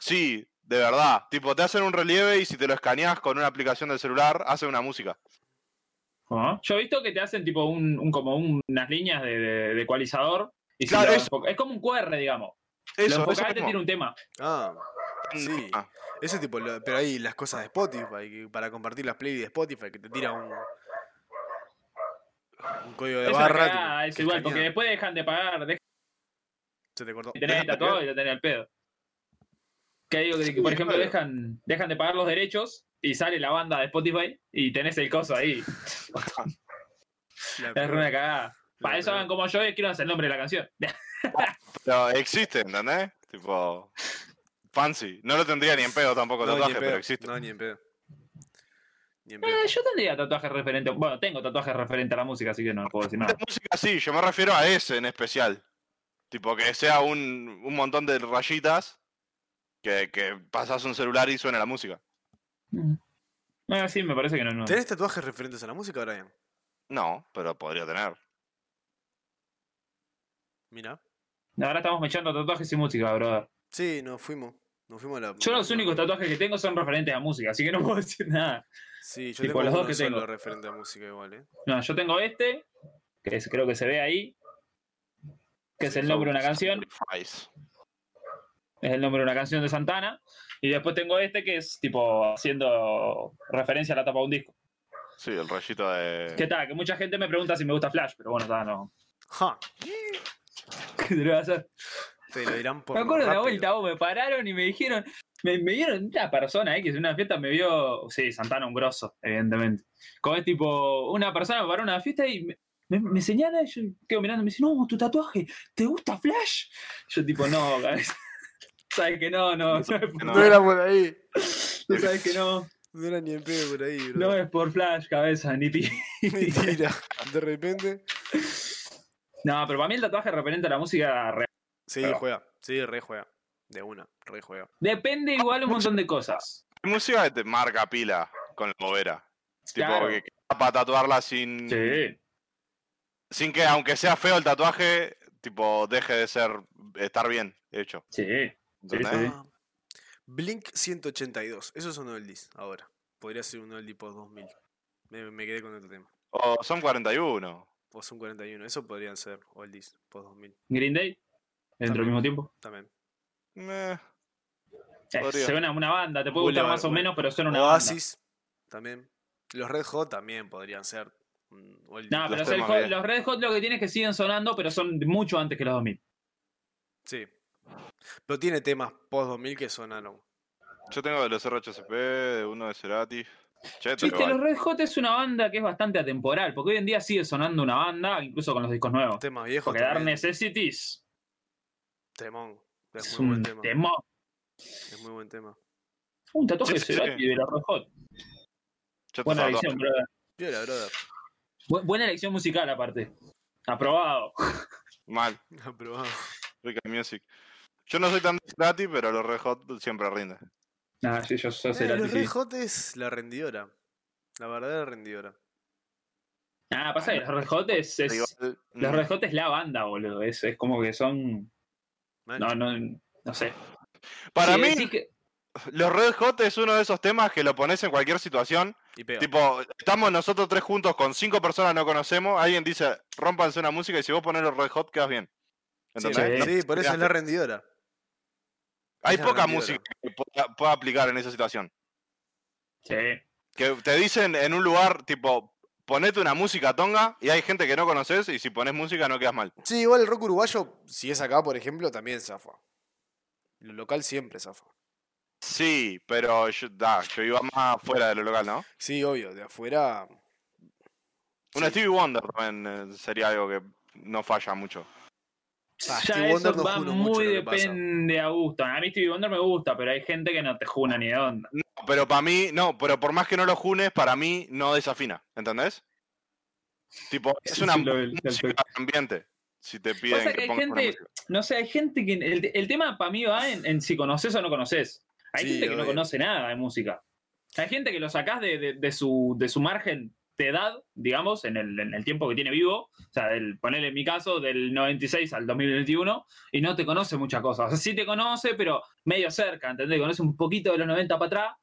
B: Sí, de verdad. Tipo, te hacen un relieve y si te lo escaneás con una aplicación del celular, hacen una música.
C: Ajá. Yo he visto que te hacen tipo un, un- como un- unas líneas de, de, de ecualizador. Y si
B: Claro,
C: lo
B: eso.
C: enfo- es como un QR, digamos.
B: Eso,
C: lo
B: eso
C: enfocás y te
B: mismo.
C: tiene un tema.
A: Ah, sí.
B: (laughs) Ah,
A: Eso tipo, lo- pero hay las cosas de Spotify, que para compartir las playlists de Spotify, que te tira un, un código de
C: Es una
A: barra.
C: cagada
A: tipo,
C: eso
A: que
C: igual,
A: escanea.
C: porque después dejan de pagar, dejan
A: Se te cortó. (laughs)
C: de tener el tatuado y lo tener al pedo. Que digo que, por ejemplo,
B: claro.
C: dejan, dejan de pagar los derechos y sale la banda de Spotify y tenés el coso
B: (laughs)
C: ahí.
A: La
C: Es
A: peor.
C: una cagada. Para
A: La
C: eso
A: peor.
C: hagan como yo y escriban el nombre de la canción.
B: Pero existe, ¿entendés? Tipo, fancy. No lo tendría ni en pedo tampoco
A: No, ni
B: tatuaje,
A: en
B: pero
A: pedo.
B: existe.
A: No, ni en pedo. Ni en pedo.
C: Eh, yo tendría tatuajes referentes. Bueno, tengo tatuajes referentes a la música, así que no puedo decir
B: De
C: nada.
B: música sí, yo me refiero a ese en especial. Tipo que sea un, un montón de rayitas que, que pasas un celular y suena la música.
C: Ah, sí, me parece que no. no.
A: ¿Tenés tatuajes referentes a la música, Brian?
B: No, pero podría tener.
A: Mira.
C: Ahora estamos mechando tatuajes y música, brother.
A: Sí, nos fuimos. Nos fuimos a la.
C: Yo los únicos tatuajes que tengo son referentes a música, así que no (laughs) puedo decir nada.
A: Sí, yo
C: tipo,
A: tengo
C: los dos
A: uno
C: que
A: solo
C: tengo.
A: referente a música igual, ¿eh?
C: No, yo tengo este, que es- creo que se ve ahí, que es el nombre de una canción,
B: Sacrifice.
C: es el nombre de una canción de Santana, y después tengo este que es tipo haciendo referencia a la tapa de un disco.
B: Sí, el rayito de.
C: ¿Qué tal? Que mucha gente me pregunta si me gusta Flash, pero bueno, está, no. (laughs)
A: Ja,
C: ¿Qué te lo voy a hacer?
A: te lo dirán por
C: Me
A: lo
C: acuerdo de la
A: rápido.
C: vuelta, vos me pararon y me dijeron, me, me dieron una persona X en una fiesta, me vio, sí, Santana un grosso, evidentemente. Como es tipo, una persona me paró en una fiesta y me, me, me señala, y yo quedo mirando, me dice, no, tu tatuaje, ¿te gusta Flash? Yo tipo, no, cabeza. (laughs) sabes que no, no, no, es por-
B: No.
A: No era por ahí.
C: tú sabes que (laughs) no,
A: No era ni en pedo por ahí, bro. (laughs)
C: no eh. es por Flash, cabeza, ni ti.
A: Mentira. De repente.
C: (laughs) No, pero para mí el tatuaje referente a la música re-
A: Sí,
C: Pero-
A: juega. Sí, re juega. De una, re juega.
C: depende igual un montón de cosas.
B: Hay música que te marca pila con la bobera. Tipo,
C: Claro.
B: que queda para tatuarla sin.
C: Sí.
B: Sin que, aunque sea feo el tatuaje, tipo, deje de ser. estar bien hecho.
C: Sí.
B: ¿entendés?
C: Sí.
A: Ah. Blink 182. Eso es un oldies ahora. Podría ser un oldie post 2000. Me, me quedé con otro tema.
B: O son 41.
A: O son 41. Eso podrían ser oldies post 2000
C: Green Day, dentro del mismo tiempo.
A: también.
B: Eh,
C: Eh,
B: Podría.
C: Se ve una, una banda, te puede gustar
A: Boulevard,
C: más o
A: bueno.
C: menos, pero suena una
A: Oasis también. Los Red Hot también podrían ser
B: o el-
C: No,
B: los
C: pero o sea, el
B: temas
C: Hot-
B: que-
C: los Red Hot lo que tienen es que siguen sonando, pero son mucho antes que los 2000.
A: Sí. Pero tiene temas post-2000 que ah, sonaron.
B: Yo tengo de los RHCP, de uno de Cerati. Che, toca
C: Viste,
B: varios.
C: los Red Hot es una banda que es bastante atemporal, porque hoy en día sigue sonando una banda, incluso con los discos nuevos.
A: Temas viejos.
C: Porque Dark
A: Este también.
C: Necessities
A: Temón. Es,
C: es
A: muy
C: un
A: buen tema.
C: tema.
A: Es muy buen tema.
C: Un tatuaje
B: Sí,
C: de
B: sí,
C: Cerati
B: sí.
C: de los Red Hot.
B: Yo te
C: Buena
B: saco.
C: elección, brother.
A: Piola, brother. (laughs)
C: Bu- buena elección musical, aparte. Aprobado.
B: Mal.
A: Aprobado.
B: Rica Music. Yo no soy tan de Cerati, pero los Red Hot siempre rinden.
C: Nah, sí, yo soy
A: Eh,
C: Cerati,
A: los
C: sí.
A: Red Hot es la rendidora. La verdadera rendidora.
C: Ah, pasa que los Red Hot es, es-
B: Igual,
C: los
B: mm,
C: Red Hot es la banda, boludo. Es, es como que son.
A: Man.
C: No, no, no sé.
B: Para
C: Si
B: mí,
C: decís que-
B: los Red Hot es uno de esos temas que lo pones en cualquier situación.
A: Y pega.
B: Tipo, estamos nosotros tres juntos con cinco personas no conocemos. Alguien dice, rompanse una música y si vos pones los Red Hot, quedas bien.
A: Sí,
B: ¿Entendés?
A: sí,
B: No-
A: por eso es la rendidora.
B: Hay
A: es la
B: poca
A: rendidora.
B: música que pueda, pueda aplicar en esa situación.
C: Sí.
B: Que te dicen en un lugar, tipo, ponete una música tonga y hay gente que no conoces y si pones música no quedas mal.
A: Sí, igual el rock uruguayo, si es acá, por ejemplo, también zafa. Lo local siempre zafa.
B: Sí, pero yo, da, yo iba más fuera de lo local, ¿no?
A: Sí, obvio, de afuera.
B: Una
A: Sí.
B: Stevie Wonder también eh, sería algo que no falla mucho.
A: Ah,
C: ya
A: Stevie
C: eso
A: Wonder no
C: va
A: juro mucho
C: muy
A: lo que pasa.
C: depende a gusto. A mí Stevie Wonder me gusta, pero hay gente que no te juna ni de onda.
B: Pero para mí, no, pero por más que no lo junes, para mí no desafina, ¿entendés? Tipo, es
C: Sí,
B: una
C: sí, lo del- del
B: música
C: toque.
B: de ambiente. Si te piden
C: Pasa
B: que,
C: que hay
B: pongas una
C: gente-
B: música.
C: No sé, hay gente que. El, el tema para mí va en, en si conoces o no conoces. Hay
A: Sí,
C: gente que no
A: obvio.
C: conoce nada de música. Hay gente que lo sacás de, de- de su, de su margen de edad, digamos, en el, en el tiempo que tiene vivo. O sea, del, ponele en mi caso, del 96 al 2021, y no te conoce muchas cosas. O sea, sí te conoce, pero medio cerca, ¿entendés? Conoce un poquito de los 90 para atrás.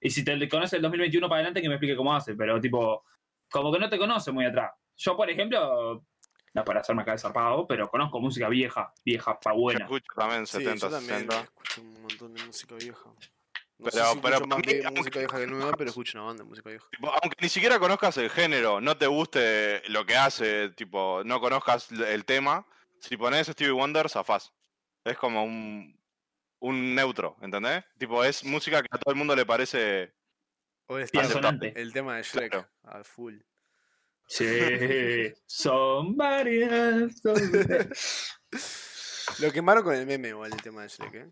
C: Y si te conoce el 2021 para adelante, que me explique cómo hace. Pero, tipo, como que no te conoce muy atrás. Yo, por ejemplo, no para hacerme acá de zarpado, pero conozco música vieja, vieja pa'
B: Yo
C: buena.
B: escucho también
A: Sí,
B: 70,
A: yo también
B: 60.
A: escucho un montón de música vieja. No sé si
B: Pero- pero
A: escucho más
B: para mí,
A: vie-
B: aunque-
A: música vieja que nueva, pero escucho una banda de música vieja.
B: Tipo, aunque ni siquiera conozcas el género, no te guste lo que hace, tipo, no conozcas l- el tema, si pones Stevie Wonder, zafás. Es como un, un neutro, ¿entendés? Tipo, es música que a todo el mundo le parece.
A: Hoy está
B: Pienso
A: el,
C: Piensonante.
A: el tema de Shrek
B: Claro.
A: a full.
C: Sí. Somebody else, somebody-
A: Lo quemaron con el meme igual el tema de Shrek, ¿eh?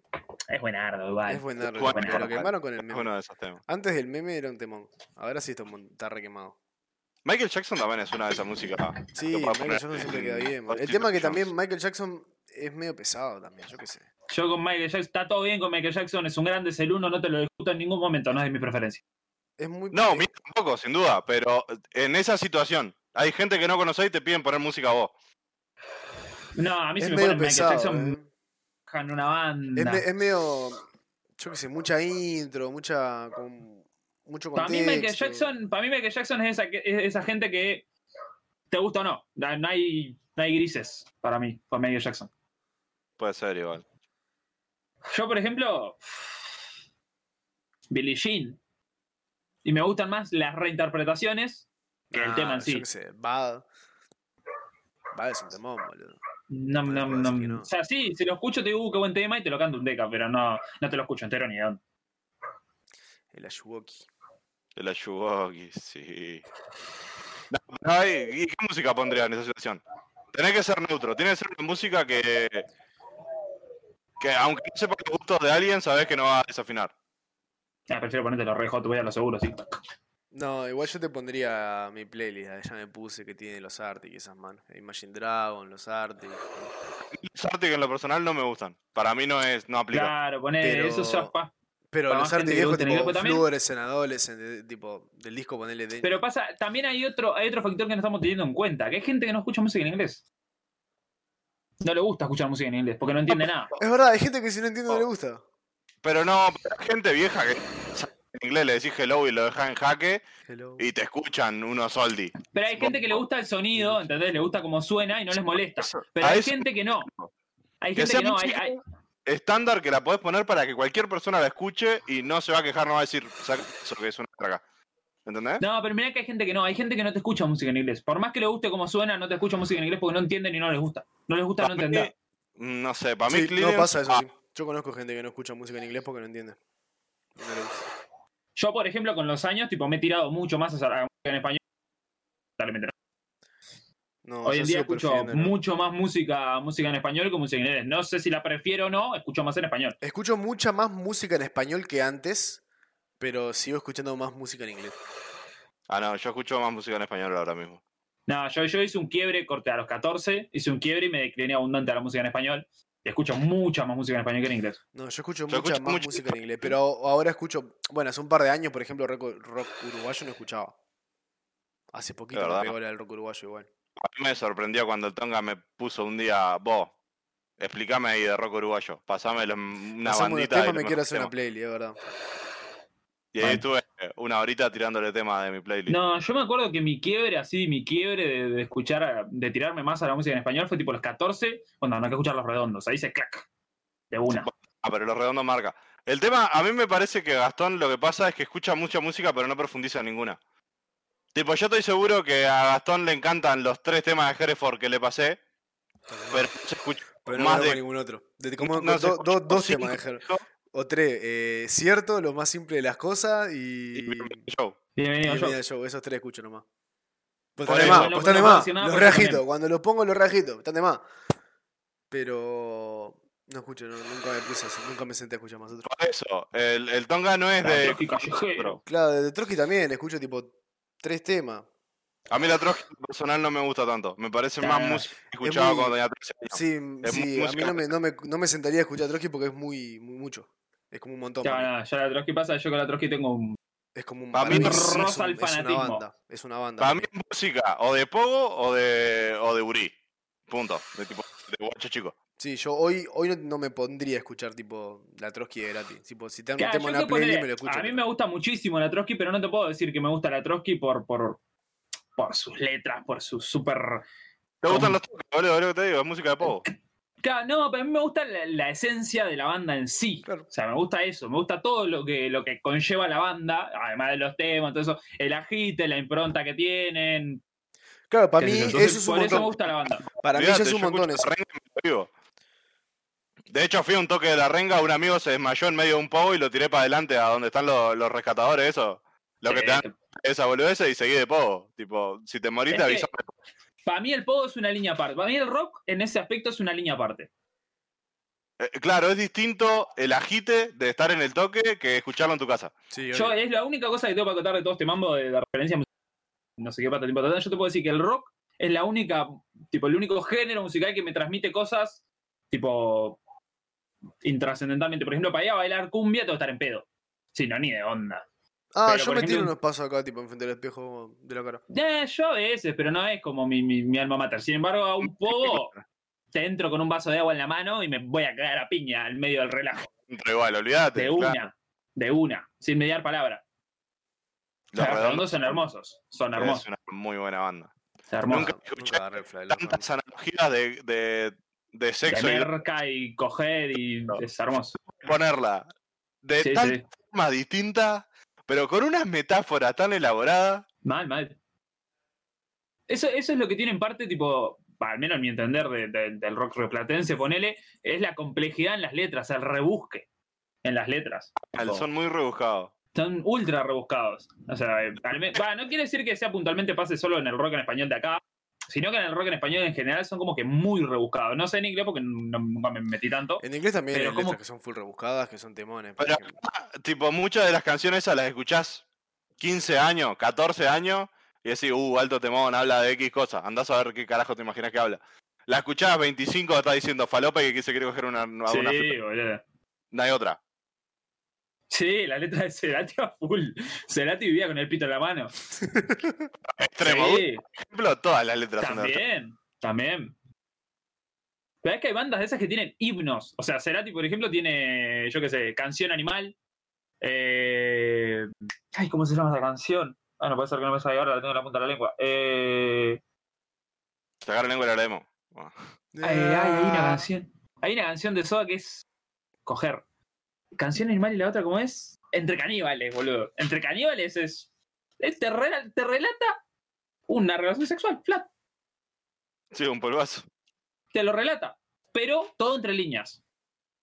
C: Es buenardo, igual.
A: Es buen dardo,
B: Juan-
A: pero lo
C: Juan-
A: quemaron con el
B: Es
A: meme.
B: uno de esos temas.
A: Antes del meme era un temón. Ahora sí está, un mon- está requemado.
B: Michael Jackson también es una de esas músicas. que
A: Sí,
B: puedes
A: Michael
B: poner
A: Jackson
B: en
A: siempre queda bien. man. El
B: Backstreet
A: tema que
B: Jones.
A: también Michael Jackson es medio pesado también, yo qué sé.
C: Yo con Michael Jackson, está todo bien con Michael Jackson, es un grande, es el uno, no te lo discuto en ningún momento, no es de mi preferencia.
A: Es muy
B: No,
A: es-
B: mira, tampoco, sin duda, pero en esa situación, hay gente que no conocés y te piden poner música a vos.
C: No, a mí
A: es
C: si me
A: medio
C: ponen
A: pesado.
C: Michael Jackson,
A: ¿eh?
C: bajan una
A: es,
C: banda.
A: me- es medio, yo qué sé, mucha intro, mucha con, mucho contexto.
C: Para mí, Michael Jackson, para mí Michael Jackson es esa, que- es esa gente que te gusta o no. No no hay, no hay grises para mí, con Michael Jackson.
B: Puede ser igual.
C: Yo, por ejemplo, Billie Jean. Y me gustan más las reinterpretaciones que el
A: Ah,
C: tema en
A: Yo
C: sí.
A: qué sé, Bad. Bad es un temón, boludo. No
C: No, no,
A: puedo decir
C: no.
A: que no.
C: O sea, sí, si lo escucho te digo, "Uh, qué buen tema y te lo canto un deca, pero no, no te lo escucho entero ni de onda.
A: El Ayuwoki.
B: El Ayuwoki, sí. No, pero hay- ¿Y qué música pondría en esa situación? Tenés que ser neutro, tiene que ser una música que. que aunque no sepa los gustos de alguien, sabés que no va a desafinar.
C: Ah, prefiero ponerte los rejos, te voy a lo seguro, sí.
A: No, igual yo te pondría mi playlist, la que ya me puse que tiene los Arctic y esas manos. Imagine Dragon, los Arctic.
B: Los Arctic en lo personal no me gustan. Para mí no es. no aplica.
C: Claro, poner
A: Pero-
C: eso ya pa-
A: Pero
C: Para
A: los
C: más gente
A: Arctic
C: que
A: viejos,
C: guste en el
A: tipo
C: grupo también.
A: Fluores, Senadores, tipo, del disco ponele de.
C: Pero pasa, también hay otro, hay otro factor que no estamos teniendo en cuenta, que hay gente que no escucha música en inglés. No le gusta escuchar música en inglés, porque no entiende nada.
A: Es verdad, hay gente que si no entiende no le gusta.
B: Pero no, pero hay gente vieja que. En inglés le decís hello y lo dejas en jaque
A: Hello.
B: y te escuchan unos soldi.
C: Pero hay gente que le gusta el sonido, ¿entendés? Le gusta cómo suena y no les molesta. Pero
B: A
C: hay
B: eso-
C: gente que no. Hay
B: Que
C: gente
B: sea
C: que no. hay-
B: música
C: hay-
B: estándar que la podés poner para que cualquier persona la escuche y no se va a quejar, no va a decir, saca eso que es una carga. ¿Entendés?
C: No, pero mirá que hay gente que no, hay gente que no te escucha música en inglés. Por más que le guste como suena, no te escucha música en inglés porque no entienden y no les gusta. No les gusta
B: Para
C: no
B: mí-
C: entender.
B: No sé, para mí
A: Sí, no
B: Clearance-
A: pasa eso.
B: Ah,
A: sí. Yo conozco gente que no escucha música en inglés porque no entiende. No le gusta.
C: Yo, por ejemplo, con los años, tipo, me he tirado mucho más hacia la música en español. Lamentablemente no.
A: No,
C: Hoy
A: yo
C: en día
A: sigo
C: escucho
A: prefiriendo, ¿no?
C: mucho más música, música en español que música en inglés. No sé si la prefiero o no, escucho más en español.
A: Escucho mucha más música en español que antes, pero sigo escuchando más música en inglés.
B: Ah, no, yo escucho más música en español ahora mismo.
C: No, yo, yo hice un quiebre, corté a los 14, hice un quiebre y me decliné abundante a la música en español. Y escucho mucha más música en español que en inglés.
A: No, yo escucho
B: Yo
A: mucha
B: escucho
A: más
B: mucho-
A: música
B: (laughs)
A: en inglés, pero ahora escucho, bueno, hace un par de años, por ejemplo, rock, rock uruguayo no escuchaba. Hace poquito me
B: verdad.
A: pegó la del rock uruguayo igual.
B: A mí me sorprendió cuando el Tonga me puso un día, vos, explícame ahí de rock uruguayo, pasame lo- una
A: Pasamos los
B: bandita.
A: temas,
B: y
A: me quiero
B: los mejores
A: hacer una
B: temas".
A: playlist, es verdad.
B: Y ahí estuve una horita tirándole temas de mi playlist.
C: No, yo me acuerdo que mi quiebre, así, mi quiebre de, de escuchar, a- de tirarme más a la música en español fue tipo los 14, cuando no hay que escuchar los redondos. Ahí se clac, de una.
B: Ah, pero los redondos marca. El tema, a mí me parece que Gastón lo que pasa es que escucha mucha música, pero no profundiza en ninguna. Tipo, yo estoy seguro que a Gastón le encantan los tres temas de Hereford que le pasé, pero no se escucha
A: Pero no
B: más
A: conozco
B: de-
A: ningún otro. De, como,
B: no se
A: do-
B: escucha
A: do-
B: por
A: dos
B: cinco
A: temas de Ger-
B: minutos.
A: O tres. eh, cierto, lo más simple de las cosas y.
B: y bienvenido al show.
C: Bienvenido
A: y
C: yo.
A: Media Show, esos tres escucho nomás. Pues están
B: Por
A: de
B: eso-
A: más,
B: No
A: pues
C: puedo-
A: están de
C: no puedo
A: más.
C: decir nada
A: Los
C: porque
A: reajito,
C: también-
A: cuando los pongo los reajito, están de más. Pero. No escucho, no- nunca me puse así, nunca me senté a escuchar más otro.
B: Por eso, el, el Tonga no es
C: La
B: de... (laughs)
C: Trotsky callejero.
A: Claro, de Trotsky también, escucho tipo tres temas.
B: A mí la Trotsky personal no me gusta tanto. Me parece
C: Ah,
B: más música que escuchaba
A: muy-
B: cuando tenía 13 años.
A: Sí,
B: es
A: sí, a mí
B: música-
A: no me, no me- no me sentaría a escuchar Trotsky porque es muy, muy mucho. Es como un montón.
C: Ya,
A: para mí.
C: nada, ya la Trotsky pasa, yo con la Trotsky tengo un...
A: Es como un
B: Para
A: para
B: mí
A: mí es- es,
C: roza
A: un-
C: el
A: es una
C: fanatismo.
A: banda. Es una banda.
B: Para
A: para
B: mí
A: mí.
B: es música o de Pogo o de, o de Uri. Punto. De tipo, de guacho chico.
A: Sí, yo hoy, hoy no, no me pondría a escuchar tipo la Trotsky de gratis. Tipo, si tengo un
C: Claro,
A: tema en
C: yo
A: la
C: que ponele,
A: playlist me lo escucho.
C: a mí me gusta muchísimo la Trotsky, pero no te puedo decir que me gusta la Trotsky por, por, por sus letras, por su súper...
B: ¿Te
C: Con-
B: gustan los toques, boludo? Es lo que te digo, es
A: Eh,
B: música de Pogo.
C: Claro, no, pero a mí me gusta la, la esencia de la banda en sí.
A: Claro.
C: O sea, me gusta eso, me gusta todo lo que, lo que conlleva la banda, además de los temas, todo eso, el agite, la impronta que tienen.
A: Claro, para
C: qué
A: mí
C: sé yo.
A: eso
C: Entonces,
A: es un
C: por eso me
A: montón.
C: gusta la banda.
A: Para mí ya
B: Olvídate,
A: es un
B: yo
A: montón
B: escucho
A: eso.
B: la renga y me lo vivo. De hecho, fui a un toque de la renga, un amigo se desmayó en medio de un Pogo y lo tiré para adelante a donde están los, los rescatadores, eso. Lo que te dan esa boludeza y seguí de Pogo. Tipo, si te moriste,
C: Es que-
B: avisame.
C: Para mí el pogo es una línea aparte. Para mí el rock en ese aspecto es una línea aparte.
B: Eh, Claro, es distinto el agite de estar en el toque que escucharlo en tu casa.
A: Sí,
C: Yo
A: obvio.
C: es la única cosa que tengo para contar de todo este mambo de, de referencia musical, no sé qué pata, tipo, yo te puedo decir que el rock es la única, tipo, el único género musical que me transmite cosas, tipo, intrascendentalmente. Por ejemplo, para ir a bailar cumbia tengo que estar en pedo. Sí, no, ni de onda.
A: Ah,
C: pero,
A: yo
C: por
A: me tiro
C: ejemplo,
A: unos pasos acá, tipo, enfrente del espejo de la cara.
C: Eh, yo a veces, pero no es como mi, mi- mi alma mater. Sin embargo, a un poco
B: (laughs)
C: te entro con un vaso de agua en la mano y me voy a cagar a piña al medio del relajo.
B: Pero igual, olvídate.
C: De
B: claro.
C: una, de una, sin mediar palabra.
B: Los
C: Los redondos
B: Redondos
C: son hermosos, son
B: Es
C: hermosos,
B: una muy buena banda.
C: son hermosos.
B: Nunca escuché
A: agarré fly, la
B: Tantas analogías de, de, de
C: de
B: sexo y
C: merca y coger y
B: No.
C: es hermoso.
B: ponerla de
C: Sí,
B: tal
C: sí.
B: forma distinta, pero con unas metáforas tan elaboradas.
C: Mal, mal. Eso, eso es lo que tiene en parte, tipo, al menos en mi entender de- de- del rock rioplatense, ponele, es la complejidad en las letras, el rebusque en las letras. Tipo,
B: Son muy rebuscados.
C: Son ultra rebuscados. O sea, eh, al me- va, no quiere decir que sea puntualmente pase solo en el rock en español de acá, sino que en el rock en español en general son como que muy rebuscados. No sé en inglés porque no- nunca me metí tanto.
A: En inglés también hay
C: Pero
A: letras
C: ¿cómo?
A: que son full rebuscadas, que son temones. por
B: Pero-
A: ejemplo.
B: Tipo, muchas de las canciones esas las escuchás 15 años, 14 años, y decís, uh, alto temón, habla de X cosas. Andás a ver qué carajo te imaginas que habla. La escuchás 25, está diciendo falopa y que se quiere coger una, una,
C: Sí,
B: una-
C: boludo.
B: No hay otra.
C: Sí, la letra de Cerati a full. Cerati vivía con el pito en la mano.
B: Extremo. Duro,
C: sí,
B: Por ejemplo, todas las letras son de
C: también, también. Pero es que hay bandas de esas que tienen himnos. O sea, Cerati, por ejemplo, tiene, yo qué sé, Canción Animal. Eh... Ay, ¿cómo se llama esa canción? Ah, no puede ser que no me salga ahora, la tengo en la punta de la lengua. Eh...
B: Sacar lengua y lo haremos. Bueno.
C: ay, ay, Eh, hay una
A: Ah,
C: canción. Hay una canción de Soda que es coger. Canción Animal y la otra, ¿cómo es? Entre caníbales, boludo. Entre caníbales es. Él te, re- te relata una relación sexual, flat.
B: Sí, un polvazo.
C: Te lo relata, pero todo entre líneas.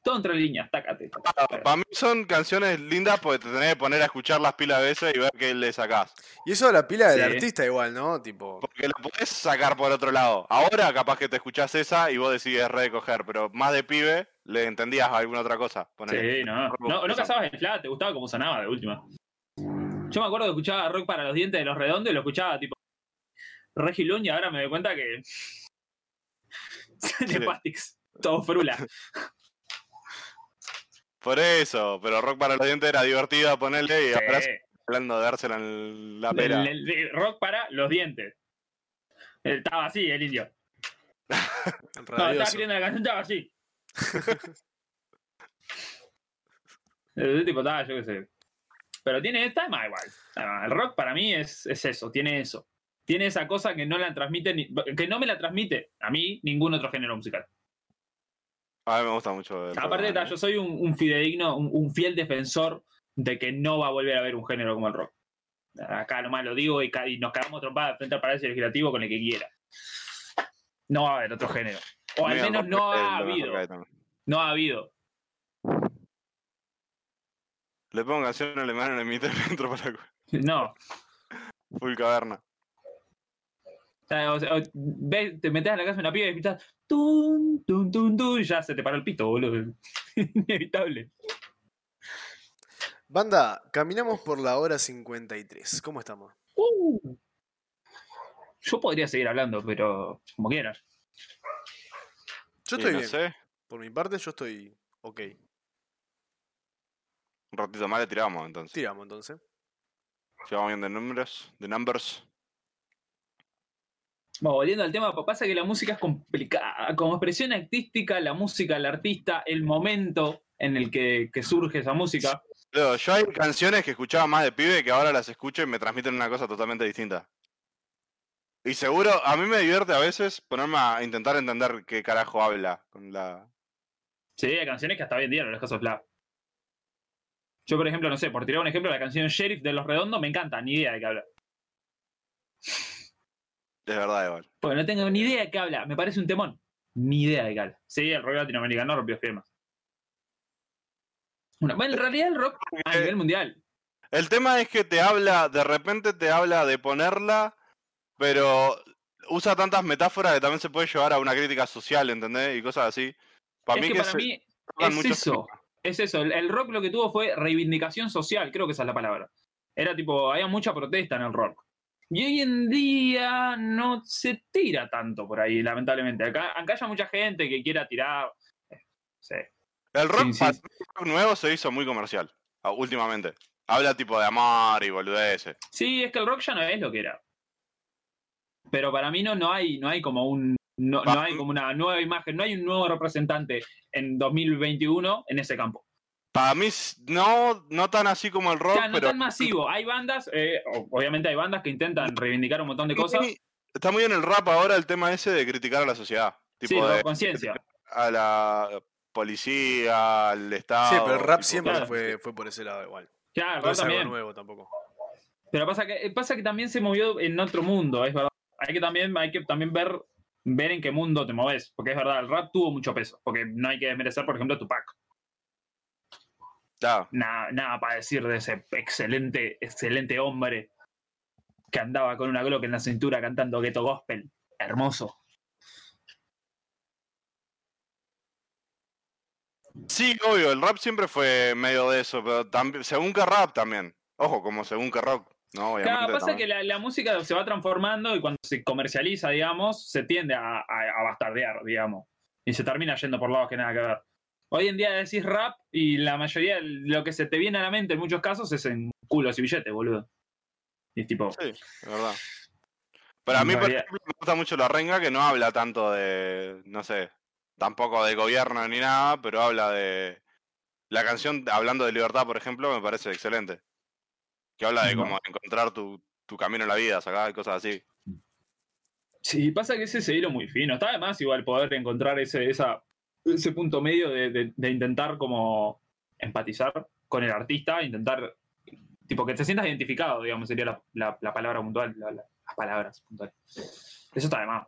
C: Todo entre líneas, tácate. tácate, tácate.
B: Para mí son canciones lindas porque te tenés que poner a escuchar las pilas de veces y ver qué le sacás.
A: Y eso la pila del
C: Sí.
A: artista igual, ¿no? Tipo,
B: Porque la podés sacar por otro lado. Ahora capaz que te escuchás esa y vos decidís recoger, pero más de pibe le entendías alguna otra cosa. ponele.
C: Sí, no. No, no cazabas el flat, te gustaba cómo sonaba de última. Yo me acuerdo que escuchaba rock para los dientes de los redondos y lo escuchaba tipo Regilón y ahora me doy cuenta que. (laughs) Telepathics, todo frula.
B: Por eso, pero Rock para los dientes era divertido ponerle (laughs) y ahora
C: Sí.
B: hablando de dársela en la
C: El,
B: pera.
C: el- el rock para los dientes. Él Estaba así, el indio. No, estaba
A: rabioso.
C: escribiendo la canción, estaba así.
B: (laughs)
C: el tipo estaba, yo qué sé. Pero tiene, está más igual. Está más. El rock para mí es, es eso, tiene eso. Tiene esa cosa que no la transmite, ni- que no me la transmite a mí ningún otro género musical.
B: A mí me gusta mucho. el rock
C: Aparte,
B: para
C: ta,
B: mí.
C: yo soy un, un fidedigno, un, un fiel defensor de que no va a volver a haber un género como el rock. Acá nomás lo digo y, ca- y nos cagamos trompadas frente al Palacio Legislativo con el que quiera. No va a haber otro género. O al
B: Mira,
C: menos
B: rock
C: no
B: es
C: ha
B: lo mejor
C: habido.
B: que hay también.
C: No ha habido.
B: Le pongo canción en alemán en mi (laughs) dentro para
C: No.
B: full caverna.
C: O sea, o- ves, te metes a la casa de una piba y escuchas tun, tun, tun, tun, y ya se te paró el pito, boludo. (laughs) Inevitable.
A: Banda, caminamos por la hora 53. ¿Cómo estamos?
C: Uh. Yo podría seguir hablando, pero como quieras.
A: Yo
B: Y
A: estoy
B: no
A: bien.
B: sé,
A: Por mi parte, yo estoy ok.
B: un ratito más le tiramos entonces.
A: Tiramos entonces.
B: Llevamos bien de números, de numbers.
C: Bueno, volviendo al tema, pasa que la música es complicada. Como expresión artística, la música, el artista, el momento en el que, que surge esa música.
B: Pero yo hay canciones que escuchaba más de pibe que ahora las escucho y me transmiten una cosa totalmente distinta. Y seguro, a mí me divierte a veces ponerme a intentar entender qué carajo habla con la.
C: Sí, hay canciones que hasta hoy en día no las caso Fla. Yo, por ejemplo, no sé, por tirar un ejemplo, la canción Sheriff de Los Redondos me encanta, ni idea de qué habla.
B: Es verdad, igual.
C: Porque no tengo ni idea de qué habla, me parece un temón. Ni idea de qué habla. Sí, el rock latinoamericano rompió esquemas. Bueno, bueno, en realidad el rock a nivel mundial.
B: El tema es que te habla, de repente te habla de ponerla, pero usa tantas metáforas que también se puede llevar a una crítica social, ¿entendés? Y cosas así. Para
C: es
B: mí
C: que,
B: que,
C: para
B: se
C: mí
B: tocan
C: es
B: muchos
C: eso.
B: temas.
C: Es eso, el, el rock lo que tuvo fue reivindicación social, creo que esa es la palabra. Era tipo, había mucha protesta en el rock. Y hoy en día no se tira tanto por ahí, lamentablemente. Acá, acá haya mucha gente que quiera tirar. eh, Sí.
B: El rock,
C: Sí, sí.
B: para mí, el rock nuevo se hizo muy comercial, a- últimamente. Habla tipo de amor y boludeces.
C: Sí, es que el rock ya no es lo que era. Pero para mí no, no hay, no hay como un. No, no hay como una nueva imagen, no hay un nuevo representante en 2021 en ese campo.
B: Para mí, s- no, no tan así como el rock,
C: O sea, no
B: pero
C: tan masivo. Hay bandas, eh, o- obviamente hay bandas que intentan reivindicar un montón de
B: está
C: cosas.
B: muy- está muy en el rap ahora el tema ese de criticar a la sociedad.
C: Sí,
B: Tipo de,
C: con conciencia.
B: a la policía, al Estado.
A: Sí, pero el rap
B: Ah, tipo,
A: siempre
C: claro.
A: fue, fue por ese lado igual.
C: Claro,
A: No es algo
C: también.
A: nuevo tampoco.
C: Pero pasa que, eh, pasa que también se movió en otro mundo, es verdad. Hay que también, hay que también ver, ver en qué mundo te moves. Porque es verdad, el rap tuvo mucho peso. Porque no hay que desmerecer, por ejemplo, a Tupac.
B: claro.
C: Nada, nada para decir de ese excelente, excelente hombre que andaba con una Glock en la cintura cantando Ghetto Gospel. Hermoso.
B: Sí, obvio, el rap siempre fue medio de eso, pero también, según que rap también. Ojo, como según que rock. No, obviamente.
C: Claro, pasa
B: también.
C: que la, la música se va transformando y cuando se comercializa, digamos, se tiende a, a- a bastardear, digamos. Y se termina yendo por lados que nada que ver. Hoy en día decís rap y la mayoría, de lo que se te viene a la mente en muchos casos es en culos y billetes, boludo. Y es tipo,
B: Sí, es verdad. Pero a
C: En
B: mí, por
C: realidad-
B: ejemplo, me gusta mucho la renga que no habla tanto de, no sé, tampoco de gobierno ni nada, pero habla de... La canción hablando de libertad, por ejemplo, me parece excelente. Que habla de
C: No.
B: cómo encontrar tu, tu camino en la vida, sacar cosas así.
C: sí, pasa que ese es ese hilo muy fino. Está además igual poder encontrar ese, esa, ese punto medio de, de- de intentar como empatizar con el artista, intentar tipo que te sientas identificado, digamos, sería la, la- la palabra puntual, la- la- las palabras puntuales. Eso está de más.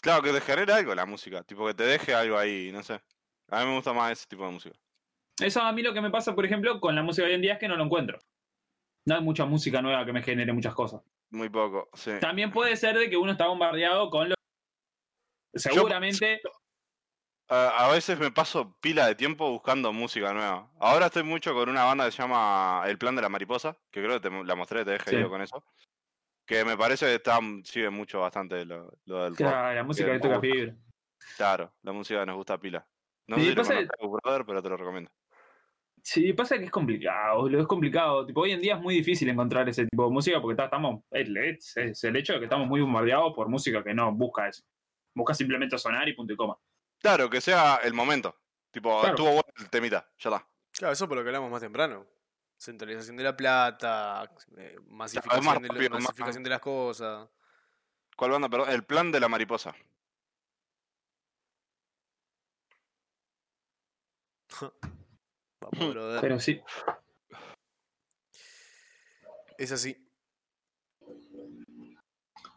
B: Claro, que te genere algo la música, tipo que te deje algo ahí, no sé. A mí me gusta más ese tipo de música.
C: Eso a mí lo que me pasa, por ejemplo, con la música de hoy en día es que no lo encuentro. No hay mucha música nueva que me genere muchas cosas.
B: Muy poco, sí.
C: También puede ser de que uno está bombardeado con lo... Seguramente...
B: A, a veces me paso pila de tiempo buscando música nueva. Ahora estoy mucho con una banda que se llama El Plan de la Mariposa, que creo que te, la mostré, te dejé
C: Sí.
B: yo con eso. Que me parece que está, sigue mucho bastante lo, lo del rock.
C: Claro, la música que toca fibra.
B: Claro, la música nos gusta pila. No
C: Y
B: sé si lo
C: pasa que-
B: conoces, brother, pero te lo recomiendo.
C: Sí, pasa que es complicado, lo es complicado. Tipo, hoy en día es muy difícil encontrar ese tipo de música porque ta- estamos. Es, es- es el hecho de que estamos muy bombardeados por música que no busca eso. Busca simplemente sonar y punto y coma.
B: Claro, que sea el momento. Tipo,
C: Claro.
B: estuvo bueno el temita, ya está.
A: Claro, eso por lo que hablamos más temprano. Centralización de la plata, eh, masificación, de, lo-
B: rápido, Ah, más-
A: masificación de las cosas.
B: ¿Cuál banda? Perdón, El Plan de la Mariposa.
A: Vamos, brother.
C: Pero sí.
A: Es así.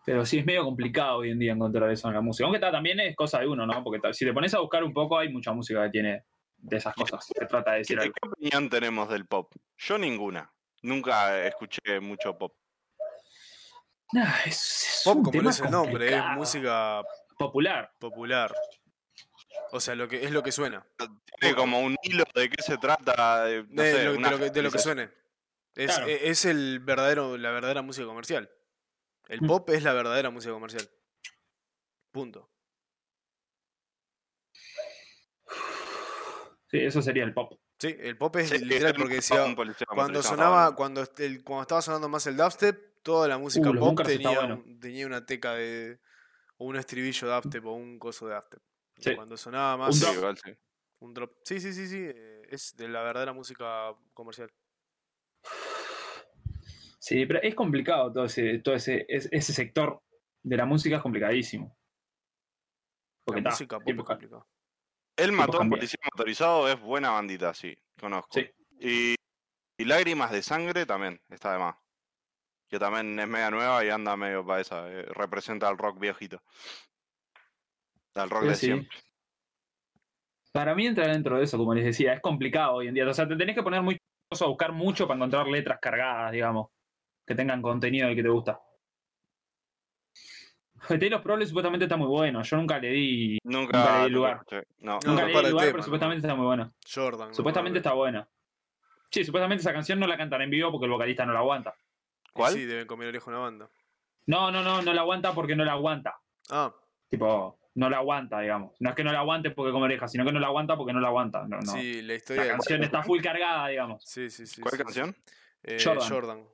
C: Pero sí, es medio complicado hoy en día encontrar eso en la música. Aunque está, también es cosa de uno, ¿no? Porque ta- si te pones a buscar un poco, hay mucha música que tiene de esas cosas. Se trata de
B: ¿Qué,
C: decir algo.
B: qué opinión tenemos del pop? Yo ninguna. Nunca escuché mucho pop.
C: Nah, Ah, es, es
A: Pop,
C: un
A: como
C: tema
A: lo dice el nombre, es
C: complicado.
A: música
C: popular.
A: popular. O sea, lo que es lo que suena.
B: Tiene como un hilo de qué se trata. De, no
A: de,
B: sé,
A: lo, de
B: una
A: lo que, de lo que
B: frase.
A: suene. Es,
C: Claro.
A: e- es el verdadero, la verdadera música comercial. El
C: Mm.
A: pop es la verdadera música comercial. Punto.
C: Sí, eso sería el pop.
A: Sí, el pop es
B: Sí,
A: literal
B: nunca
A: porque
B: estaba
A: decía
B: un policía
A: cuando
B: motorizado,
A: sonaba,
B: boludo.
A: cuando est- el, cuando estaba sonando más el dubstep, toda la música
C: Uh, los
A: pop
C: Bunkers está
A: tenía,
C: bueno.
A: un- tenía una teca de o un estribillo dubstep o un coso de dubstep.
C: Sí.
A: Cuando sonaba
C: Un
A: más
B: Sí,
C: drop.
B: igual sí.
A: un drop. Sí, sí, sí, sí, eh, es de la verdadera música comercial.
C: Sí, pero es complicado todo ese, todo ese, es- ese sector de la música es complicadísimo. Porque
A: La
C: ta,
A: música pop es
C: tipo,
A: complicada.
B: El mató a un
C: cambian.
B: policía motorizado es buena bandita, sí, conozco.
C: Sí.
B: Y, y Lágrimas de Sangre también, está de más. Que también es media nueva y anda medio para esa. eh, representa al rock viejito. Al rock
C: sí,
B: de
C: sí.
B: siempre.
C: Para mí entra dentro de eso, como les decía, es complicado hoy en día. O sea, te tenés que poner muy a buscar mucho para encontrar letras cargadas, digamos, que tengan contenido del que te gusta. Taylor Prole supuestamente está muy bueno. Yo nunca le di,
B: Nunca,
C: Nunca le di
B: nunca
C: lugar.
B: escuché. No,
A: No,
C: nunca
A: no
C: le
A: para
C: di
A: el
C: lugar,
A: tema,
C: pero
A: ¿no?
C: supuestamente está muy buena.
A: Jordan. no me
C: Supuestamente
A: acuerdo.
C: está buena. Sí, supuestamente esa canción no la cantan en vivo porque el vocalista no la aguanta.
A: Y
B: ¿Cuál?
A: Sí, deben comer oreja una banda.
C: No, no, no, no la aguanta porque no la aguanta.
A: Ah,
C: Tipo, no la aguanta, digamos. No es que no la aguante porque come oreja, sino que no la aguanta porque no la aguanta. No, no.
A: sí, la historia
C: la
A: de
C: canción está full cargada, digamos.
A: Sí, sí, sí.
B: ¿Cuál
A: sí, sí.
B: canción?
A: Eh, Jordan.
C: Jordan.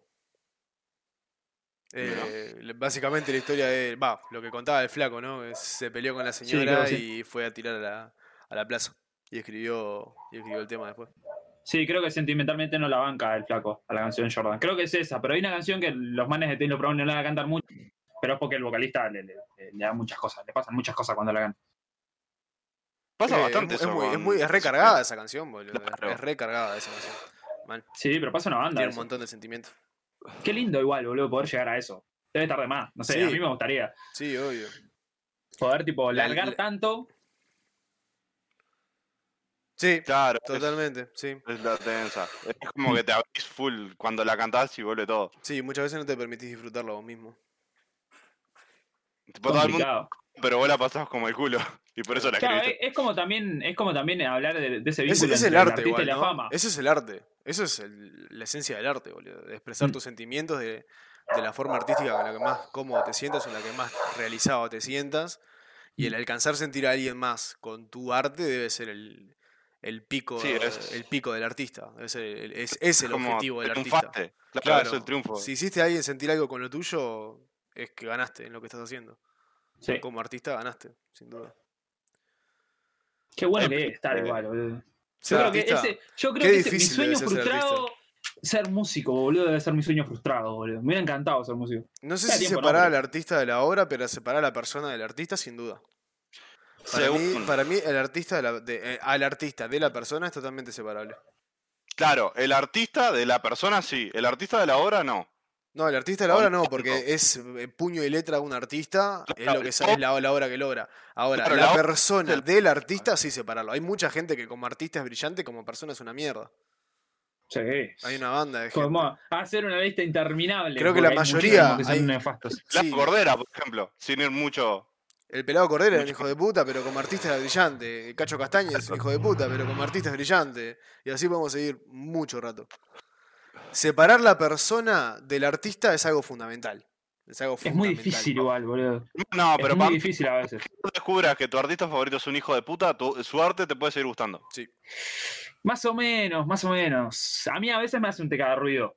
B: Mirá.
A: Eh, le- básicamente la historia de. Va, lo que contaba el flaco, ¿no? Es- Se peleó con la señora
C: creo que
A: y fue a tirar a la, a la plaza. Y escribió, y escribió el tema después.
C: Sí, creo que sentimentalmente no la banca el flaco a la canción Jordan. Creo que es esa, pero hay una canción que los manes de Taylor Brown no la cantan mucho, pero es porque el vocalista le, le- le- le da muchas cosas, le pasan muchas cosas cuando la canta.
B: Pasa
A: Eh,
B: bastante
A: es,
B: eso
A: mu- es muy, es
B: con-
A: muy- es
B: eso-
A: recargada esa canción, boludo. es-
B: Claro.
A: Es recargada esa canción. Mal.
C: Sí, pero pasa una banda.
A: Tiene un
C: eso.
A: montón de sentimientos.
C: Qué lindo igual, boludo, poder llegar a eso. Debe estar de más, no sé,
A: Sí.
C: a mí me gustaría
A: Sí, obvio.
C: poder, tipo,
A: La-
C: largar
A: la-
C: tanto.
A: Sí,
B: Claro, es-
A: totalmente. Sí.
B: Es, la tensa. Es como que te abrís full cuando la cantás y vuelve todo.
A: Sí, muchas veces no te permitís disfrutarlo vos mismo.
B: Tipo, todo el mundo,
C: complicado.
B: pero vos la pasás como el culo. (laughs) Y por eso la
C: Claro,
B: escribiste.
C: es, es como también, es como también hablar de, de ese
A: Es,
C: vínculo
A: es
C: entre
A: el arte,
C: artista
A: igual,
C: y la
A: ¿no?
C: fama.
A: Eso es el arte. Eso es el- la esencia del arte, boludo. De expresar
C: Mm.
A: tus sentimientos de, de la forma artística con la que más cómodo te sientas, en la que más realizado te sientas. Y el
C: Mm.
A: alcanzar a sentir a alguien más con tu arte debe ser el, el pico,
B: Sí, es-
A: el pico del artista. Debe ser el- es, es el
B: como
A: objetivo del artista.
B: triunfaste. Claro, es el
A: Claro,
B: triunfo.
A: Si hiciste a alguien sentir algo con lo tuyo, es que ganaste en lo que estás haciendo.
C: Sí.
A: Como artista ganaste, sin duda.
C: Qué bueno
B: Eh,
C: que es estar
B: eh,
C: igual, boludo. Yo
A: Ser
C: creo que
A: artista-
C: ese, yo creo
A: qué
C: que ese- mi
A: difícil debe
C: sueño
A: ser ser
C: frustrado, ser músico, boludo, debe ser mi sueño frustrado, boludo. Me hubiera encantado ser músico.
A: No sé
C: Cada
A: si
C: tiempo, ¿no?
A: separar al
C: Pero-
A: artista de la obra, pero separar a la persona del artista, sin duda. Para, mí,
B: Según-
A: para mí, el artista de la- de- eh, al artista de la persona es totalmente separable.
B: Claro, el artista de la persona sí, el artista de la obra no.
A: No, el artista de la obra no,
B: Olímpico.
A: porque es eh, puño y letra de un artista, es
B: Claro,
A: lo que
B: el
A: sa- es
B: pop-
A: la, la obra que logra. Ahora,
B: Claro,
A: la,
B: la obra es
A: persona
B: el-
A: del artista sí separarlo. Hay mucha gente que como artista es brillante, como persona es una mierda.
C: Sí.
A: Hay una banda de gente.
C: Podemos hacer una lista interminable.
A: Creo que
C: porque
A: la
C: hay
A: mayoría
C: muchísimos Que son
A: hay-
C: nefastos.
B: La
A: Sí,
B: Cordera, por ejemplo, sin ir mucho.
A: el pelado Cordero era un
B: Mucho.
A: hijo de puta, pero como artista era brillante. Cacho Castaña es un hijo de puta, pero como artista es brillante. Y así podemos seguir mucho rato. Separar la persona del artista es algo fundamental. Es algo
C: Es
A: fundamental.
C: muy difícil igual, boludo.
B: No,
C: es
B: pero
C: muy
B: para
C: difícil a veces.
B: tú descubras que tu artista favorito es un hijo de puta, tu- su arte te puede seguir gustando.
C: Más o menos, más o menos. A mí a veces me hace un tecado ruido.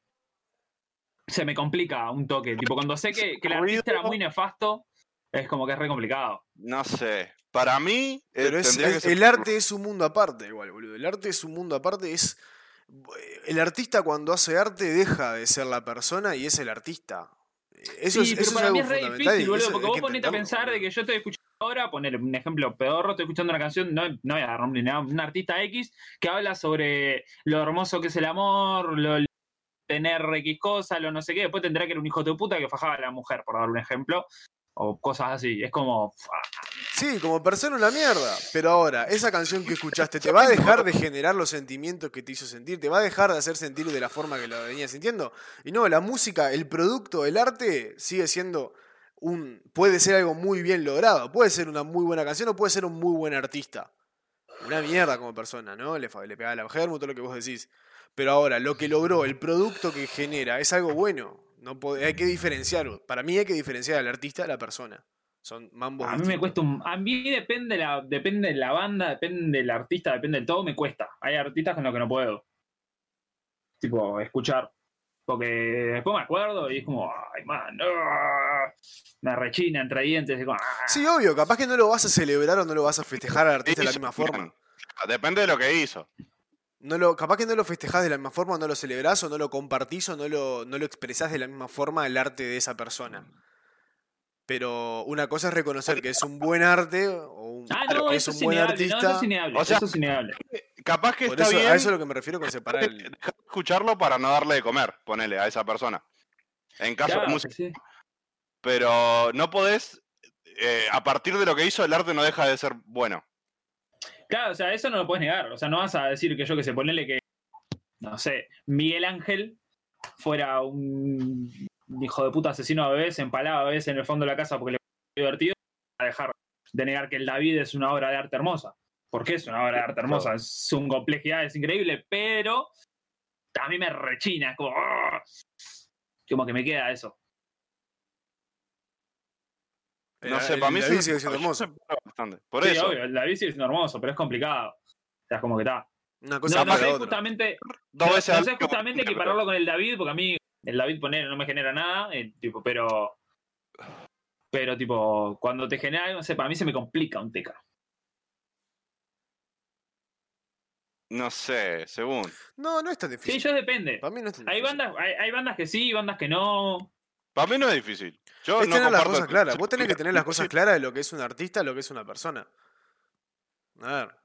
C: Se me complica un toque. Tipo, cuando sé que, que el artista era
B: Ruido.
C: muy nefasto, es como que es re complicado.
B: No sé. Para mí, eh,
A: Pero es-
B: tendría que
A: es-
B: ser-
A: el arte es un mundo aparte, igual, boludo. El arte es un mundo aparte, es. El artista cuando hace arte deja de ser la persona y es el artista. Eso
C: sí,
A: es,
C: pero
A: eso es
C: para
A: algo
C: mí es re
A: fundamental. y
C: difícil, boludo,
A: eso
C: porque
A: hay
C: vos
A: que
C: ponete a
A: entenderlo,
C: pensar de
A: boludo.
C: que yo estoy escuchando ahora, poner un ejemplo pedorro, estoy escuchando una canción, no, no voy a agarrar ni nada, un artista X que habla sobre lo hermoso que es el amor, lo tener X cosa, lo no sé qué, después tendrá que era un hijo de puta que fajaba a la mujer, por dar un ejemplo, o cosas así. Es como, ah,
A: Sí, como persona una mierda. Pero ahora, esa canción que escuchaste te va a dejar de generar los sentimientos que te hizo sentir, te va a dejar de hacer sentir de la forma que lo venías sintiendo. Y no, la música, el producto, el arte sigue siendo un. puede ser algo muy bien logrado. Puede ser una muy buena canción o puede ser un muy buen artista. Una mierda como persona, ¿no? Le, fa- le pegaba la germo, todo lo que vos decís. Pero ahora, lo que logró, el producto que genera, es algo bueno. No po- hay que diferenciarlo. Para mí hay que diferenciar al artista de la persona. Son mambos.
C: a mí me
A: distintos.
C: cuesta un, a mí depende la, depende la banda, depende del artista, depende de todo, me cuesta. Hay artistas con los que no puedo. Tipo, escuchar. Porque después me acuerdo y es como, ay man, ah", me rechina entre dientes, y como, "Ah".
A: Sí, obvio, capaz que no lo vas a celebrar o no lo vas a festejar al artista de la
B: hizo,
A: misma forma.
B: man. Depende de lo que hizo.
A: No lo, capaz que no lo festejás de la misma forma, o no lo celebrás o no lo compartís o no lo, no lo expresás de la misma forma el arte de esa persona.
B: Mm.
A: Pero una cosa es reconocer que es un buen arte o un,
C: Ah,
A: o
C: no,
A: que
C: eso es innegable, no, eso es innegable,
B: O sea,
C: eso es innegable.
B: Capaz que
A: Por
B: está
A: eso,
B: bien
A: a eso es lo que me refiero con separar el...
B: dejar de escucharlo para no darle de comer, ponele, a esa persona. En caso
C: Claro,
B: de música.
C: sí.
B: Pero no podés, eh, a partir de lo que hizo, el arte no deja de ser bueno.
C: Claro, o sea, eso no lo puedes negar. O sea, no vas a decir que yo que sé, ponele que, no sé, Miguel Ángel fuera un hijo de puta asesino a bebés, empalado a bebés en el fondo de la casa porque le pareció divertido, a dejar de negar que el David es una obra de arte hermosa. Porque es una obra de arte hermosa, es una complejidad, es increíble, pero a mí me rechina, es como, "Ah". como que me queda eso.
A: el-
B: No sé,
A: Eh, el-
B: para
A: la
B: mí (laughs) es un-
A: vida sigue siendo
B: yo
A: hermosa.
B: separo bastante. Por
C: Sí,
B: eso,
C: obvio, el David sí es hermoso, pero es complicado. O sea, es como que está.
A: Una cosa
C: No, no
A: para
C: sé
A: la otra.
C: justamente,
B: dos
C: Pero,
B: veces
C: no
B: al
C: sé
B: año-
C: justamente equipararlo con el David, porque a mí el David poner no me genera nada, eh, tipo, pero. Pero, tipo, cuando te genera algo, no sé, para mí se me complica un teca.
B: No sé, según.
A: No, no es tan difícil.
C: Sí, yo depende.
A: Para mí no es tan
C: Hay
A: difícil.
C: bandas, hay, hay bandas que sí, bandas que no.
B: Para mí no es difícil. Yo
A: Es
B: no
A: tener las
B: comparto-
A: cosas claras. Vos tenés que tener las
B: (laughs)
A: cosas claras de lo que es un artista, lo que es una persona. A ver,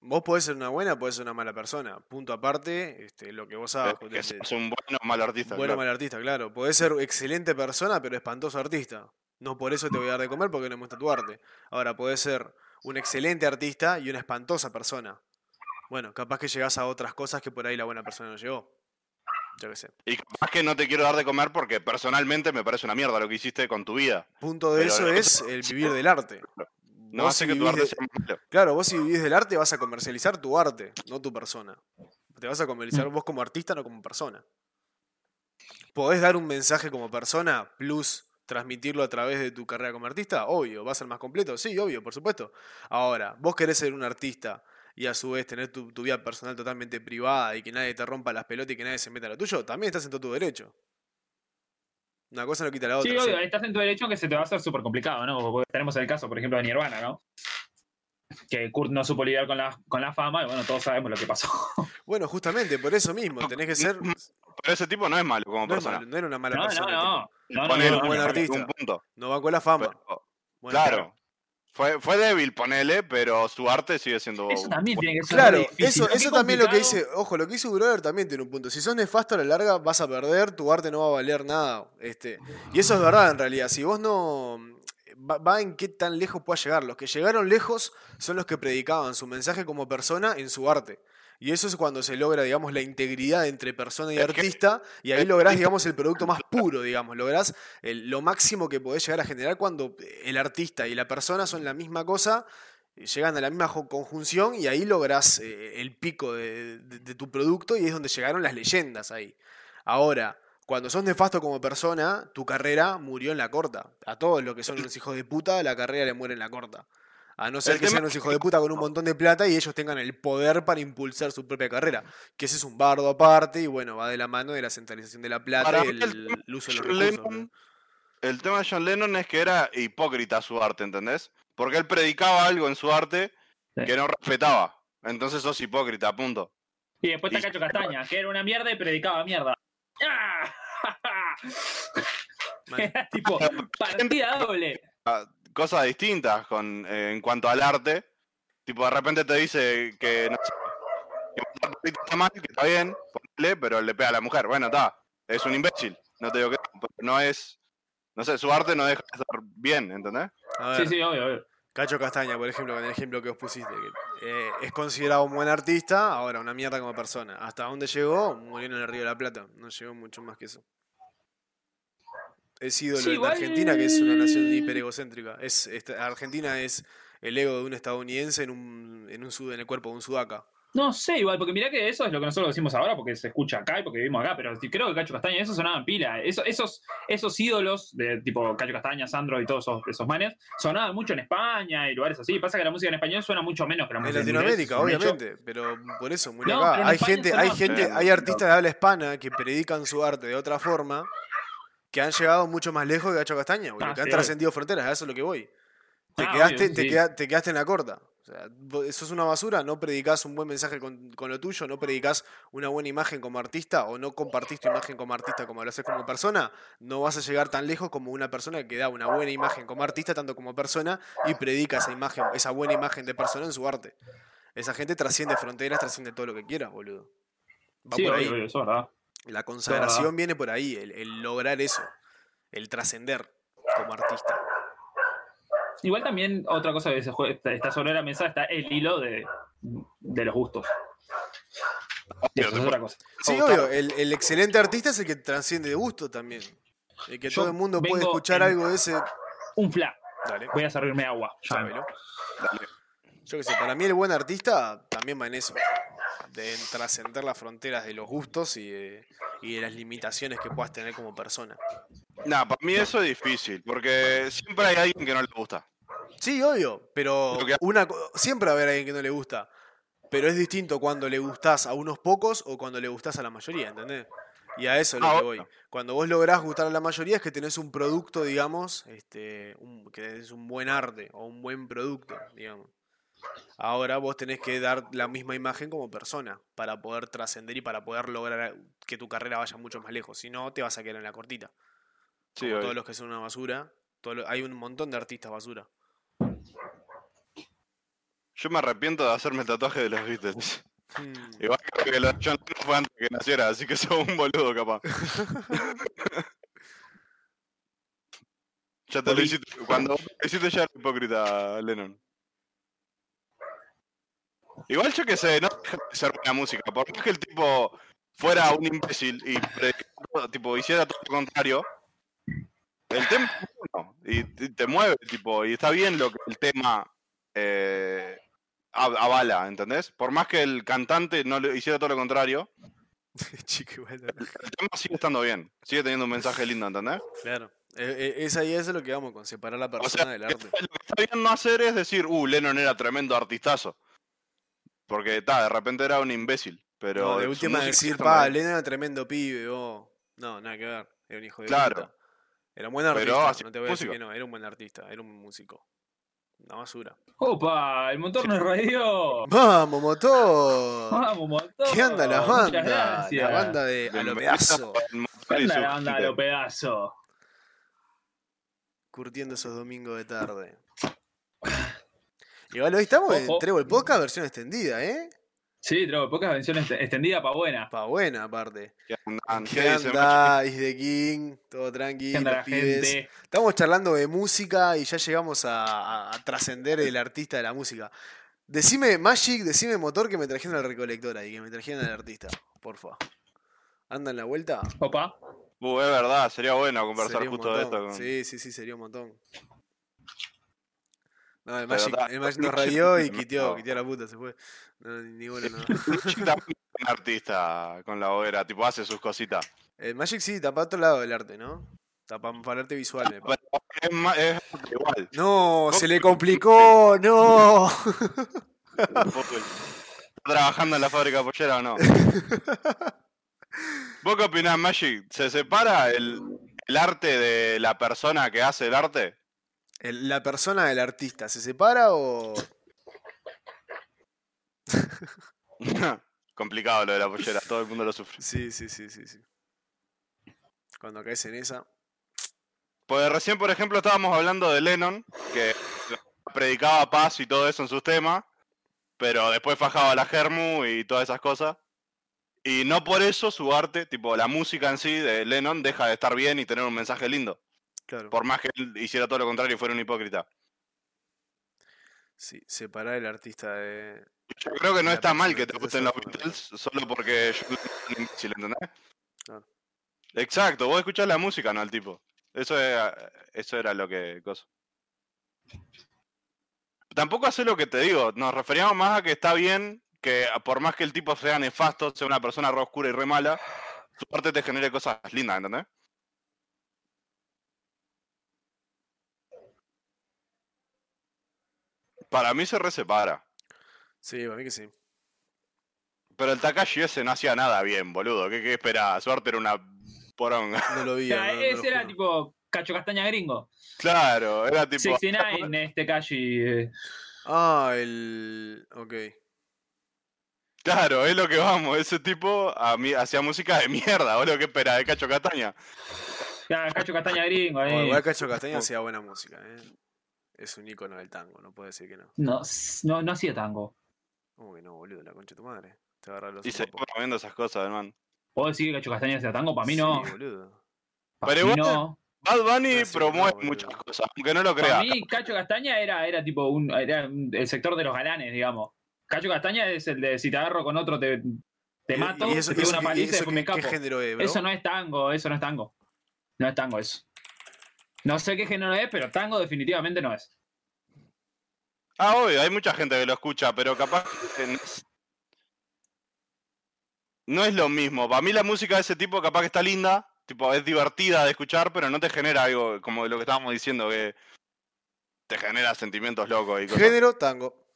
A: vos podés ser una buena, podés ser una mala persona. Punto aparte, este, lo que vos hagas.
B: Es
A: de-
B: que
A: de-
B: sos un buen o mal artista.
A: bueno o
B: claro.
A: mal artista, claro. Podés ser excelente persona, pero espantoso artista. No por eso te voy a dar de comer porque no me gusta tu arte. Ahora, podés ser un excelente artista y una espantosa persona. Bueno, capaz que llegás a otras cosas que por ahí la buena persona no llegó. Yo qué sé.
B: Y capaz que no te quiero dar de comer porque personalmente me parece una mierda lo que hiciste con tu vida.
A: Punto de
B: Pero
A: eso
B: no-
A: es el vivir del arte.
B: No
A: Vos
B: hace
A: si
B: que tu
A: vivís
B: arte
A: de-
B: sea malo.
A: Claro, vos si vivís del arte vas a comercializar tu arte, no tu persona. Te vas a comercializar vos como artista, no como persona. ¿Podés dar un mensaje como persona plus transmitirlo a través de tu carrera como artista? Obvio, va a ser más completo. Sí, obvio, por supuesto. Ahora, vos querés ser un artista y a su vez tener tu, tu vida personal totalmente privada y que nadie te rompa las pelotas y que nadie se meta en lo tuyo, también estás en todo tu derecho. Una cosa no quita la otra.
C: sí,
A: ¿sí?
C: obvio, estás en tu derecho que se te va a hacer súper complicado, ¿no? Porque tenemos el caso, por ejemplo, de Nirvana, ¿no? Que Kurt no supo lidiar con la, con la fama, y bueno, todos sabemos lo que pasó.
A: Bueno, justamente por eso mismo, tenés que ser...
B: Pero ese tipo no es malo como
A: No, es
B: persona.
A: malo, no era una mala
C: No, no,
A: persona. tipo,
C: no. No, no,
B: Ponele
C: no,
A: un buen
C: no.
A: artista.
B: Un punto.
A: No va con la fama.
B: Pero-
A: Bueno,
B: claro. Fue, fue débil, ponele, pero su arte sigue siendo.
C: Eso también tiene que ser
A: Claro,
C: re difícil,
A: eso,
C: ¿no? Qué
A: eso también lo que
C: complicado.
A: dice, ojo, lo que hizo Grover también tiene un punto. Si sos nefasto a la larga, vas a perder, tu arte no va a valer nada. Este, y eso es verdad en realidad. Si vos no. Va, va en qué tan lejos puedas llegar. Los que llegaron lejos son los que predicaban su mensaje como persona en su arte. Y eso es cuando se logra, digamos, la integridad entre persona y
B: Es que-
A: artista. Y ahí
B: es-
A: lográs, digamos, el producto más puro, digamos. Lográs el- lo máximo que podés llegar a generar cuando el artista y la persona son la misma cosa eh, llegan a la misma jo- conjunción y ahí lográs eh, el pico de, de- de tu producto y es donde llegaron las leyendas ahí. Ahora, cuando sos nefasto como persona, tu carrera murió en la corta. A todos los que son unos hijos de puta, la carrera le muere en la corta. A no ser
B: El
A: que
B: tema
A: sean unos hijos de puta con un montón de plata y ellos tengan el poder para impulsar su propia carrera. Que ese es un bardo aparte y bueno, va de la mano de la centralización de la plata
B: Para
A: y
B: mí el
A: el,
B: tema
A: el uso de los
B: John
A: recursos.
B: Lennon, el tema de John Lennon es que era hipócrita su arte, ¿entendés? Porque él predicaba algo en su arte
C: Sí.
B: que no respetaba. Entonces sos hipócrita, punto.
C: Y después está
B: Y-
C: Cacho Castaña, que era una mierda y predicaba mierda. ¡Ah! (laughs)
A: Man.
C: Era
A: (laughs)
C: tipo, partida doble.
B: Cosas distintas con, eh, en cuanto al arte. Tipo, de repente te dice que no sé, que matar perritos está mal, que está bien, ponele, pero le pega a la mujer. Bueno, está. Es un imbécil. No te digo que no, pero no es. No sé, su arte no deja de estar bien, ¿entendés?
A: A ver.
C: Sí, sí, obvio, obvio.
A: Cacho Castaña, por ejemplo, con el ejemplo que os pusiste, que eh, es considerado un buen artista, ahora una mierda como persona. ¿Hasta dónde llegó? Murió en el Río de la Plata. No llegó mucho más que eso. Es ídolo
C: Sí,
A: en
C: igual-
A: Argentina, que es una nación hiperegocéntrica. Es, esta- Argentina es el ego de un estadounidense en, un, en, un sud- en el cuerpo de un sudaca.
C: No sé, igual, porque mirá que eso es lo que nosotros decimos ahora, porque se escucha acá y porque vivimos acá, pero sí creo que Cacho Castaña, eso sonaban pila. Eso- esos, esos ídolos de tipo Cacho Castaña, Sandro y todos esos, esos manes, sonaban mucho en España y lugares así. Pasa que la música en español suena mucho menos que la
A: En
C: música
A: Latinoamérica,
C: inglés, es un hecho.
A: obviamente, pero por eso murió
C: No, pero
A: acá.
C: en
A: Hay
C: España
A: gente,
C: sonaba
A: hay gente,
B: feo.
A: hay artistas de habla hispana que predican su arte de otra forma, que han llegado mucho más lejos que Gacho Castaña, boludo,
C: Ah,
A: que
C: sí,
A: han
C: obvio.
A: trascendido fronteras, a eso es lo que voy. Te,
C: Ah,
A: quedaste,
C: obvio,
A: te,
C: sí.
A: queda- te quedaste en la corta. O sea, vos- sos una basura, no predicás un buen mensaje con, con lo tuyo, no predicás una buena imagen como artista o no compartís tu imagen como artista como lo haces como persona, no vas a llegar tan lejos como una persona que da una buena imagen como artista, tanto como persona, y predica esa imagen, esa buena imagen de persona en su arte. Esa gente trasciende fronteras, trasciende todo lo que quiera, boludo. Va
C: Sí,
A: por ahí.
C: obvio, obvio, eso es verdad.
A: La consagración viene por ahí, el, el lograr eso, el trascender como artista.
C: Igual también otra cosa que se juega, está, está sobre la mesa está el hilo de, de los gustos. Y eso es otra cosa.
A: Sí,
B: Gustavo.
A: obvio, el, el excelente artista es el que transciende de gusto también. El que
C: Yo
A: todo el mundo puede
C: vengo
A: escuchar
C: en-
A: algo de ese.
C: Un fla.
A: Dale,
C: Voy a servirme agua. Ya vengo.
A: sábelo. Yo qué sé, para mí el buen artista también va en eso. De en trascender las fronteras de los gustos y de, y de las limitaciones que puedas tener como persona.
B: Nah, para mí eso es difícil, porque siempre hay alguien que no le gusta.
A: Sí, obvio, pero
B: Lo que-
A: una co- siempre va a haber alguien que no le gusta. Pero es distinto cuando le gustás a unos pocos o cuando le gustás a la mayoría, ¿entendés? Y a eso es lo
B: Ah,
A: que voy.
B: obvio.
A: Cuando vos lográs gustar a la mayoría es que tenés un producto, digamos, este, un- que es un buen arte o un buen producto, digamos. Ahora vos tenés que dar la misma imagen como persona para poder trascender y para poder lograr que tu carrera vaya mucho más lejos. Si no, te vas a quedar en la cortita.
B: Sí,
A: Como
B: obvio.
A: todos los que son una basura. todo lo- hay un montón de artistas basura.
B: Yo me arrepiento de hacerme el tatuaje de los Beatles.
A: Hmm.
B: Igual creo que lo de John Lennon fue antes que naciera, así que (laughs) soy un boludo capaz. ya te lo hiciste. Cuando vos lo hiciste ya era hipócrita, Lennon. Igual yo que sé, no deja de ser buena música. Por más que el tipo fuera un imbécil y predicara- tipo, hiciera todo lo contrario, el tema es bueno y te te mueve, tipo, y está bien lo que el tema eh, av- avala, ¿entendés? Por más que el cantante no lo hiciera todo lo contrario,
A: (laughs) Chico, igual no.
B: el tema sigue estando bien, sigue teniendo un mensaje lindo, ¿entendés?
A: Claro. Eh, eh, es ahí eso lo que vamos con separar la persona
B: (laughs)
A: del
B: lo que
A: arte.
B: está bien no hacer es decir, uh, Lennon era tremendo artistazo. Porque, ta, de repente era un imbécil. Pero
A: No, de
B: su
A: última
B: música
A: decir,
B: está
A: pa,
B: bien.
A: Lennon era tremendo pibe, vos. No, nada que ver. Era un hijo de
B: Claro.
A: puta. Era un buen
B: Pero
A: artista.
B: hacía
A: no te voy a decir
B: música.
A: que no, era un buen artista, era un músico. Una basura.
C: Opa, el motor nos rodeó.
A: ¡Vamos, motor!
C: Vamos, motor.
A: ¿Qué anda la
C: Muchas
A: banda? La
C: gracias.
A: banda de a
B: Bienvenido
A: lo pedazo.
B: al motor
C: ¿Qué
B: y
C: anda
B: su
C: la banda de
B: gente.
C: lo pedazo? (laughs)
A: Curtiendo esos domingos de tarde. Igual hoy estamos en
C: Ojo.
A: Trébol Podcast versión extendida, ¿eh?
C: Sí, traigo pocas menciones extendidas para buena.
A: Pa' buena, aparte.
B: ¿Qué andan? ¿Qué
A: ¿Qué
B: dicen,
A: anda? Is the King, todo
C: ¿Qué
A: tranquilo,
C: anda la gente?
A: Estamos charlando de música y ya llegamos a, a- a trascender el artista de la música. Decime Magic, decime Motor que me trajeron al recolector ahí, que me trajeron al artista, porfa. ¿Andan la vuelta?
C: Opa.
B: macho? Uh, es verdad, sería bueno conversar
A: Sería un
B: justo de esto.
A: montón.
B: Con...
A: Sí, sí, sí, sería un montón. No, el
B: Pero
A: Magic,
B: da-
A: el Magic
B: (laughs) no
A: nos radió y
B: sé,
A: quiteó,
B: no.
A: quiteó la puta, se fue. No, ni bueno,
B: (laughs)
A: no.
B: Luchi también es un artista con la hoguera, tipo hace sus cositas.
A: El Magic sí, tapa otro lado del arte, ¿no? Tapa para arte visual, me parece.
B: Pero es, ma- es igual.
A: No, se le complicó, no.
B: Fútbol. ¿Está trabajando en la fábrica pollera o no? ¿Vos qué opinás, Magic? ¿Se separa el, el arte de la persona que hace el
A: (laughs)
B: arte? (laughs)
A: El- la persona del artista, ¿se separa o.?
B: Complicado lo de la pollera, todo el mundo lo sufre.
A: Sí, sí, sí, sí. sí. Cuando caes en esa.
B: Pues recién, por ejemplo, estábamos hablando de Lennon, que predicaba paz y todo eso en sus temas, pero después fajaba la Germu y todas esas cosas. Y no por eso su arte, tipo la música en sí de Lennon, deja de estar bien y tener un mensaje lindo.
A: Claro.
B: Por más que él hiciera todo lo contrario y fuera un hipócrita.
A: Sí, separar el artista de.
B: Yo creo que no
A: La
B: está mal que
A: persona que
B: te
A: te
B: gusten los
A: hace la
B: Beatles solo porque yo un imbécil, ¿entendés?
A: Claro.
B: Exacto, vos escuchás la música, no al tipo. Eso era, eso era lo que. cosa. Tampoco hace lo que te digo, nos referíamos más a que está bien que a- por más que el tipo sea nefasto, sea una persona re oscura y re mala, su parte te genere cosas lindas, ¿entendés? Para mí se re separa.
A: Sí, para mí que sí.
B: Pero el Takashi ese no hacía nada bien, boludo. ¿Qué, qué esperaba? Su arte era una poronga. (laughs)
A: No lo
C: (laughs)
A: vi.
C: O sea,
A: no- no lo
C: ese era
A: juro.
C: tipo Cacho Castaña Gringo.
B: Claro, era tipo.
C: 69, este Kashi. eh,
A: Ah, el. Ok.
B: Claro, es lo que vamos. Ese tipo a mí, hacía música de mierda, boludo. ¿Qué esperaba? De Cacho Cataña.
C: ya, Ah, Cacho Castaña Gringo. eh.
A: Oh,
C: ahí.
A: igual Cacho Castaña hacía buena música, ¿eh? Es un ícono del tango, no puedo decir que no.
C: No, s- no, no hacía tango.
A: ¿Cómo que no, boludo? La concha de tu madre. Te agarra los
B: Y se
A: sopapos.
B: iba viendo esas cosas, hermano.
C: ¿Vos decís que Cacho Castaña hacía tango? Para mí no.
A: Sí, boludo.
C: Para
B: Pero
C: mí
B: igual-
C: no.
B: Bad Bunny
A: No, sí,
B: promueve
A: no, boludo.
B: muchas cosas, aunque no lo
C: Para
B: crea.
C: mí, Cacho Castaña era, era tipo un, era un- el sector de los galanes, digamos. Cacho Castaña es el de si te agarro con otro te, te
A: Y-
C: mato,
A: y eso-
C: te pego
A: eso
C: una
A: qué-
C: paliza y
A: eso
C: después me
A: qué- ¿Qué
C: escapo.
A: género es, bro?
C: Eso no es tango, eso no es tango. No es tango eso. No sé qué género es, pero tango definitivamente no es.
B: Ah, obvio, hay mucha gente que lo escucha, pero capaz que no es- no es lo mismo. Para mí la música de ese tipo capaz que está linda, tipo es divertida de escuchar, pero no te genera algo como de lo que estábamos diciendo que te genera sentimientos locos y cosas.
A: Género tango.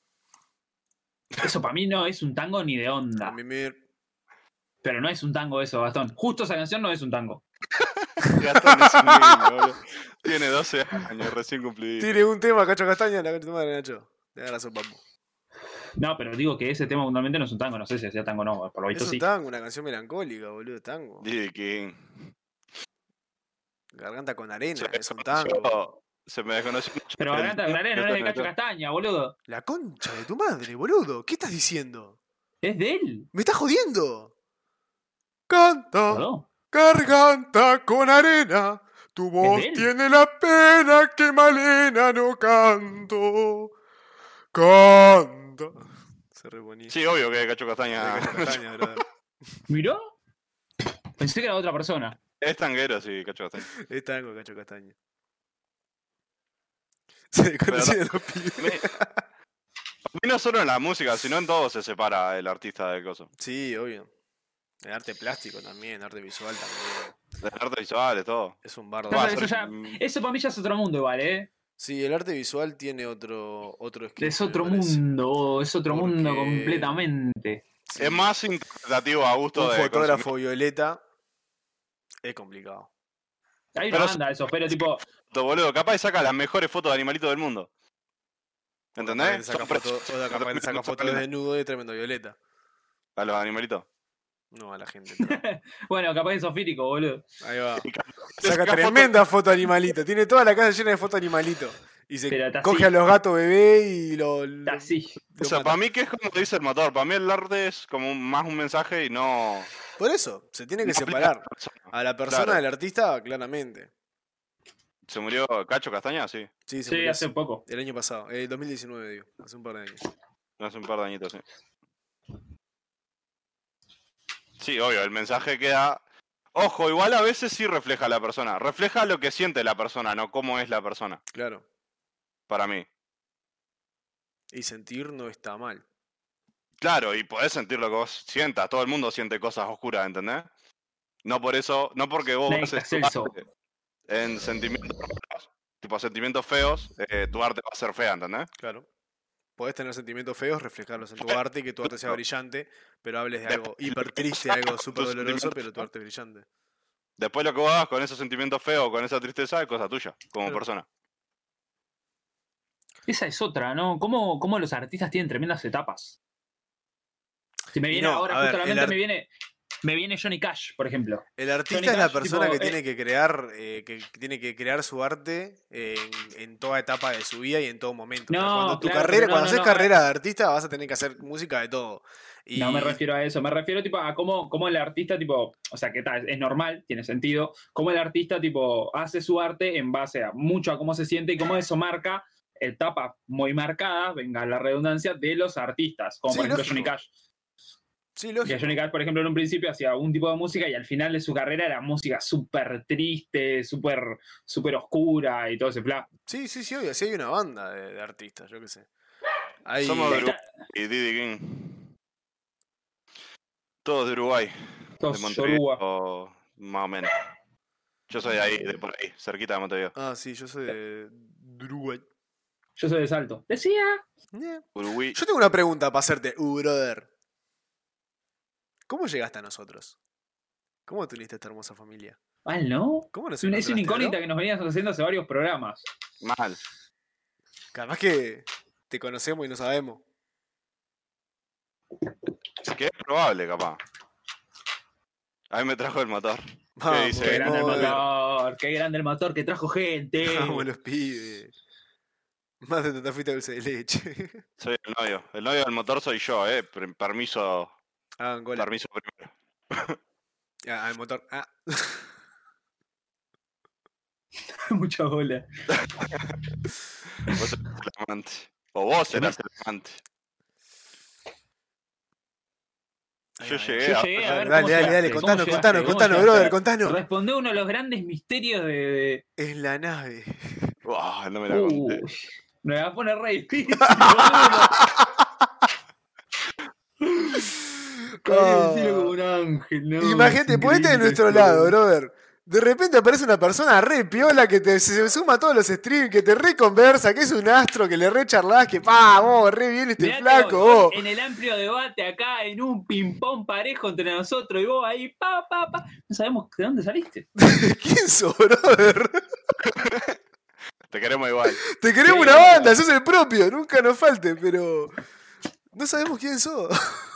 C: Eso para mí no es un tango ni de
A: A
C: onda.
A: mí me-
C: Pero no es un tango eso, Gastón. Justo esa canción no es un tango.
B: Gastón es un niño, (laughs) boludo. Tiene 12 años, recién cumplido.
A: Tiene un tema, Cacho Castaña, la concha de tu madre, Nacho. Te agarra sopa.
C: No, pero digo que ese tema fundamentalmente no es un tango. No sé si hacía tango o no, por lo
A: Es
C: visto
A: un
C: sí.
A: tango, una canción melancólica, boludo, tango.
B: Didi King.
A: Garganta con arena,
B: Se me
A: es un tango.
B: desconoció- Se me desconoció. mucho
C: Pero
B: el-
C: Garganta de Claré no es de Cacho Castaña, boludo.
A: La concha de tu madre, boludo. ¿Qué estás diciendo?
C: Es de él.
A: ¡Me estás jodiendo! Canta,
C: Perdón.
A: garganta con arena. Tu voz
C: de él.
A: tiene la pena que Malena no canto. Canta. Se reponía.
B: Sí, ah, obvio que Cacho Castaña (laughs)
C: ¿Miró? Pensé que era otra persona.
B: es tanguero, sí, Cacho Castaña.
A: Es tango, Cacho (laughs) Castaña. Se desconocían los
B: Me-
A: pibes.
B: A mí no solo en la música, sino en todo se separa el artista del coso.
A: Sí, obvio. En arte plástico también, arte visual también.
B: Del arte visual, de todo.
A: Es un bardo. Ah,
C: Claro,
B: Va,
C: eso
B: ser-
C: ya-
B: mm,
C: Eso para mí ya es otro mundo, ¿vale? ¿eh?
A: Sí, el arte visual tiene otro, otro esquema,
C: Es
A: me
C: otro
A: parece.
C: mundo, oh, es otro mundo
A: Porque-
C: completamente.
A: Sí,
B: Es más interpretativo a gusto
A: Un
B: de
A: fotógrafo
B: consumir
A: violeta es complicado.
C: Hay
B: Pero
C: una banda de esos, pero tipo,
B: foto, boludo. Capaz que saca las mejores fotos de animalitos del mundo.
A: Capaz que
B: ¿Entendés?
A: saca
B: Son pre-
A: foto- o sea, capaz que saca
B: son
A: fotos
B: tremendos.
A: desnudo y tremendo violeta.
B: A los animalitos.
A: No, a la gente. no.
C: bueno, capaz es sofírico, boludo.
A: (laughs) Ahí va.
B: Y
A: Saca
B: fotos-
A: tremenda foto animalito. Tiene toda la casa llena de foto animalito. Y se
C: Pero está
A: coge
C: así.
A: a los gatos bebé y lo. lo-
C: Está así.
A: lo
B: O sea,
A: mata.
B: para mí que es como dice el motor, para mí el arte es como un- más un mensaje y no...
A: Por eso, se tiene que
B: no aplica a
A: separar
B: (laughs) la persona.
A: a la persona
B: Claro.
A: del artista, claramente.
B: ¿Se murió Cacho Castaña? Sí,
A: Sí, se
C: Sí,
A: murió
C: hace poco.
A: El año pasado, eh, el 2019, digo, hace un par de años.
B: hace un par de añitos, sí. Sí, obvio, el mensaje queda... Ojo, igual a veces sí refleja a la persona. Refleja lo que siente la persona, no cómo es la persona,
A: Claro.
B: para mí.
A: Y sentir no está mal.
B: Claro, y podés sentir lo que vos sientas. Todo el mundo siente cosas oscuras, ¿entendés? No por eso, no porque vos
C: Nate
B: bases tu
C: Excelso.
B: arte en sentimientos raros, tipo sentimientos feos, eh, tu arte va a ser fea, ¿entendés?
A: Claro. Podés tener sentimientos feos, reflejarlos en tu arte y que tu arte sea
B: Claro.
A: brillante, pero hables de
B: De-
A: algo hiper triste, algo súper
B: (laughs) tus
A: doloroso,
B: sentimientos
A: pero tu
B: feos.
A: arte es brillante.
B: Después lo que vos hagas con esos sentimientos feos, con esa tristeza, es cosa tuya, como
A: Claro.
B: persona.
C: Esa es otra, ¿no? ¿Cómo, cómo los artistas tienen tremendas etapas? Si me
A: Y
C: viene
A: no,
C: ahora,
A: a ver,
C: justo a la
A: el
C: mente
A: ar-
C: me viene. Me viene Johnny Cash, por ejemplo.
A: El artista
C: Johnny
A: es la
C: Cash,
A: persona
C: tipo,
A: que
C: eh.
A: tiene que crear, eh, que tiene que crear su arte eh, en, en toda etapa de su vida y en todo momento. O sea,
C: No,
A: cuando tu
C: claro,
A: carrera,
C: pero no,
A: cuando
C: no,
A: haces
C: no, a ver.
A: carrera de artista, vas a tener que hacer música de todo. Y
C: No me refiero a eso, me refiero tipo a cómo, cómo el artista, tipo, o sea, que tal, es normal, tiene sentido, cómo el artista, tipo, hace su arte en base a mucho a cómo se siente y cómo eso marca etapas muy marcadas, venga la redundancia, de los artistas, como
A: Sí,
C: por ejemplo
A: lógico.
C: Johnny Cash.
A: sí,
C: Que
A: lógico.
C: Johnny Cash, por ejemplo, en un principio hacía un tipo de música y al final de su carrera era música súper triste, súper súper oscura y todo ese plan.
A: Sí, sí, sí, obvio. Sí hay una banda de, de artistas, yo qué sé. Hay-
B: Somos de
C: Está-
B: Uruguay y Diddy King. Todos de Uruguay, de
C: Todos yoruba.
B: Montevideo, más o menos. Yo soy de ahí, de por ahí, cerquita de Montevideo.
A: Ah, sí, yo soy de de Uruguay.
C: Yo soy de Salto. Decía,
A: Eh.
B: Uruguay,
A: Yo tengo una pregunta para hacerte, uh, brother. ¿Cómo llegaste a nosotros? ¿Cómo tuviste esta hermosa familia?
C: mal, ¿no?
A: ¿Cómo nos
C: Es una, es una
A: encontraste, bro?
C: incógnita que nos venías haciendo hace varios programas.
B: mal.
A: Capaz que te conocemos y no
C: (laughs)
A: sabemos.
B: Que es probable, capaz. Ahí me trajo el motor.
A: Vamos,
B: dice?
C: Qué
B: Sí,
C: grande el
A: brother.
C: motor, qué grande el motor que trajo gente.
A: (laughs) Vamos, los pibes. Más de tanta fuiste dulce de leche. (laughs)
B: Soy el novio. El novio del motor soy yo, eh. Per- Permiso,
A: Hagan gol.
B: permiso primero.
A: Ah, al motor. Ah.
C: (laughs) Mucha bola.
B: Vos sos el amante. O vos eras el amante.
A: Ahí
B: Yo
A: va, ahí va.
B: llegué,
C: Yo llegué a ver
A: Dale,
C: cómo
A: dale, dale,
C: llegaste,
A: dale,
C: cómo
A: contanos, contanos,
C: llegaste, cómo
A: contanos,
C: llegaste.
A: brother, contanos.
C: Responde uno de los grandes misterios de. de-
A: Es la
C: (laughs)
A: nave.
B: Uah, no
A: Uh.
B: me la conté.
C: Uy, me va a poner
A: (laughs)
C: re difícil, boludo.
A: Oh.
C: Podría decirlo como un ángel, ¿no?
A: Imagínate,
C: Es
A: ponete de
C: increíble
A: este nuestro
C: esto.
A: lado, brother. De repente aparece una persona re piola que te se se suma a todos los streams, que te re conversa, que es un astro, que le re charlás, que pa, vos, re bien este
C: Mirá que
A: flaco,
C: vos,
A: vos.
C: En el amplio debate acá, en un ping-pong parejo entre nosotros y vos ahí, pa, pa, pa. No sabemos de dónde saliste.
A: (laughs) ¿Quién sos, brother?
B: Te
A: (laughs)
B: queremos igual.
A: Te queremos una banda, sos el propio, nunca nos falte, pero. No sabemos quién sos. (laughs)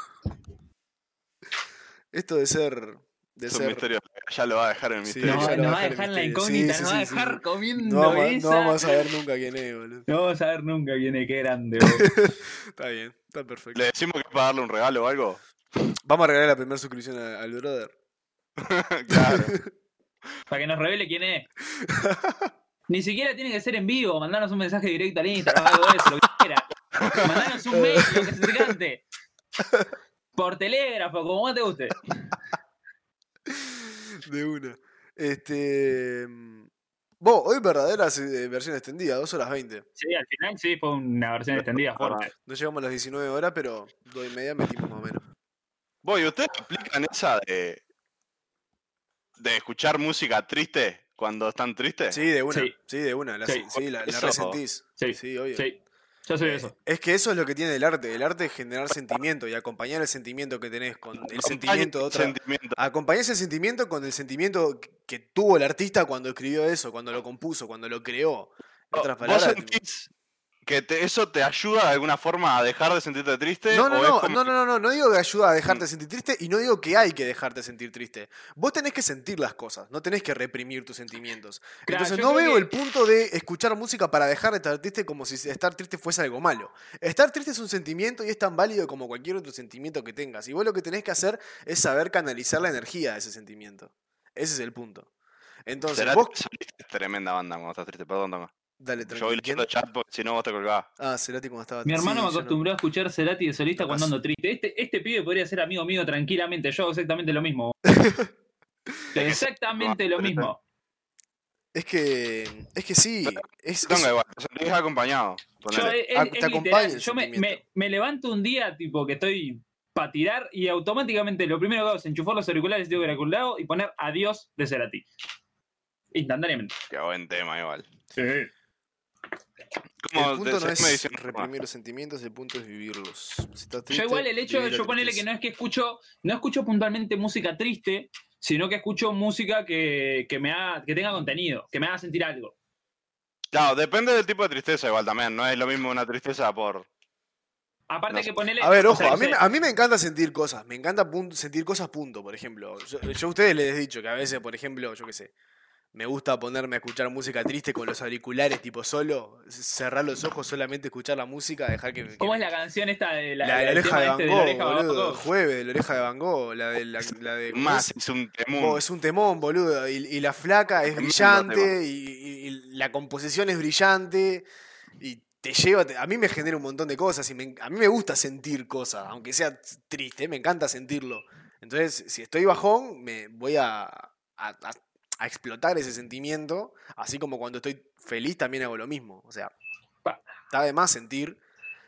A: Esto de ser. De
B: Es un
A: ser.
B: misterio. Ya lo va a dejar en el
A: Sí,
B: misterio.
C: Nos,
A: ya lo
C: nos va a
A: bajaron,
C: dejar en la
A: ¿viste? Sí,
C: incógnita,
A: sí,
C: nos
A: sí,
C: va a
A: sí,
C: dejar
A: sí.
C: comiendo
A: No vamos, a-
C: esa.
A: no vamos a saber nunca quién es, boludo.
C: No vamos a ver nunca quién es, qué grande. vos.
A: (laughs) Está bien, está perfecto.
B: ¿Le decimos que es para darle un regalo o algo? (laughs)
A: Vamos a regalar la primera suscripción a- al brother. (laughs)
B: claro.
C: Para que nos revele quién es. Ni siquiera tiene que ser en vivo, mandanos un mensaje directo al Instagram, algo de eso, lo que quiera. Mandanos un mail, lo que se te cante. Por telégrafo, como más te guste.
A: De una. Este. mm, Vos, hoy verdadera eh, versión extendida, 2 horas 20.
C: Sí, al final sí, fue una versión extendida fuerte.
A: No llegamos a las 19 horas, pero 2 y media metimos más o menos.
B: Voy, ¿ustedes aplican esa de. de escuchar música triste cuando están tristes?
A: Sí, de una. Sí,
C: Sí.
A: de una. La, sí,
C: Sí.
A: la, la
B: Eso-
A: resentís.
C: Sí,
A: Sí, obvio.
C: sí. Yo soy de eso.
A: Es que eso es lo que tiene el arte. El arte es generar sentimiento y acompañar el sentimiento que tenés con el
B: Acompaña
A: sentimiento de
B: el
A: otra.
B: sentimiento.
A: Acompañar ese sentimiento con el sentimiento que- que tuvo el artista cuando escribió eso, cuando lo compuso, cuando lo creó. En otras
B: Oh, Ah, Vos
A: palabras,
B: sentís que te- eso te ayuda de alguna forma a dejar de sentirte triste.
A: No,
B: o
A: no,
B: es
A: no,
B: como- Mm.
A: no, no, no, no, no digo que ayuda a dejarte sentir triste y no digo que hay que dejarte sentir triste. Vos tenés que sentir las cosas, no tenés que reprimir tus sentimientos.
C: Claro,
A: Entonces
C: yo
A: no
C: creo
A: veo
C: que-
A: el punto de escuchar música para dejar de estar triste como si estar triste fuese algo malo. Estar triste es un sentimiento y es tan válido como cualquier otro sentimiento que tengas. Y vos lo que tenés que hacer es saber canalizar la energía de ese sentimiento. Ese es el punto. Entonces,
B: Cerati
A: vos... Eh,
B: es tremenda banda cuando estás triste, perdón, Tomás.
A: Dale,
B: Yo voy
A: tranqui, ¿quién?
B: leyendo chat porque si no vos te colgás.
A: Ah, Cerati cuando estaba...
C: Mi hermano
A: sí, yo
C: me
A: no.
C: acostumbró a escuchar Cerati de solista cuando ando triste. Este, este pibe podría ser amigo mío tranquilamente. Yo hago exactamente lo mismo.
A: (laughs)
C: exactamente lo mismo.
A: Es que... Es que sí. Es,
B: Tonga
A: es-
B: igual, te sentís acompañado.
C: Yo,
B: ponele.
C: es- es-
A: Ah, te
C: es literal.
A: acompaña el
C: Yo me,
A: sentimiento.
C: me- me levanto un día, tipo, que estoy para tirar y automáticamente lo primero que hago es enchufar los auriculares, digo que era lado y poner adiós de Cerati. Instantáneamente.
B: Qué buen tema igual. ¿Cómo
A: El
B: te-
A: punto no
B: seguime
A: es
B: diciendo, Tomás?
A: reprimir los sentimientos, el punto es vivirlos. Si estás
C: yo
A: triste,
C: igual el hecho,
A: viví la
C: yo ponele que
A: tristeza.
C: no es que escucho, no escucho puntualmente música triste, sino que escucho música que, que me haga, que tenga contenido, que me haga sentir algo.
B: Claro, depende del tipo de tristeza igual también. No es lo mismo una tristeza por...
C: Aparte
B: No
C: que
B: sé.
C: ponele.
A: A ver,
C: o
A: ojo,
C: sea,
A: a
C: no
A: mí,
C: sé,
A: me- a mí me encanta sentir cosas, me encanta pun- sentir cosas punto, por ejemplo. Yo, yo a ustedes les he dicho que a veces, por ejemplo, yo qué sé, me gusta ponerme a escuchar música triste con los auriculares tipo solo, c- cerrar los ojos, solamente escuchar la música, dejar que... que-
C: ¿Cómo es la canción esta de la,
A: la de la
C: del
A: oreja
C: tema
A: de Van
C: este
A: Gogh,
C: la oreja de Van
A: boludo,
C: Gogh?
A: Jueves, de la oreja de Van Gogh, la de... La, la de ¿cómo
B: Más
A: es?
B: es un
A: Oh,
B: temún.
A: es un temón, boludo. Y, y la flaca es
B: Tremendo tema.
A: brillante, y, y- y la composición es brillante, y te lleva. te- A mí me genera un montón de cosas, y me en- a mí me gusta sentir cosas, aunque sea triste, me encanta sentirlo. Entonces, si estoy bajón, me voy a, a- a- a explotar ese sentimiento, así como cuando estoy feliz también hago lo mismo. O sea,
C: Pa.
A: está de más sentir.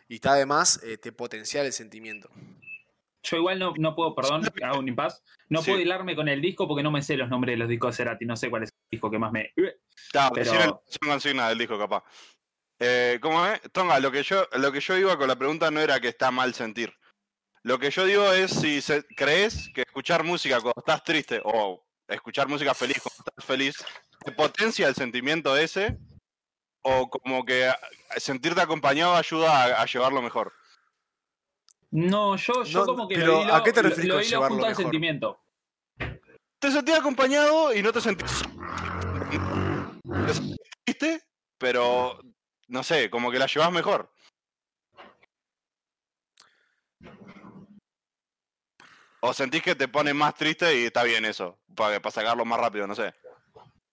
A: Y está de más este, potenciar el sentimiento.
C: Yo igual no, no puedo, perdón, hago un impas. No
B: Sí.
C: puedo hilarme con el disco porque no me sé los nombres de los discos de Cerati. No sé cuál es el disco que más me.
A: Eh,
B: Claro,
C: Pero-
B: decime la canción consigna del disco, capaz. Eh, ¿Cómo es? Tonga, lo que, yo, lo que yo iba con la pregunta no era que está mal sentir. Lo que yo digo es si se- crees que escuchar música cuando estás triste o escuchar música feliz cuando estás feliz te potencia el sentimiento ese o como que ah, sentirte acompañado ayuda a, a llevarlo mejor.
C: No, yo, yo
A: No,
C: como que
A: pero
C: lo hilo,
A: ¿a qué te
C: lo-
A: referís
C: lo
A: con
C: hilo
A: llevarlo
C: junto al
A: mejor?
C: sentimiento.
B: Te sentís acompañado y no te sentís... solo. Te sentís triste, pero no sé, como que la llevas mejor. O sentís que te pone más triste y está bien eso, para, para sacarlo más rápido, no sé.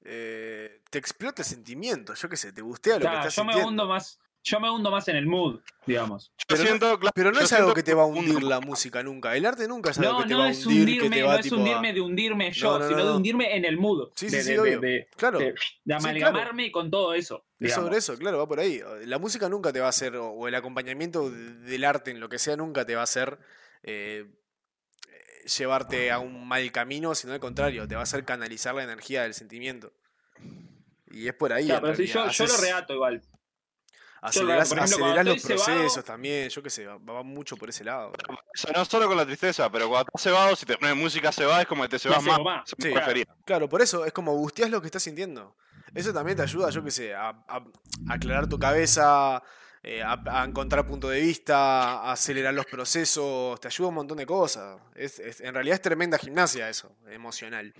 A: Eh, te explota el sentimiento, yo qué sé, te gustea lo
C: O sea,
A: que
C: yo
A: estás
C: me
A: sintiendo.
C: hundo más, yo me hundo más en el mood, digamos.
B: Yo
A: Pero no-
B: siento, claro,
A: Pero no
B: yo
A: es algo
B: siento
A: que te va a
B: un-
A: hundir la música nunca. El arte nunca es algo
C: No,
A: que te
C: no
A: va a
C: es
A: hundir, que
C: hundirme,
A: te va
C: no es
A: tipo
C: hundirme
A: a...
C: de hundirme yo,
A: No, no,
C: sino
A: no,
C: de
A: no.
C: hundirme en el mood.
A: Sí, sí,
C: de,
A: sí,
C: de-
A: obvio.
C: de-
A: Claro,
C: de- de
A: claro.
C: amalgamarme con todo eso.
A: es
C: digamos.
A: sobre eso, claro, va por ahí. La música nunca te va a hacer, o- o el acompañamiento de- del arte en lo que sea, nunca te va a hacer eh, eh, llevarte a un mal camino, sino al contrario, te va a hacer canalizar la energía del sentimiento. Y es por ahí.
C: Claro,
A: en
C: pero si yo,
A: realidad.
C: yo lo
A: Haces-
C: reato igual.
A: acelerás-
C: por ejemplo, cuando
A: acelerás los
C: estoy cebado-
A: procesos también, yo qué sé, va, va mucho por ese lado.
B: eso no solo con la tristeza, pero cuando estás cebado, si te pones música cebada es como que te cebas
C: cebo
B: más.
A: (laughs)
C: más,
B: eso
A: sí,
B: me refería.
A: Claro, por eso es como busteás lo que estás sintiendo. Eso también te ayuda, yo qué sé, a, a- a aclarar tu cabeza, eh, a, a encontrar punto de vista, a acelerar los procesos, te ayuda un montón de cosas. Es, es- en realidad es tremenda gimnasia eso, emocional.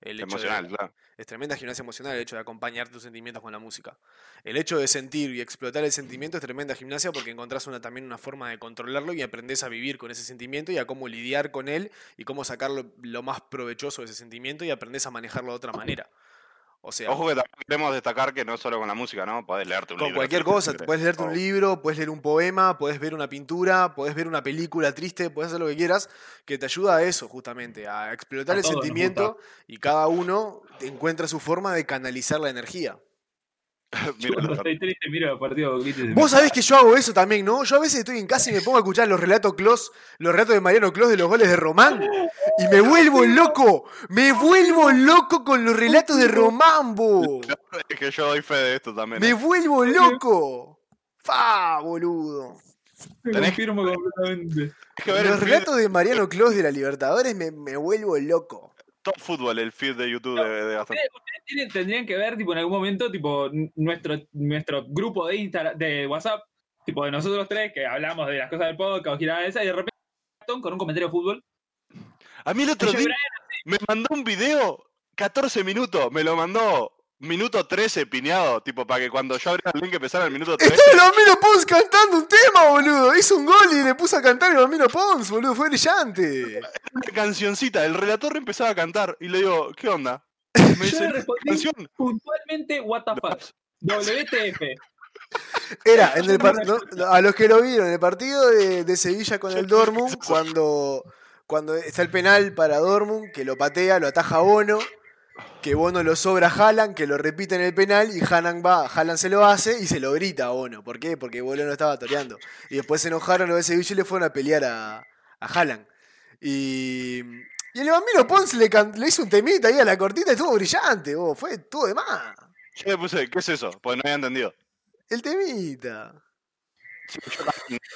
A: El hecho de-
B: Emocional, claro.
A: es tremenda gimnasia emocional el hecho de acompañar tus sentimientos con la música. El hecho de sentir y explotar el sentimiento es tremenda gimnasia porque encontrás una, también una forma de controlarlo y aprendés a vivir con ese sentimiento y a cómo lidiar con él y cómo sacarlo lo más provechoso de ese sentimiento y aprendés a manejarlo de otra manera. O sea,
B: Ojo que también queremos destacar que no solo con la música, ¿no? Podés leerte un
A: con
B: libro.
A: cualquier
B: si querés,
A: cosa,
B: si querés.
A: puedes leerte
B: O-
A: un libro, puedes leer un poema, puedes ver una pintura, puedes ver una película triste, puedes hacer lo que quieras, que te ayuda a eso justamente, a explotar
C: A
A: el
C: todos nos
A: sentimiento y cada uno encuentra su forma de canalizar la energía.
C: (laughs) Yo
B: (laughs) Mira,
C: cuando estoy triste, miro el partido de Grizzlies.
A: Vos sabés que yo hago eso también, ¿no? Yo a veces estoy en casa y me pongo a escuchar los relatos Clos, los relatos de Mariano Clos de los goles de Román. Y me vuelvo loco. Me vuelvo loco con los relatos de Román, bo.
B: es que yo doy fe de esto también. ¿eh?
A: Me vuelvo loco. Fa, boludo.
C: Me
B: tenés-
C: confirmo completamente.
B: Tenés que ver el
A: Los
B: feed-
A: relatos de Mariano Clos de la Libertadores me, me vuelvo loco.
B: Top Fútbol, el feed de YouTube de, de Gastón.
C: Ustedes, ustedes tienen- tendrían que ver, tipo, en algún momento, tipo, n- nuestro, nuestro grupo de Instagram, de WhatsApp, tipo, de nosotros tres, que hablamos de las cosas del podcast, girada esa, y de repente Gastón con un comentario de fútbol.
B: A mí el otro
C: Yo,
B: día
C: Brian,
B: me mandó un video, 14 minutos, me lo mandó minuto 13 piñado, tipo, para que cuando yo abría el link empezara el minuto 13.
A: Estaba el Bambino Pons cantando un tema, boludo. Hizo un gol y le puso a cantar el Bambino Pons, boludo. Fue brillante.
B: una cancioncita, el relator empezaba a cantar y le digo, ¿qué
A: (laughs)
B: onda? Me
C: yo
B: dice,
C: le
B: "No,
C: respondí
B: canción.
C: puntualmente, what the fuck. WTF.
A: Era, en el par- no, no, a los que lo vieron, en el partido de, de Sevilla con el Dortmund, cuando, cuando está el penal para Dortmund, que lo patea, lo ataja Bono, que Bono lo sobra a Haaland, que lo repite en el penal y Haaland va, Haaland se lo hace y se lo grita a Bono. ¿Por qué? Porque Bono no estaba toreando. Y después se enojaron los de Sevilla y le fueron a pelear a, a Haaland. Y, y el bambino Pons le, can- le hizo un temita ahí a la cortita, estuvo brillante, vos, fue, estuvo de más.
B: Yo le puse, ¿qué es eso? Pues no había entendido.
A: El temita.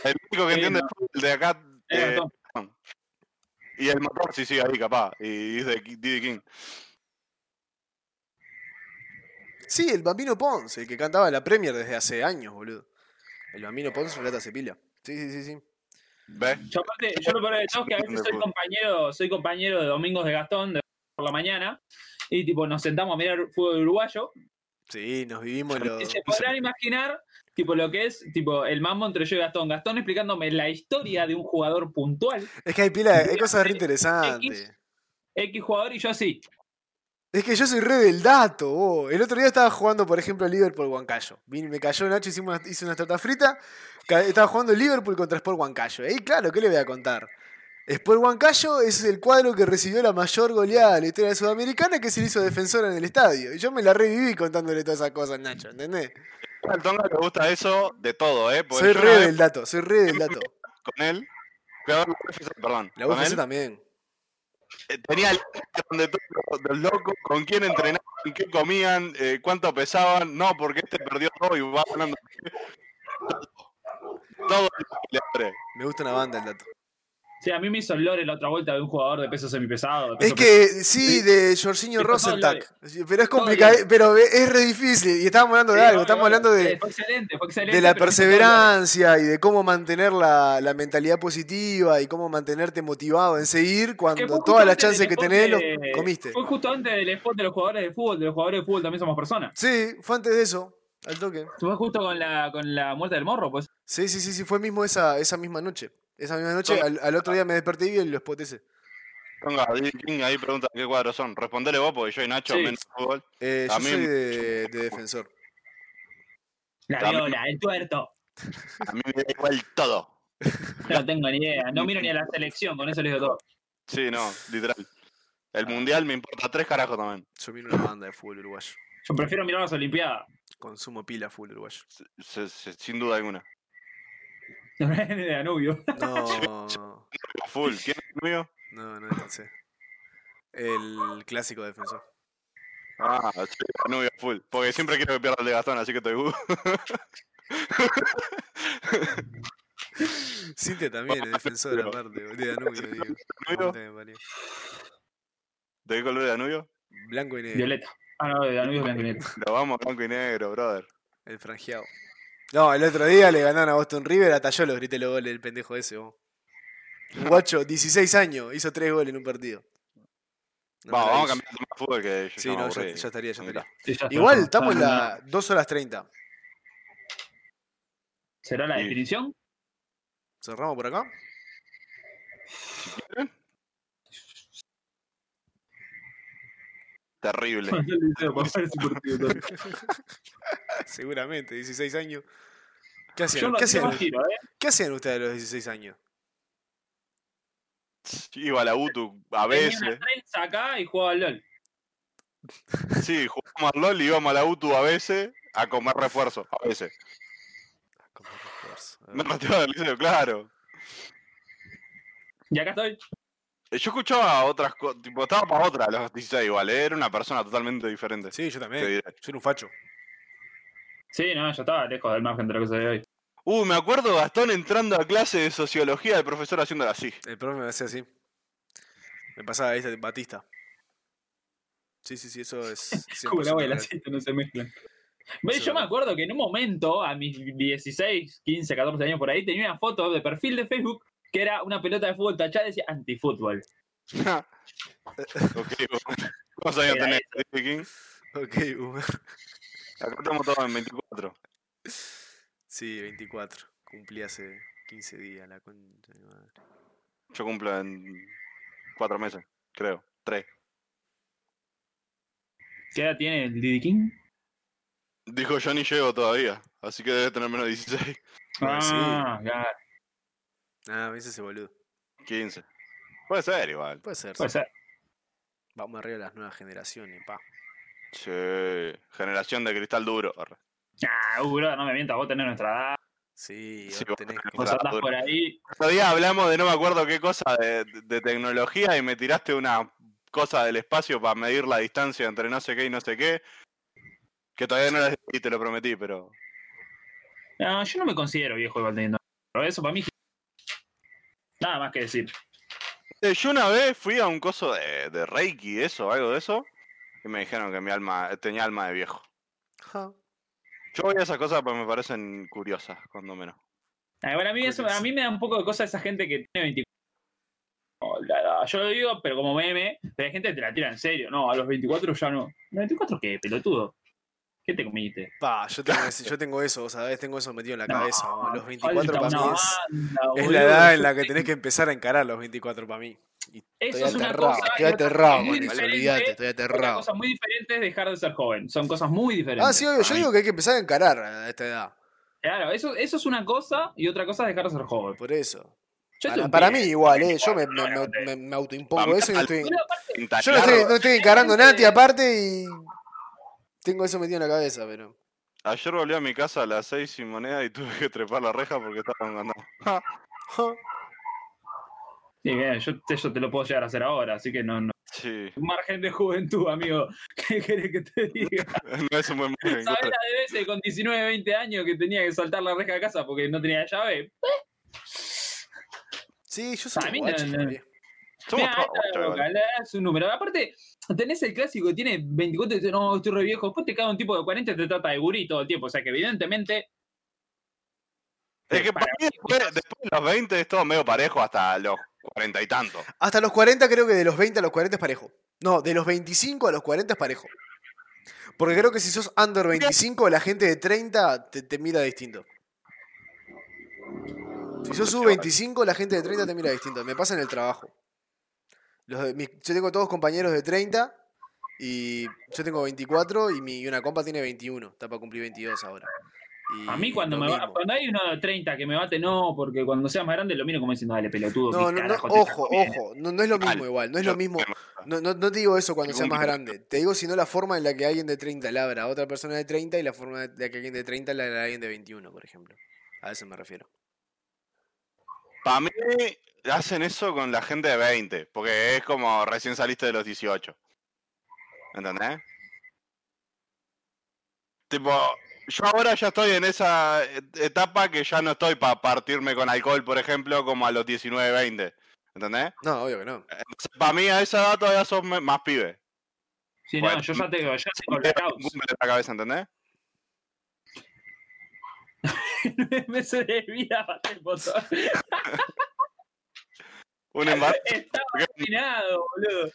B: El único que
C: Sí,
B: entiende
C: no.
B: es el de acá.
C: Eh,
B: eh,
C: Gastón,
B: y el motor, sí, sí, ahí capaz. Y dice Diddy King.
A: Sí, el Bambino Pons, el que cantaba la Premier desde hace años, boludo. El Bambino Pons relata se pila. Sí, sí, sí, sí.
B: ¿Ves?
C: Yo, aparte, yo lo peor de todo es que a veces soy compañero, soy compañero de Domingos de Gastón de- por la mañana y tipo nos sentamos a mirar fútbol uruguayo
A: Sí, nos vivimos los...
C: y se podrán imaginar tipo lo que es tipo el mambo entre yo y Gastón. Gastón explicándome la historia de un jugador puntual,
A: Es que hay pila, hay cosas re interesantes.
C: X jugador y yo así.
A: Es que yo soy re del dato, vos. El otro día estaba jugando, por ejemplo, Liverpool Huancayo. Vin- Me cayó Nacho, hicimos una- hice una torta frita. Ca- Estaba jugando Liverpool contra Sport Huancayo. Ahí, claro, ¿qué le voy a contar? Sport Huancayo es el cuadro que recibió la mayor goleada de la historia sudamericana que se le hizo defensora en el estadio. Y yo me la reviví contándole todas esas cosas, Nacho, ¿entendés?
B: Al Tonga le gusta eso de todo, ¿eh? Porque
A: Soy
B: yo
A: re
B: una vez
A: del dato, soy re del dato.
B: con él. fui a ver la UFC, perdón.
A: La
B: con
A: UFC
B: él,
A: también.
B: eh, tenía el de todos los locos, con quién entrenaban, qué comían, eh, cuánto pesaban. No, porque este perdió todo y va ganando. Todo el peleador. eh.
A: Me gusta una banda el dato.
C: O sea, a mí me hizo el lore la otra vuelta de un jugador de peso semipesado. de
A: Es
C: peso
A: que sí, de Jorginho
C: Pero todo
A: Rosenthal. Pero es
C: Todo
A: complicado,
C: bien.
A: pero es re difícil. Y estamos hablando de
C: pesado.
A: algo, estamos hablando
C: Sí, eh,
A: de,
C: Fue excelente, fue excelente.
A: de la
C: pero me hizo todo el lore.
A: perseverancia y de cómo mantener la, la mentalidad positiva y cómo mantenerte motivado en seguir
C: Que
A: cuando
C: fue
A: todas las
C: justamente
A: chances
C: del
A: que
C: spot
A: tenés lo
C: de-
A: comiste.
C: Fue justo antes del spot de los jugadores de fútbol, de los jugadores de fútbol también somos personas.
A: Sí, fue antes de eso, al toque.
C: Fue justo con la, con la muerte del morro, pues.
A: Sí, sí, sí, sí, fue mismo esa, esa misma noche. Esa misma noche, al, al otro día me desperté y vi el spot ese.
B: Tonga, Diddy King ahí pregunta qué cuadros son. Respondele vos, porque yo y Nacho
C: Sí.
B: menos fútbol.
A: Eh, yo
B: También-
A: soy de- de defensor.
C: La
B: También-
C: viola, el tuerto.
B: A mí me da igual todo.
C: No tengo ni idea. No miro ni a la selección, con eso le digo todo.
B: Sí, no, literal. El mundial me importa tres carajos también.
A: Yo miro una banda de fútbol uruguayo.
C: Yo prefiero mirar las Olimpiadas. (laughs)
A: Consumo pila fútbol
B: (laughs)
A: uruguayo.
B: Se- se- sin duda alguna.
C: de Danubio.
A: No,
B: Full. ¿Quién es el mío?
A: no, no descansé. El clásico defensor.
B: Ah, sí, Danubio full. Porque siempre quiero que pierda el de Gastón, así que estoy. uh. (laughs)
A: Cintia también es defensor, aparte. De Danubio,
B: (laughs)
A: digo.
B: Danubio,
A: Puta que me parió.
B: ¿De qué color es Danubio?
A: Blanco y negro.
C: Violeta. Ah, no, de Danubio es blanco y negro.
B: Lo vamos blanco y negro, brother.
A: El franjeado. No, el otro día le ganaron a Boston River, a Tayolo grité los goles del pendejo ese, vos. Un Guacho, 16 años, hizo 3 goles en un partido. No me
B: vamos,
A: la
B: vamos a
A: hizo.
B: cambiar de fútbol que yo
A: Sí,
B: ya me
A: no, ya,
B: aburrí.
A: ya estaría, ya
B: Mirá.
A: estaría.
C: Sí, ya está.
A: Igual, estamos en
C: Está
A: las 2 horas 30.
C: ¿Será la
B: Sí.
C: definición?
A: ¿Cerramos por acá?
C: (laughs)
B: Terrible.
A: (laughs)
C: Yo
A: Seguramente, 16 años. ¿Qué hacían,
C: no
A: ¿Qué hacían,
C: tengo más giro, ¿eh?
A: qué hacían ustedes a los 16 años?
B: Iba a la UTU a
C: Tenía una
B: veces.
C: trenza acá y jugaba al LOL.
B: Sí, jugamos al LOL, íbamos a la UTU a veces a comer refuerzo. A veces.
A: Como refuerzo, a
B: Me
A: ver.
B: retiraba del liceo, claro.
C: Y acá estoy.
B: Eh, Yo escuchaba otras cosas, tipo, estaba para otra a los 16 igual, eh, era una persona totalmente diferente.
A: Sí, yo
B: te
A: también.
B: diré.
A: Yo era un facho.
C: Sí, no, yo estaba lejos del margen de lo que se ve hoy.
B: Uh, me acuerdo Gastón entrando a clase
A: (laughs)
B: de sociología, el profesor haciéndola así.
A: El profe me hacía así. Me pasaba ahí, Batista. Sí, sí, sí, eso es.
C: (laughs) Como la
A: 100%
C: abuela,
A: real.
C: sí, no se mezclan. Ve,
A: Eso
C: Yo me
A: es.
C: acuerdo que en un momento, a mis 16, 15, 14 años por ahí, tenía una foto de perfil de Facebook que era una pelota de fútbol tachada y decía antifútbol.
B: Ok, boomer. ¿Cuántos años
C: Era
B: tenés, Stephen King?
A: Ok, boomer.
B: Acá estamos todos en 24.
A: Sí, 24. Cumplí hace 15 días la concha de mi madre.
B: Yo cumplo en 4 meses, creo. 3.
C: ¿Qué edad tiene el Didi King?
B: Dijo yo ni llego todavía, así que debe tener menos 16. (laughs)
A: Ah, sí.
C: Ah, claro,
A: Ah, me hice ese boludo.
B: 15. Puede ser igual.
A: Puede ser.
C: puede
A: sí.
C: ser.
A: Vamos arriba de las nuevas generaciones, pa.
B: Che, generación de cristal duro. Arre.
C: Ah, uh, bro, no me mientas, vos tenés nuestra edad.
A: Sí,
B: Sí,
A: vos
B: vos
A: tenés
B: tenés
A: como-
C: Vos
B: Claro,
C: andás
B: duro.
C: por ahí.
B: Otro día hablamos de no me acuerdo qué cosa de, de tecnología y me tiraste una cosa del espacio para medir la distancia entre no sé qué y no sé qué. Que todavía no la y te lo prometí, pero.
C: No, yo no me considero viejo igual teniendo. Pero eso para mí. Nada más que decir.
B: Eh, Yo una vez fui a un coso de, de Reiki, eso, algo de eso, y me dijeron que mi alma tenía alma de viejo.
A: Ja.
B: Yo voy a esas cosas porque me parecen curiosas, cuando menos.
C: Ah, bueno, a mí, eso- a mí me da un poco de cosa esa gente que tiene 24. Oh, la, la, Yo lo digo, pero como meme, pero hay gente que te la tira en serio. No, a los 24 ya no. ¿24 qué, pelotudo? ¿Qué te comiste?
A: Pa, yo tengo, ese- yo tengo eso, ¿sabes? Tengo eso metido en la cabeza.
C: No,
A: a los
C: falta
A: 24 para
C: una
A: mí es,
C: banda,
A: es
C: boludo.
A: la edad en la que tenés que empezar a encarar los 24 para mí. Y
C: Eso
A: estoy
C: es una
A: aterrado,
C: cosa.
A: estoy
C: y otra
A: aterrado
C: muy
A: con eso,
C: diferente,
A: olvídate, estoy
C: Otra
A: aterrado.
C: cosa muy diferente es dejar de ser joven. Son cosas muy diferentes.
A: Ah, sí, obvio, yo digo que hay que empezar a encarar a esta edad.
C: Claro, eso, eso es una cosa y otra cosa es dejar de ser joven.
A: Por eso.
C: Yo soy
A: Para,
C: un
A: para mí
C: pibe,
A: igual, eh. Yo me, me-
C: 24, no,
A: me-
C: no,
A: me- me
B: Para
A: autoimpongo
B: mí
A: eso y no estoy,
C: Boludo, aparte,
A: yo no estoy, no estoy encarando
C: gente-
A: nada y aparte y tengo eso metido en la cabeza, pero... (laughs)
B: Ayer volví a mi casa a las 6 sin moneda y tuve que trepar la reja porque estaban ganando.
A: Ja.
C: Sí, bien, yo te, yo te lo puedo llegar a hacer ahora, así que no, no.
B: Sí, (laughs)
C: Margen de juventud, amigo. (laughs) ¿Qué querés que te
A: (laughs)
C: diga?
B: no es un buen margen,
C: ¿Sabés
B: claro.
C: la de veces con 19, 20 años que tenía que saltar la reja de casa porque no tenía llave?
A: Sí, yo soy
C: Para mí
A: un guacho
C: no, no.
A: todavía.
B: Somos
C: Nah,
B: todos
C: esta es la
B: guachos,
C: boca,
B: igual.
C: la- es un número. Aparte, tenés el clásico que tiene 24 y dice, no, estoy re viejo. Después te cae un tipo de 40 y te trata de gurí todo el tiempo. O sea que evidentemente...
B: Es que
C: para
B: para mí después, después de los 20 es todo medio parejo hasta los 40 y tanto.
A: Hasta los 40 creo que de los 20 a los 40 es parejo. No, de los 25 a los 40 es parejo. Porque creo que si sos under 25, la gente de 30 te, te mira distinto. Si sos sub 25, la gente de 30 te mira distinto. Me pasa en el trabajo. Los de- mis- yo tengo todos compañeros de 30 y yo tengo 24 y, mi, y una compa tiene 21. Está para cumplir 22 ahora. Y
C: A mí cuando,
A: lo
C: me va-
A: mismo.
C: cuando hay uno de 30 que me bate, no, porque cuando seas más grande lo miro como diciendo, dale, pelotudo.
A: No,
C: ¿qué
A: no, no,
C: carajo te
A: ojo,
C: conviene?".
A: ojo, no, no es lo
B: Mal.
A: mismo igual, no es lo mismo, no, no, no te digo eso cuando seas
B: Ningún
A: más
B: tipo de-
A: grande, te digo sino la forma en la que alguien de 30 labra a otra persona de 30 y la forma de la que alguien de 30 la de alguien de 21, por ejemplo. A eso me refiero.
B: Para mí hacen eso con la gente de 20, porque es como recién saliste de los 18. ¿Entendés? Tipo, yo ahora ya estoy en esa et- etapa que ya no estoy para partirme con alcohol, por ejemplo, como a los 19, 20. ¿Entendés?
A: No, obvio que no.
B: Para mí a esa edad todavía sos me- más pibe.
C: Sí,
B: Bueno,
C: no, yo ya tengo, ya
B: No
C: tengo la
B: te cumple la cabeza, ¿entendés?
C: (laughs) me se desvía aparte el botón.
B: Un embarazo.
C: Estaba afinado, boludo.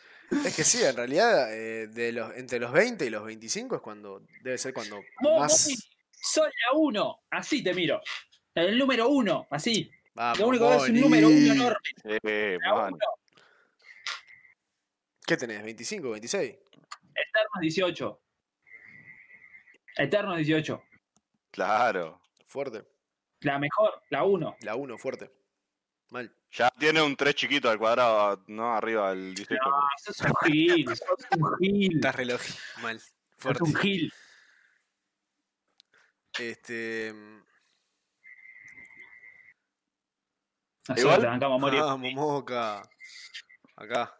A: Es que sí, en realidad, eh, de los, entre los 20 y los 25 es cuando, debe ser cuando
C: Vos,
A: más...
C: Moni, sos la uno. Así te miro. El número uno, así.
A: Vamos,
C: Lo único que es un
A: Moni.
C: número uno enorme.
B: Sí,
C: La
B: bueno.
C: uno.
A: ¿Qué tenés? ¿25, 26?
C: Eternos 18. Eternos 18.
B: Claro.
A: Fuerte,
C: La mejor, la uno.
A: la 1, fuerte. Mal.
B: Ya tiene un 3 chiquito al cuadrado, ¿no? Arriba del distrito.
C: No, Ah, sos un gil, sos un gil.
A: Estás reloj, mal.
C: Sos
A: Fuerte.
C: un gil.
A: Este.
C: Nosotros
B: Igual-
C: te bancamos a morir.
A: Vamos, Moca. Acá.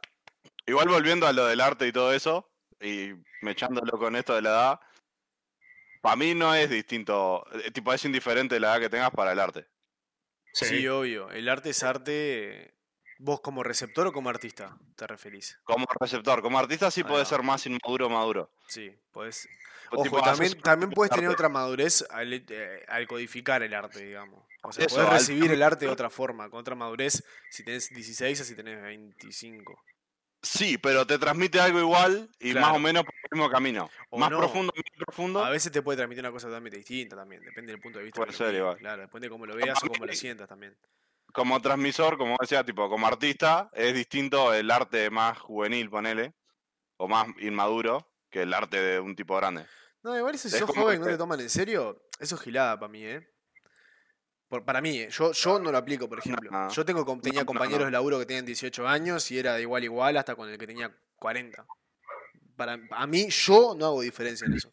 B: Igual volviendo a lo del arte y todo eso, y mechándolo con esto de la edad, para mí no es distinto, eh, tipo es indiferente la edad que tengas para el arte.
A: Sí. obvio. El arte es arte. ¿Vos como receptor o como artista te referís?
B: Como receptor, como artista sí
A: Ahí
B: puede
A: va.
B: ser más inmaduro maduro.
A: Sí, podés.
B: O
A: Ojo,
B: tipo,
A: también,
B: haces-
A: también puedes tener
B: arte.
A: otra madurez al, eh, al codificar el arte, digamos. O sea,
B: Eso,
A: podés
B: al-
A: recibir el
B: (laughs)
A: arte de otra forma, con otra madurez, si tenés 16 a si tenés 25.
B: Sí, pero te transmite algo igual y más
A: Claro.
B: o menos por el mismo camino.
A: O
B: más
A: no.
B: profundo, más profundo.
A: A veces te puede transmitir una cosa totalmente distinta también, depende del punto de vista.
B: Puede
A: que lo
B: ser
A: mires,
B: igual.
A: Claro, depende de cómo lo veas o cómo lo
B: mí-
A: sientas también.
B: Como transmisor, como decía, tipo, como artista, es distinto el arte más juvenil, ponele, o más inmaduro, que el arte de un tipo grande.
A: No, igual si
B: Es
A: sos
B: como
A: joven y no
B: que-
A: te toman en serio, eso es gilada para mí, ¿eh? Por- para mí, ¿eh? yo, yo no lo aplico, por ejemplo.
B: no.
A: Yo tengo, com- tenía
B: no,
A: compañeros
B: no.
A: de laburo que tenían 18 años y era de igual a igual hasta con el que tenía 40. Para, a mí, yo no hago diferencia en eso.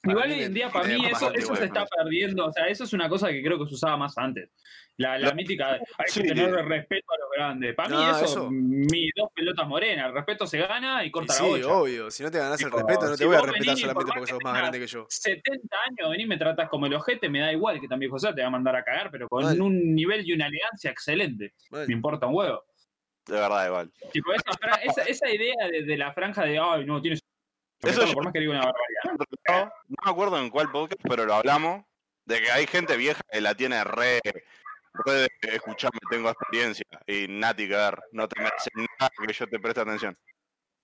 A: Para
C: Igual
A: mí
C: hoy en
A: me-
C: día, para
A: me
C: mí,
A: da
C: eso,
A: bastante
C: eso se
A: igual.
C: está perdiendo. O sea, eso es una cosa que creo que se usaba más antes. La, la
B: Lo-
C: mítica, de, hay
B: sí.
C: que tener respeto a los grandes. Para mí,
A: No,
C: eso,
A: eso.
C: mi dos pelotas morenas. El respeto se gana y
A: Y
C: corta
A: sí,
C: la bocha.
A: obvio. Si no te ganás el
C: Tipo,
A: respeto, no
C: si
A: te voy a
C: vos
A: respetar
C: venís,
A: solamente
C: por más
A: porque
C: que
A: sos más
C: tengas
A: grande que yo.
C: 70 años, vení, me tratas como el ojete, me da igual que también José te va a mandar a cagar, pero con
A: Mal.
C: un nivel y una elegancia excelente.
A: Mal.
C: Me importa un huevo.
B: De verdad, igual.
C: Tipo, esa, fra-
B: (laughs)
C: esa- esa idea de, de la franja de, ay, no, tienes.
B: Eso yo-
C: por más que diga una barbaridad.
B: Por otro lado, No me acuerdo en cuál podcast, pero lo hablamos, de que hay gente vieja que la tiene re, re de escuchame, tengo experiencia. Y Nati, que ver, no te mereces nada que yo te preste atención.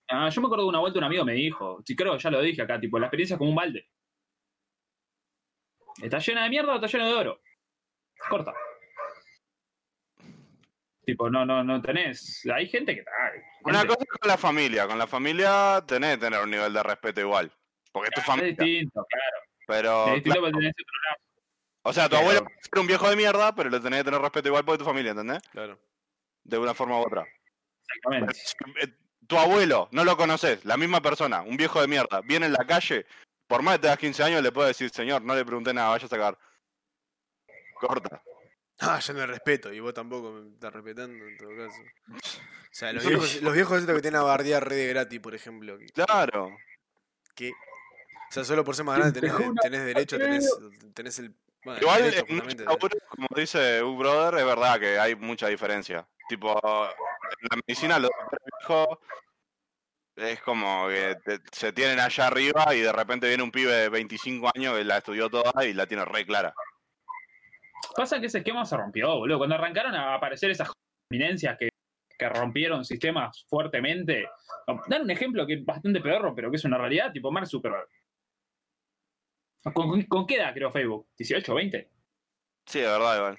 C: Ah, yo me acuerdo de una vuelta un amigo me dijo, sí, creo que ya lo dije acá, tipo, la experiencia es como un balde. ¿Está llena de mierda o está llena de oro? Corta. Tipo, no, no, no tenés. Hay gente que. ay,
B: Una
C: gente,
B: cosa es con la familia, con la familia tenés que tener un nivel de respeto igual. Porque es tu
C: es
B: familia.
C: distinto, claro.
B: Pero,
C: es distinto
B: claro,
C: porque tenés otro lado.
B: o sea, tu
C: pero-
B: abuelo puede ser un viejo de mierda, pero le tenés que tener respeto igual porque es tu familia, ¿entendés?
A: Claro.
B: De una forma u otra.
C: Exactamente.
B: Pero si, eh, Tu abuelo, no lo conoces, la misma persona, un viejo de mierda, viene en la calle, por más que tengas 15 años, le puedes decir, señor, no le pregunté nada, vaya a sacar. Corta.
A: (laughs) Ah, yo no respeto y vos tampoco me estás respetando en todo caso. O sea, los
B: Sí.
A: viejos, los viejos estos que tienen a bardear re de gratis, por ejemplo. que-
B: Claro.
A: que O sea, solo por ser más grande
C: Te
A: tenés, de-
C: juro,
A: tenés derecho,
C: te
A: tenés, tenés el. bueno,
B: Igual,
A: derecho,
B: en muchos
A: Ah, justamente, de-
B: laburos, como dice un brother, es verdad que hay mucha diferencia. Tipo, en la medicina los doctores viejos es como que te- se tienen allá arriba y de repente viene un pibe de 25 años que la estudió toda y la tiene re clara.
C: Pasa que ese esquema se rompió, boludo. Cuando arrancaron a aparecer esas eminencias que, que rompieron sistemas fuertemente. Dar un ejemplo que es bastante peor, pero que es una realidad, tipo Mark Zuckerberg. ¿Con, con- con qué edad creó Facebook? ¿18, 20?
B: Sí, de verdad, igual.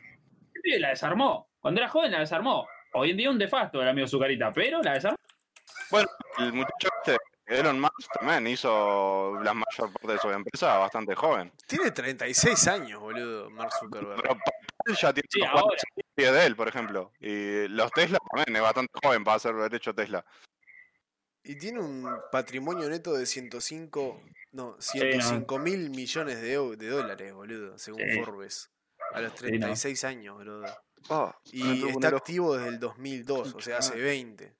C: El pibe la desarmó. Cuando era joven la desarmó. Hoy en día un defasto el amigo Zucarita, pero la desarmó.
B: El muchacho este, Elon Musk, también hizo la mayor parte de su empresa bastante joven.
A: Tiene 36 años, boludo, Mark Zuckerberg.
B: Pero él ya tiene
C: Sí,
B: unos
C: ahora.
B: cuantos años de él, por ejemplo. Y los Tesla también es bastante joven para hacer derecho Tesla.
A: Y tiene un patrimonio neto de 105. No,
C: no.
A: 105 mil millones de, eu- de dólares, boludo, según
C: Sí.
A: Forbes. A los
C: Sí, no.
A: 36 años, boludo.
B: Oh, me
A: Y
B: tuvo un
A: está
B: elo-
A: activo desde el 2002, o sea,
B: Concha
A: hace 20.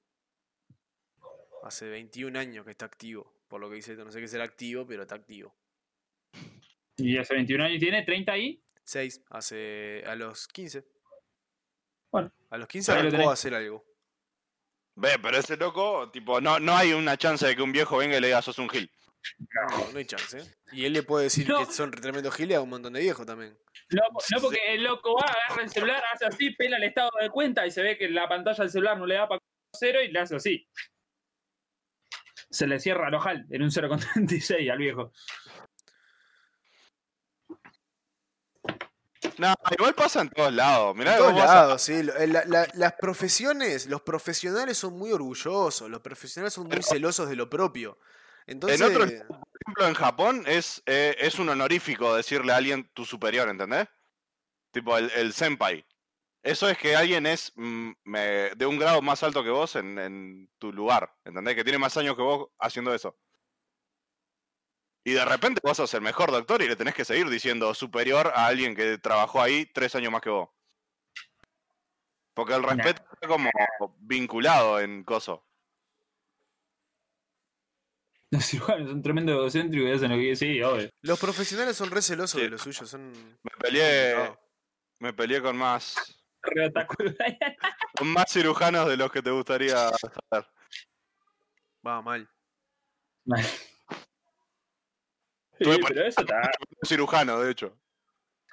A: Hace 21 años que está activo. Por lo que dice esto, no sé qué será activo, pero está activo.
C: Y hace 21 años tiene 30 y.
A: 6, hace a los 15.
C: Bueno.
A: A los 15
C: Ahí lo
A: arrancó
C: tenés.
A: a hacer algo.
B: Ve, pero ese loco, tipo, no, no hay una chance de que un viejo venga y le diga sos un gil.
A: No, no hay chance. ¿eh? Y él le puede decir
C: No.
A: que son tremendo giles a un montón de viejos también.
C: No, no porque el loco va, agarra el celular, hace así, pela el estado de cuenta y se ve que la pantalla del celular no le da para cero y le hace así. Se le cierra el ojal en un 0,36 al viejo.
B: No, igual pasa en todos lados. Mirá,
A: En
B: vos
A: todos
B: vas a-
A: lados, sí. lo- eh, la- la- las profesiones, los profesionales son muy orgullosos, los profesionales son muy
B: Pero-
A: celosos de lo propio. Entonces,
B: otro- por ejemplo, en Japón es, eh, es un honorífico decirle a alguien tu superior, ¿entendés? Tipo, el, el senpai. Eso es que alguien es mm, me- de un grado más alto que vos en, en tu lugar, ¿entendés? Que tiene más años que vos haciendo eso. Y de repente vos sos el mejor doctor y le tenés que seguir diciendo superior a alguien que trabajó ahí tres años más que vos. Porque el
C: Nah.
B: respeto está como vinculado en coso.
C: Los cirujanos son tremendo egocéntricos y hacen lo que sí, obvio.
A: los profesionales son re celosos
B: Sí.
A: de lo suyo, son...
B: Me peleé,
A: complicado.
C: (laughs)
B: me peleé con más
C: Re otaku.
B: Son más cirujanos de los que te gustaría saber.
A: Va mal.
C: Sí,
B: Tuve
C: pero eso está.
B: Un cirujano, de hecho.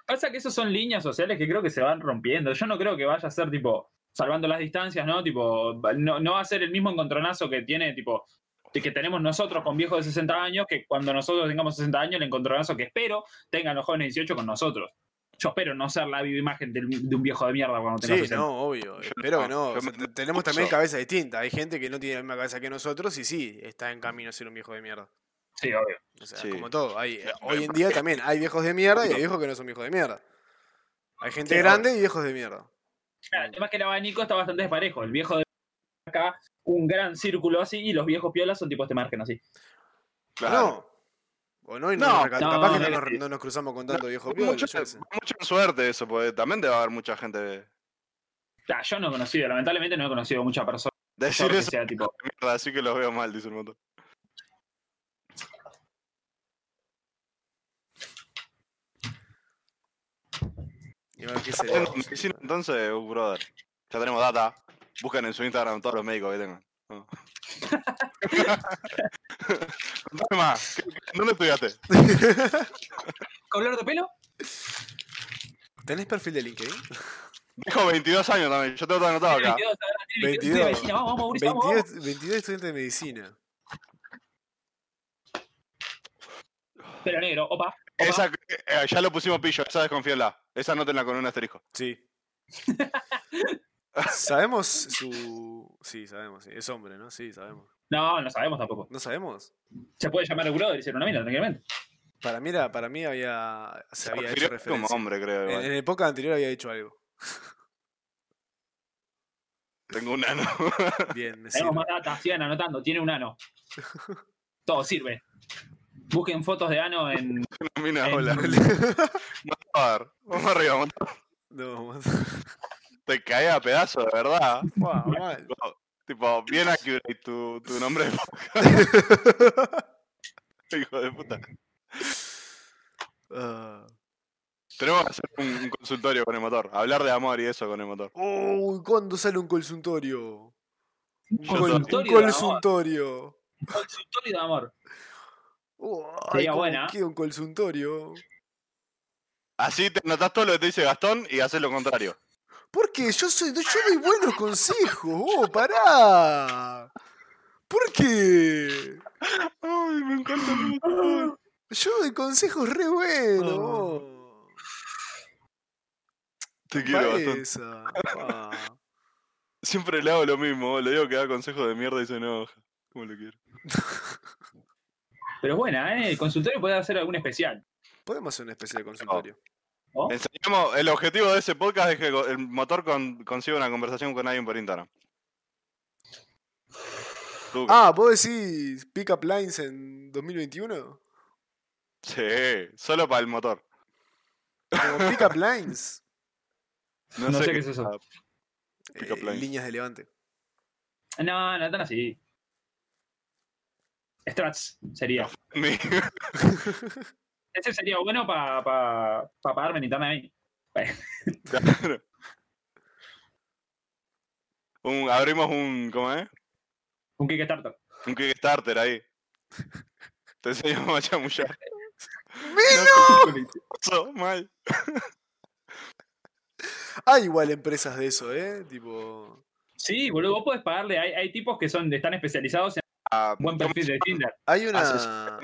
C: Pasa que esas son líneas sociales que creo que se van rompiendo. Yo no creo que vaya a ser tipo, salvando las distancias, ¿no? Tipo, va- no, no va a ser el mismo encontronazo que tiene, tipo, de que tenemos nosotros con viejos de 60 años, que cuando nosotros tengamos 60 años, el encontronazo que espero tengan los jóvenes de 18 con nosotros. Yo espero no ser la viva imagen del- de un viejo de mierda cuando
A: Sí,
C: tengamos
A: no, obvio. Espero que no.
B: yo
A: O sea,
B: me- me
A: tenemos también
B: puso.
A: cabezas distintas. Hay gente que no tiene la misma cabeza que nosotros y sí, está en camino a ser un viejo de mierda.
C: Sí, obvio.
A: O sea,
B: Sí.
A: como todo. Hay, eh,
B: Sí,
A: hoy en
B: pero-
A: día también hay viejos de mierda y hay
B: No.
A: viejos que no son viejos de mierda. Hay gente
C: Sí,
A: grande y viejos de mierda.
C: Además que el abanico está bastante desparejo. El viejo de acá, un gran círculo así, y los viejos piolas son tipo este margen así.
B: Claro.
A: No. O no, y no,
B: No,
A: nos recal-
C: no,
A: capaz que no
C: no,
A: nos,
C: sí.
A: no nos cruzamos con tanto viejo piola,
B: mucha,
A: yo qué sé.
B: mucha suerte eso, porque también debe haber mucha gente.
C: Ah, yo no he conocido, lamentablemente no he conocido mucha persona
B: Decir
C: que
B: eso
C: sea tipo.
B: es mierda, así que los veo mal, dice el montón.
A: Y bueno, qué sé yo.
B: Haciendo medicina, entonces, uh, brother. Ya tenemos data. Buscan en su Instagram todos los médicos que tengan. No. Contame más. ¿Qué- qué- ¿Dónde estudiaste?
C: ¿Color de pelo?
A: ¿Tenés perfil de LinkedIn?
B: Dijo 22 años también. Yo tengo todo anotado acá.
C: 22, ahora tiene 22,
A: 22.
C: vecina, vamos, vamos, Mauricio, vamos,
A: 22, 22 estudiantes de medicina.
C: vamos. Pelo negro, opa. opa.
B: Esa, eh, ya lo pusimos pillo. Esa desconfíenla. Esa anótenla con un asterisco.
A: (laughs) Sí. ¿Sabemos su...? Sí, sabemos. sí. Es hombre, ¿no? Sí, sabemos.
C: No, no sabemos tampoco.
A: ¿No sabemos?
C: Se puede llamar el brother y ser una mina, tranquilamente.
A: Para mí, era- para mí había, se había hecho
B: Prefirió como
A: referencia.
B: hombre, creo.
A: En,
C: Eh.
B: igual.
A: en la época anterior había dicho algo.
B: Tengo (laughs) un ano.
A: Bien, me sirve.
C: Tenemos más data, sigan anotando, tiene un ano. Todo sirve. Busquen fotos de ano en.
B: Mina,
C: en-
B: hola. Montador. Vamos arriba, montador.
A: No, vamos-
C: (laughs)
B: Te cae a pedazos, de verdad.
A: Guau, mal.
B: Tipo, Tipo, bien accurate tu, tu nombre de podcast. (laughs) Hijo de puta.
A: Ah.
B: Tenemos que hacer un, un consultorio con el motor. Hablar de amor y eso con el motor.
A: Uy, ¿cuándo sale un consultorio? Un col-
C: consultorio
A: Un
C: de amor.
A: consultorio.
C: Consultorio de amor.
A: Uy,
C: Sería
A: ¿cómo
C: buena.
A: queda un consultorio?
B: Así te notas todo lo que te dice Gastón y haces lo contrario.
A: Porque yo soy, yo doy buenos consejos, vos, pará. ¿Por qué?
B: Ay, me encanta.
A: Yo doy consejos re buenos.
B: Oh.
A: vos.
B: Te quiero, Gastón.
A: Esa, pa.
B: Siempre le hago lo mismo. boludo. Le digo que da consejos de mierda y se enoja. ¿Cómo lo quiero?
C: Pero es buena, ¿eh? El consultorio puede hacer algún especial.
A: Podemos hacer una
B: Ah,
A: especie de consultorio.
C: ¿no?
B: Enseñamos, el objetivo de ese podcast es que co- el motor con- consiga una conversación con alguien por Instagram. Tú-
A: Ah, vos decís Pick Up Lines en 2021?
B: Sí, solo para el motor.
A: Como Pick Up Lines.
B: No,
C: No sé qué es eso.
B: Pick Up
A: eh,
B: Lines.
A: líneas de levante.
C: No, no tan así. Strats sería.
B: Ni-
C: Ese sería bueno para pa, pa pagarme en internet a mí.
B: (laughs) Claro. Un- abrimos un, ¿cómo es?
C: Un Kickstarter.
B: Un Kickstarter ahí. Te enseñamos a chamullar.
C: ¡Eh,
B: Eso, mal.
A: Hay igual empresas de eso, ¿eh? Tipo.
C: Sí, boludo, vos podés pagarle. Hay, hay tipos que son están especializados en
B: Ah,
C: buen
B: ¿cómo
C: perfil de Tinder.
A: Hay una.
B: Asesor.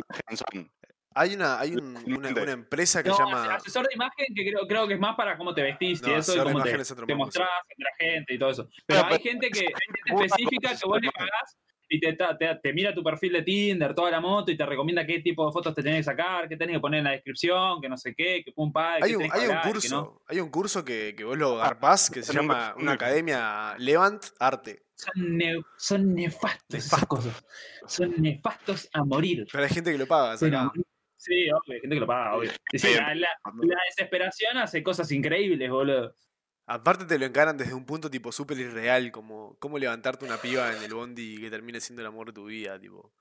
B: son?
A: Hay una. Hay
B: (laughs)
A: un- una,
B: Tinder.
A: una empresa que
C: No,
A: se llama.
C: asesor de imagen que creo, creo que es más para cómo te vestís
A: No,
C: y eso, y
A: asesor de
C: cómo te,
A: imagen es otro
C: te
A: mambo,
C: mostrás entre la gente y todo eso. Pero
B: No,
C: hay
B: pero-
A: (laughs)
C: gente que hay gente
B: Una
C: específica
B: cosa
C: que vos
B: es
C: le pagás y te, ta- te- te mira tu perfil de Tinder, toda la moto y te recomienda qué tipo de fotos te tenés que sacar, qué tenés que poner en la descripción, que no sé qué, que pum pa,
A: Hay
C: que
A: un,
C: tenés que
A: hay un
C: hablar, que
A: curso,
C: no.
A: hay un curso que, que vos lo garpás que se
B: en un
A: llama
B: Ah, curso
A: una
B: único.
A: academia Levant Arte.
C: Son, ne- son nefastos esas cosas. Son nefastos a morir.
A: Pero hay gente que lo paga,
C: Pero-
A: ¿sabes?
C: Sí, obvio, hay gente que lo paga, obvio. Y sí, la, la- la desesperación hace cosas increíbles, boludo.
A: Aparte te lo encaran desde un punto tipo súper irreal, como cómo levantarte una piba en el bondi que termine siendo el amor de tu vida, tipo.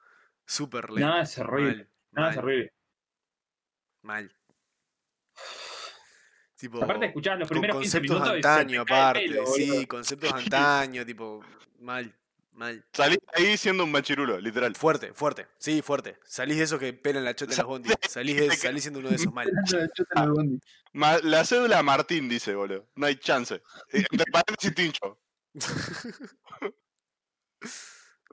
A: Súper lento.
C: Nada es horrible.
A: Mal,
C: Nada es
A: mal,
C: horrible.
A: mal. Tipo,
C: Aparte, escuchás los
A: con
C: primeros 15
A: conceptos
C: minutos
A: de
C: y se te
A: antaño,
C: cae
A: aparte.
C: el pelo, boludo.
A: sí,
C: (laughs)
A: conceptos de antaño, tipo, mal, mal.
B: Salí ahí siendo un machirulo, literal.
A: Fuerte, fuerte, sí, fuerte. Salís de esos que pelan la chota en las
B: (laughs)
A: bondis. Salís, de, salís siendo uno de esos mal. Ah,
B: Ma- la cédula Martín dice, boludo. No hay chance. Eh, Entre paréntesis, tincho.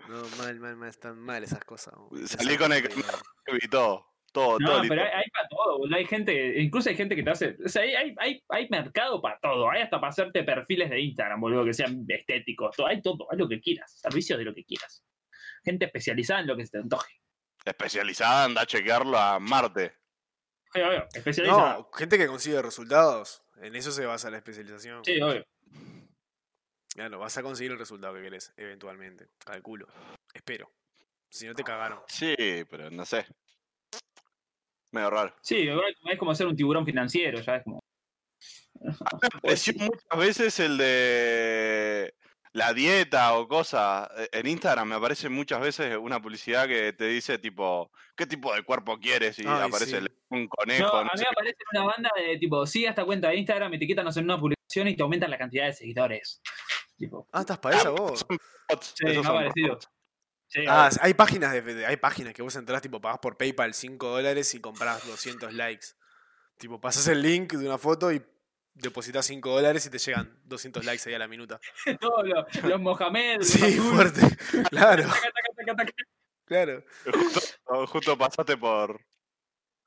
A: No, mal, mal, mal. Están mal esas cosas. boludo.
B: Salí con el
A: Exactamente,
B: Y todo. Todo,
C: No,
B: todo. listo.
C: pero eh. hay, hay para todo, boludo. Hay gente, incluso hay gente que te hace. O sea, hay, hay, hay, hay mercado para todo. Hay hasta para hacerte perfiles de Instagram, boludo, que sean estéticos. todo- hay todo, hay lo que quieras. Servicios de lo que quieras. Gente especializada en lo que se te antoje.
B: Especializada, anda a chequearlo a Marte.
C: Oye, obvio,
A: boludo.
C: especializada.
A: No, gente que consigue resultados. En eso se basa la especialización.
C: Sí, obvio.
A: Claro, vas a conseguir el resultado que querés, eventualmente. Calculo. Espero. Si no te cagaron.
B: Sí, pero no sé. Medio raro.
C: Sí, igual es como ser un tiburón financiero, ya es como. Pues
B: Apareció Pues muchas veces el de la dieta o cosas. eh, En Instagram me aparece muchas veces una publicidad que te dice tipo, ¿qué tipo de cuerpo quieres? Y
A: Ay,
B: aparece
A: sí.
B: el- un
C: No,
B: conejo.
C: a
B: no
C: mí
B: sé
C: me aparece una banda de tipo, sigue esta cuenta de Instagram, etiquétanos en una publicación y te aumentan la cantidad de seguidores. Tipo,
A: Ah, estás para esa vos.
B: qué bots,
C: sí, me
B: esos
C: ha
B: son
C: parecido.
B: robots.
C: Sí, (laughs)
A: Ah, hay páginas de- de, hay páginas que vos entras, tipo, pagás por PayPal 5 dólares y compras 200 likes. Tipo, pasás el link de una foto y depositas 5 dólares y te llegan 200 likes ahí a la
C: (laughs)
A: minuta.
C: todos los, los Mohamed. los
A: Sí,
C: Abdul,
A: fuerte. (laughs) Claro,
C: taca, taca, taca, taca.
A: claro.
B: (laughs) Justo, o- justo pasaste por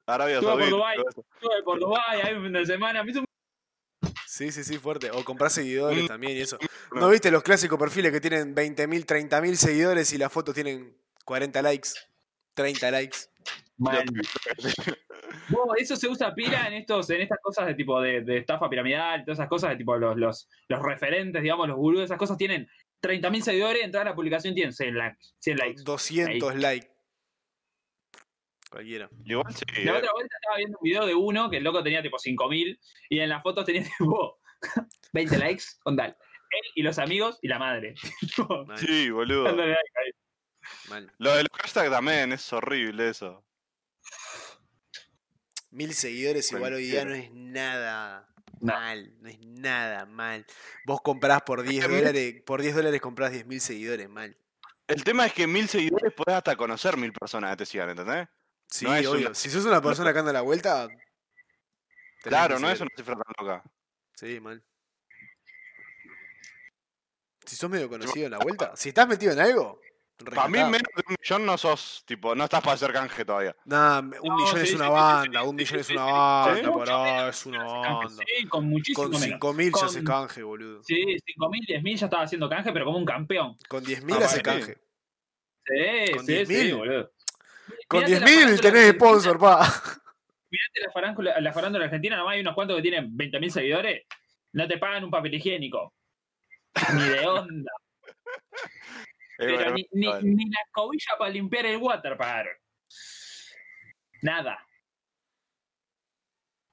B: Arabia
C: Estuve por
B: Saudita.
C: Dubái.
B: todo eso.
C: Estuve por Dubái, ahí un fin de semana. me hizo un-
A: Sí, sí, sí, fuerte. O compras seguidores
B: Mm.
A: también y eso.
B: No.
A: ¿No viste los clásicos perfiles que tienen 20.000, 30.000 seguidores y las fotos tienen 40 likes? 30 likes.
C: Mal. Vos, eso se usa pila en estos, en estas cosas de tipo de, de estafa piramidal, todas esas cosas de tipo los, los, los referentes, digamos, los gurús, esas cosas tienen 30.000 seguidores, entras a la publicación tienen 100 likes. 100 likes.
A: 200 likes. Cualquiera.
B: Igual sí.
C: La
B: eh,
C: otra vuelta estaba viendo un video de uno que el loco tenía tipo 5000 y en las fotos tenía (laughs) tipo 20 likes con tal. Él y los amigos y la madre. (laughs) Tipo,
A: Mal,
B: Sí, boludo.
C: dándole like ahí.
A: mal.
B: Lo del hashtag también es horrible eso.
A: Mil seguidores igual hoy día
B: Cualquiera.
A: no es nada.
C: No.
A: Mal, no es nada mal. Vos comprás por 10
B: Em.
A: dólares, por 10 dólares comprás 10.000 seguidores, mal.
B: El tema es que mil seguidores podés hasta conocer mil personas que te sigan, ¿entendés?
A: Sí,
B: es
A: obvio.
B: una-
A: Si sos una persona que anda a la vuelta. tenés
B: Claro,
A: 1000
B: no es
A: seguidores.
B: una cifra tan loca.
A: Sí, mal. Si sos medio conocido en la vuelta, si estás metido en algo,
B: Para mí,
A: rescatá.
B: menos de un millón no sos, tipo, no estás para hacer canje todavía.
A: Nah, un millón
C: sí,
A: es
C: sí,
A: una
C: sí, sí,
A: banda,
C: sí,
A: un
C: sí,
A: millón es
C: sí,
A: una
C: sí, sí.
A: banda,
C: Mucho
A: pará, es una
C: Hace canje,
A: banda.
C: Sí, con muchísimo
A: Con
C: menos.
A: 5.000 ya hace
C: Con-
A: canje, boludo.
C: Sí, 5.000, 10.000 ya estaba haciendo canje, pero como un campeón.
A: Con 10.000
B: Ah,
A: hace
B: sí.
A: canje.
C: Sí,
A: Con
C: sí,
A: 10.000.
C: sí, boludo.
A: Con
C: Mirate
A: 10.000
C: la
A: tenés
C: farándula argentina,
A: sponsor,
B: (laughs)
A: pa.
C: mirate la farándula, la farándula argentina, nomás hay unos cuantos que tienen 20.000 seguidores, no te pagan un papel higiénico. Ni
A: (laughs)
C: de onda.
B: Es
C: Pero
B: verdad,
C: ni, ni,
B: vale.
C: ni la escobilla para limpiar el water pagaron. Nada.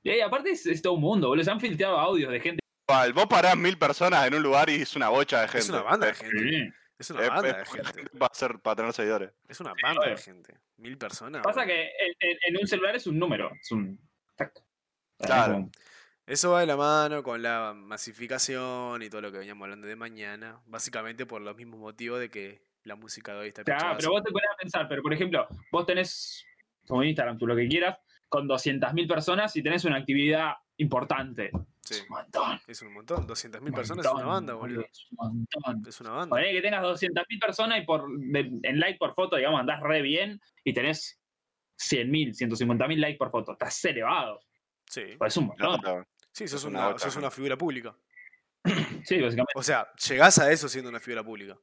C: Y ahí, aparte es, es todo un mundo, boludo. Se han filtrado audios de gente.
B: Igual, Vos parás mil personas en un lugar y es una bocha de gente.
A: Es una banda de
B: Es-
A: gente. Es una
B: es-
A: banda
B: es
A: de
B: poca
A: gente.
B: gente Para, hacer- para tener seguidores.
A: Es una banda de
C: obvio.
A: gente. Mil personas.
C: Pasa
A: boludo.
C: que en, en- en un celular es un número, es un tacto.
B: Claro.
A: Eso va de la mano con la masificación y todo lo que veníamos hablando de mañana. Básicamente por los mismos motivos de que la música de hoy está
C: Claro,
A: pinchada
C: pero
A: así.
C: vos te pones a pensar, pero por ejemplo, vos tenés, como Instagram, tú lo que quieras, con 200.000 personas y tenés una actividad importante.
A: Sí,
C: Es un montón.
A: es un montón. 200.000
C: un
A: personas es una
C: montón,
A: banda,
C: boludo,
A: boludo.
C: Es un montón.
A: Es una banda.
C: Poné que tengas 200.000 personas y por, de- en like por foto, digamos, andás re bien y tenés 100.000, 150.000 likes por foto. Estás elevado. Pues
A: Sí.
C: Es un montón.
B: Claro.
A: Sí, sos
B: Es una
A: una,
B: bocha,
A: sos
B: ¿no?
A: una figura pública.
C: Sí, básicamente.
A: O sea, llegás a eso siendo una figura pública.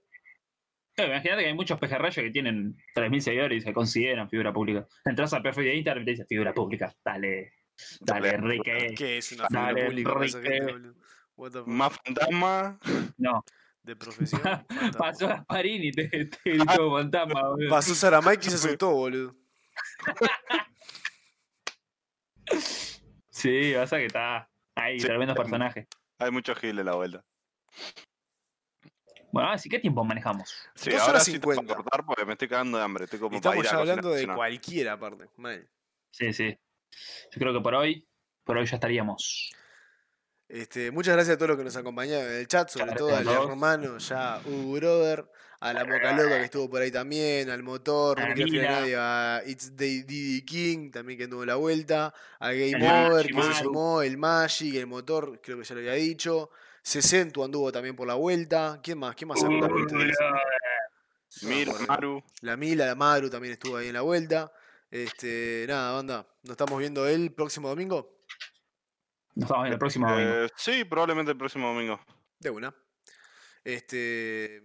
C: Claro, Imagínate que hay muchos pejerreyes que tienen 3.000 seguidores y se consideran figura pública. Entras al perfil de Instagram y te dice figura pública. Dale, dale,
B: Dale,
C: Enrique.
A: ¿Qué es una figura
C: Dale,
A: pública para esa gente,
C: Enrique.
A: boludo? What the fuck?
B: Más fantasma.
C: (laughs) No,
A: De profesión. fantasma.
C: (laughs) pasó Gasparini y te, (laughs) te gritó Montama, boludo.
A: Pasó Saramaki y se asustó, boludo.
C: Sí, pasa que está ahí,
B: Sí.
C: tremendo personaje.
B: Hay mucho gil en la vuelta.
C: Bueno, así ¿qué tiempo manejamos?
B: Sí,
A: Dos
B: ahora
A: horas
B: sí te voy a
A: 50.
B: cortar porque me estoy cagando de hambre. Estoy como
A: Y
B: para
A: estamos
B: ir a
A: ya
B: cocinar,
A: hablando de
B: no.
A: cualquiera aparte. Mal.
C: Sí, sí. Yo creo que por hoy, por hoy ya estaríamos.
A: Este, muchas gracias a todos los que nos acompañaron en el chat, sobre
C: Claro,
A: todo al
C: ¿no?
A: hermano, ya Hugo Brother, a la Moca Loca que estuvo por ahí también, al Motor, no
C: A
A: me quiero fiar a
C: Mira.
A: nadie, a It's the Diddy King también que tuvo la vuelta, a Game
C: El
A: Over
C: Magic,
A: que se
C: Maru.
A: sumó, el Magic, el Motor, creo que ya lo había dicho, Sesentu anduvo también por la vuelta, ¿quién más? ¿Quién más anduvo por ustedes?
B: Mira, Maru.
A: La Mila, la Maru también estuvo ahí en la vuelta. Este, nada, banda, nos estamos viendo el próximo domingo.
C: Nos vemos en el próximo domingo.
B: Eh, sí, probablemente el próximo domingo.
A: De una. Este.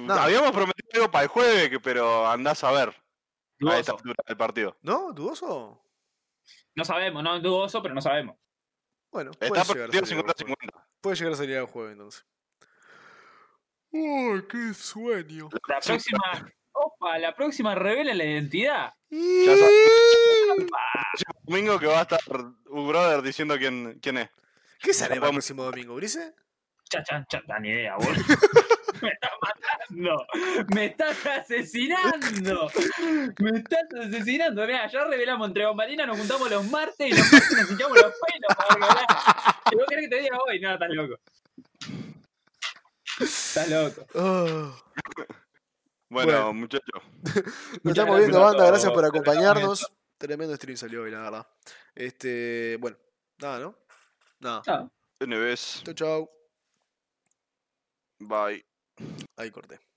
A: No.
B: Habíamos prometido algo para el jueves, que- pero andás a ver a esta
C: Dudoso.
B: altura del partido.
A: ¿No? ¿Dudoso?
C: No sabemos, no es dudoso, pero no sabemos.
A: Bueno,
B: Está
A: puede llegar,
B: perdido
A: a salir algo
B: 50-50.
A: puede llegar a salir al jueves entonces. ¡Uy, qué sueño!
C: La próxima, opa, la próxima revela la identidad.
B: Ya sabes.
A: Y-
B: Domingo que va a estar un brother diciendo quién, quién es.
A: (laughs) ¿Qué sale para el
B: vamos.
A: próximo domingo,
B: (laughs)
A: Brice?
C: Cha, cha, cha, da ni idea, boludo. (laughs) Me estás matando. Me estás asesinando. Me estás asesinando. Mira, ya revelamos entre bambalinas, nos juntamos los martes y los martes nos hinchamos los pelos para revelar. ¿Y vos querés que te diga hoy? No, estás loco. Estás loco.
A: Ah.
B: Bueno,
A: Bueno.
B: muchachos.
A: Nos
C: Muchas
A: estamos
C: gracias
A: viendo,
C: a
A: banda.
C: todos.
A: Gracias por
C: Nos estamos
A: acompañarnos. Tremendo stream salió hoy, la verdad. Este, bueno, nada, ¿no? Nada.
C: No.
B: NBS.
A: Chau, chau.
B: Bye.
A: Ahí corté.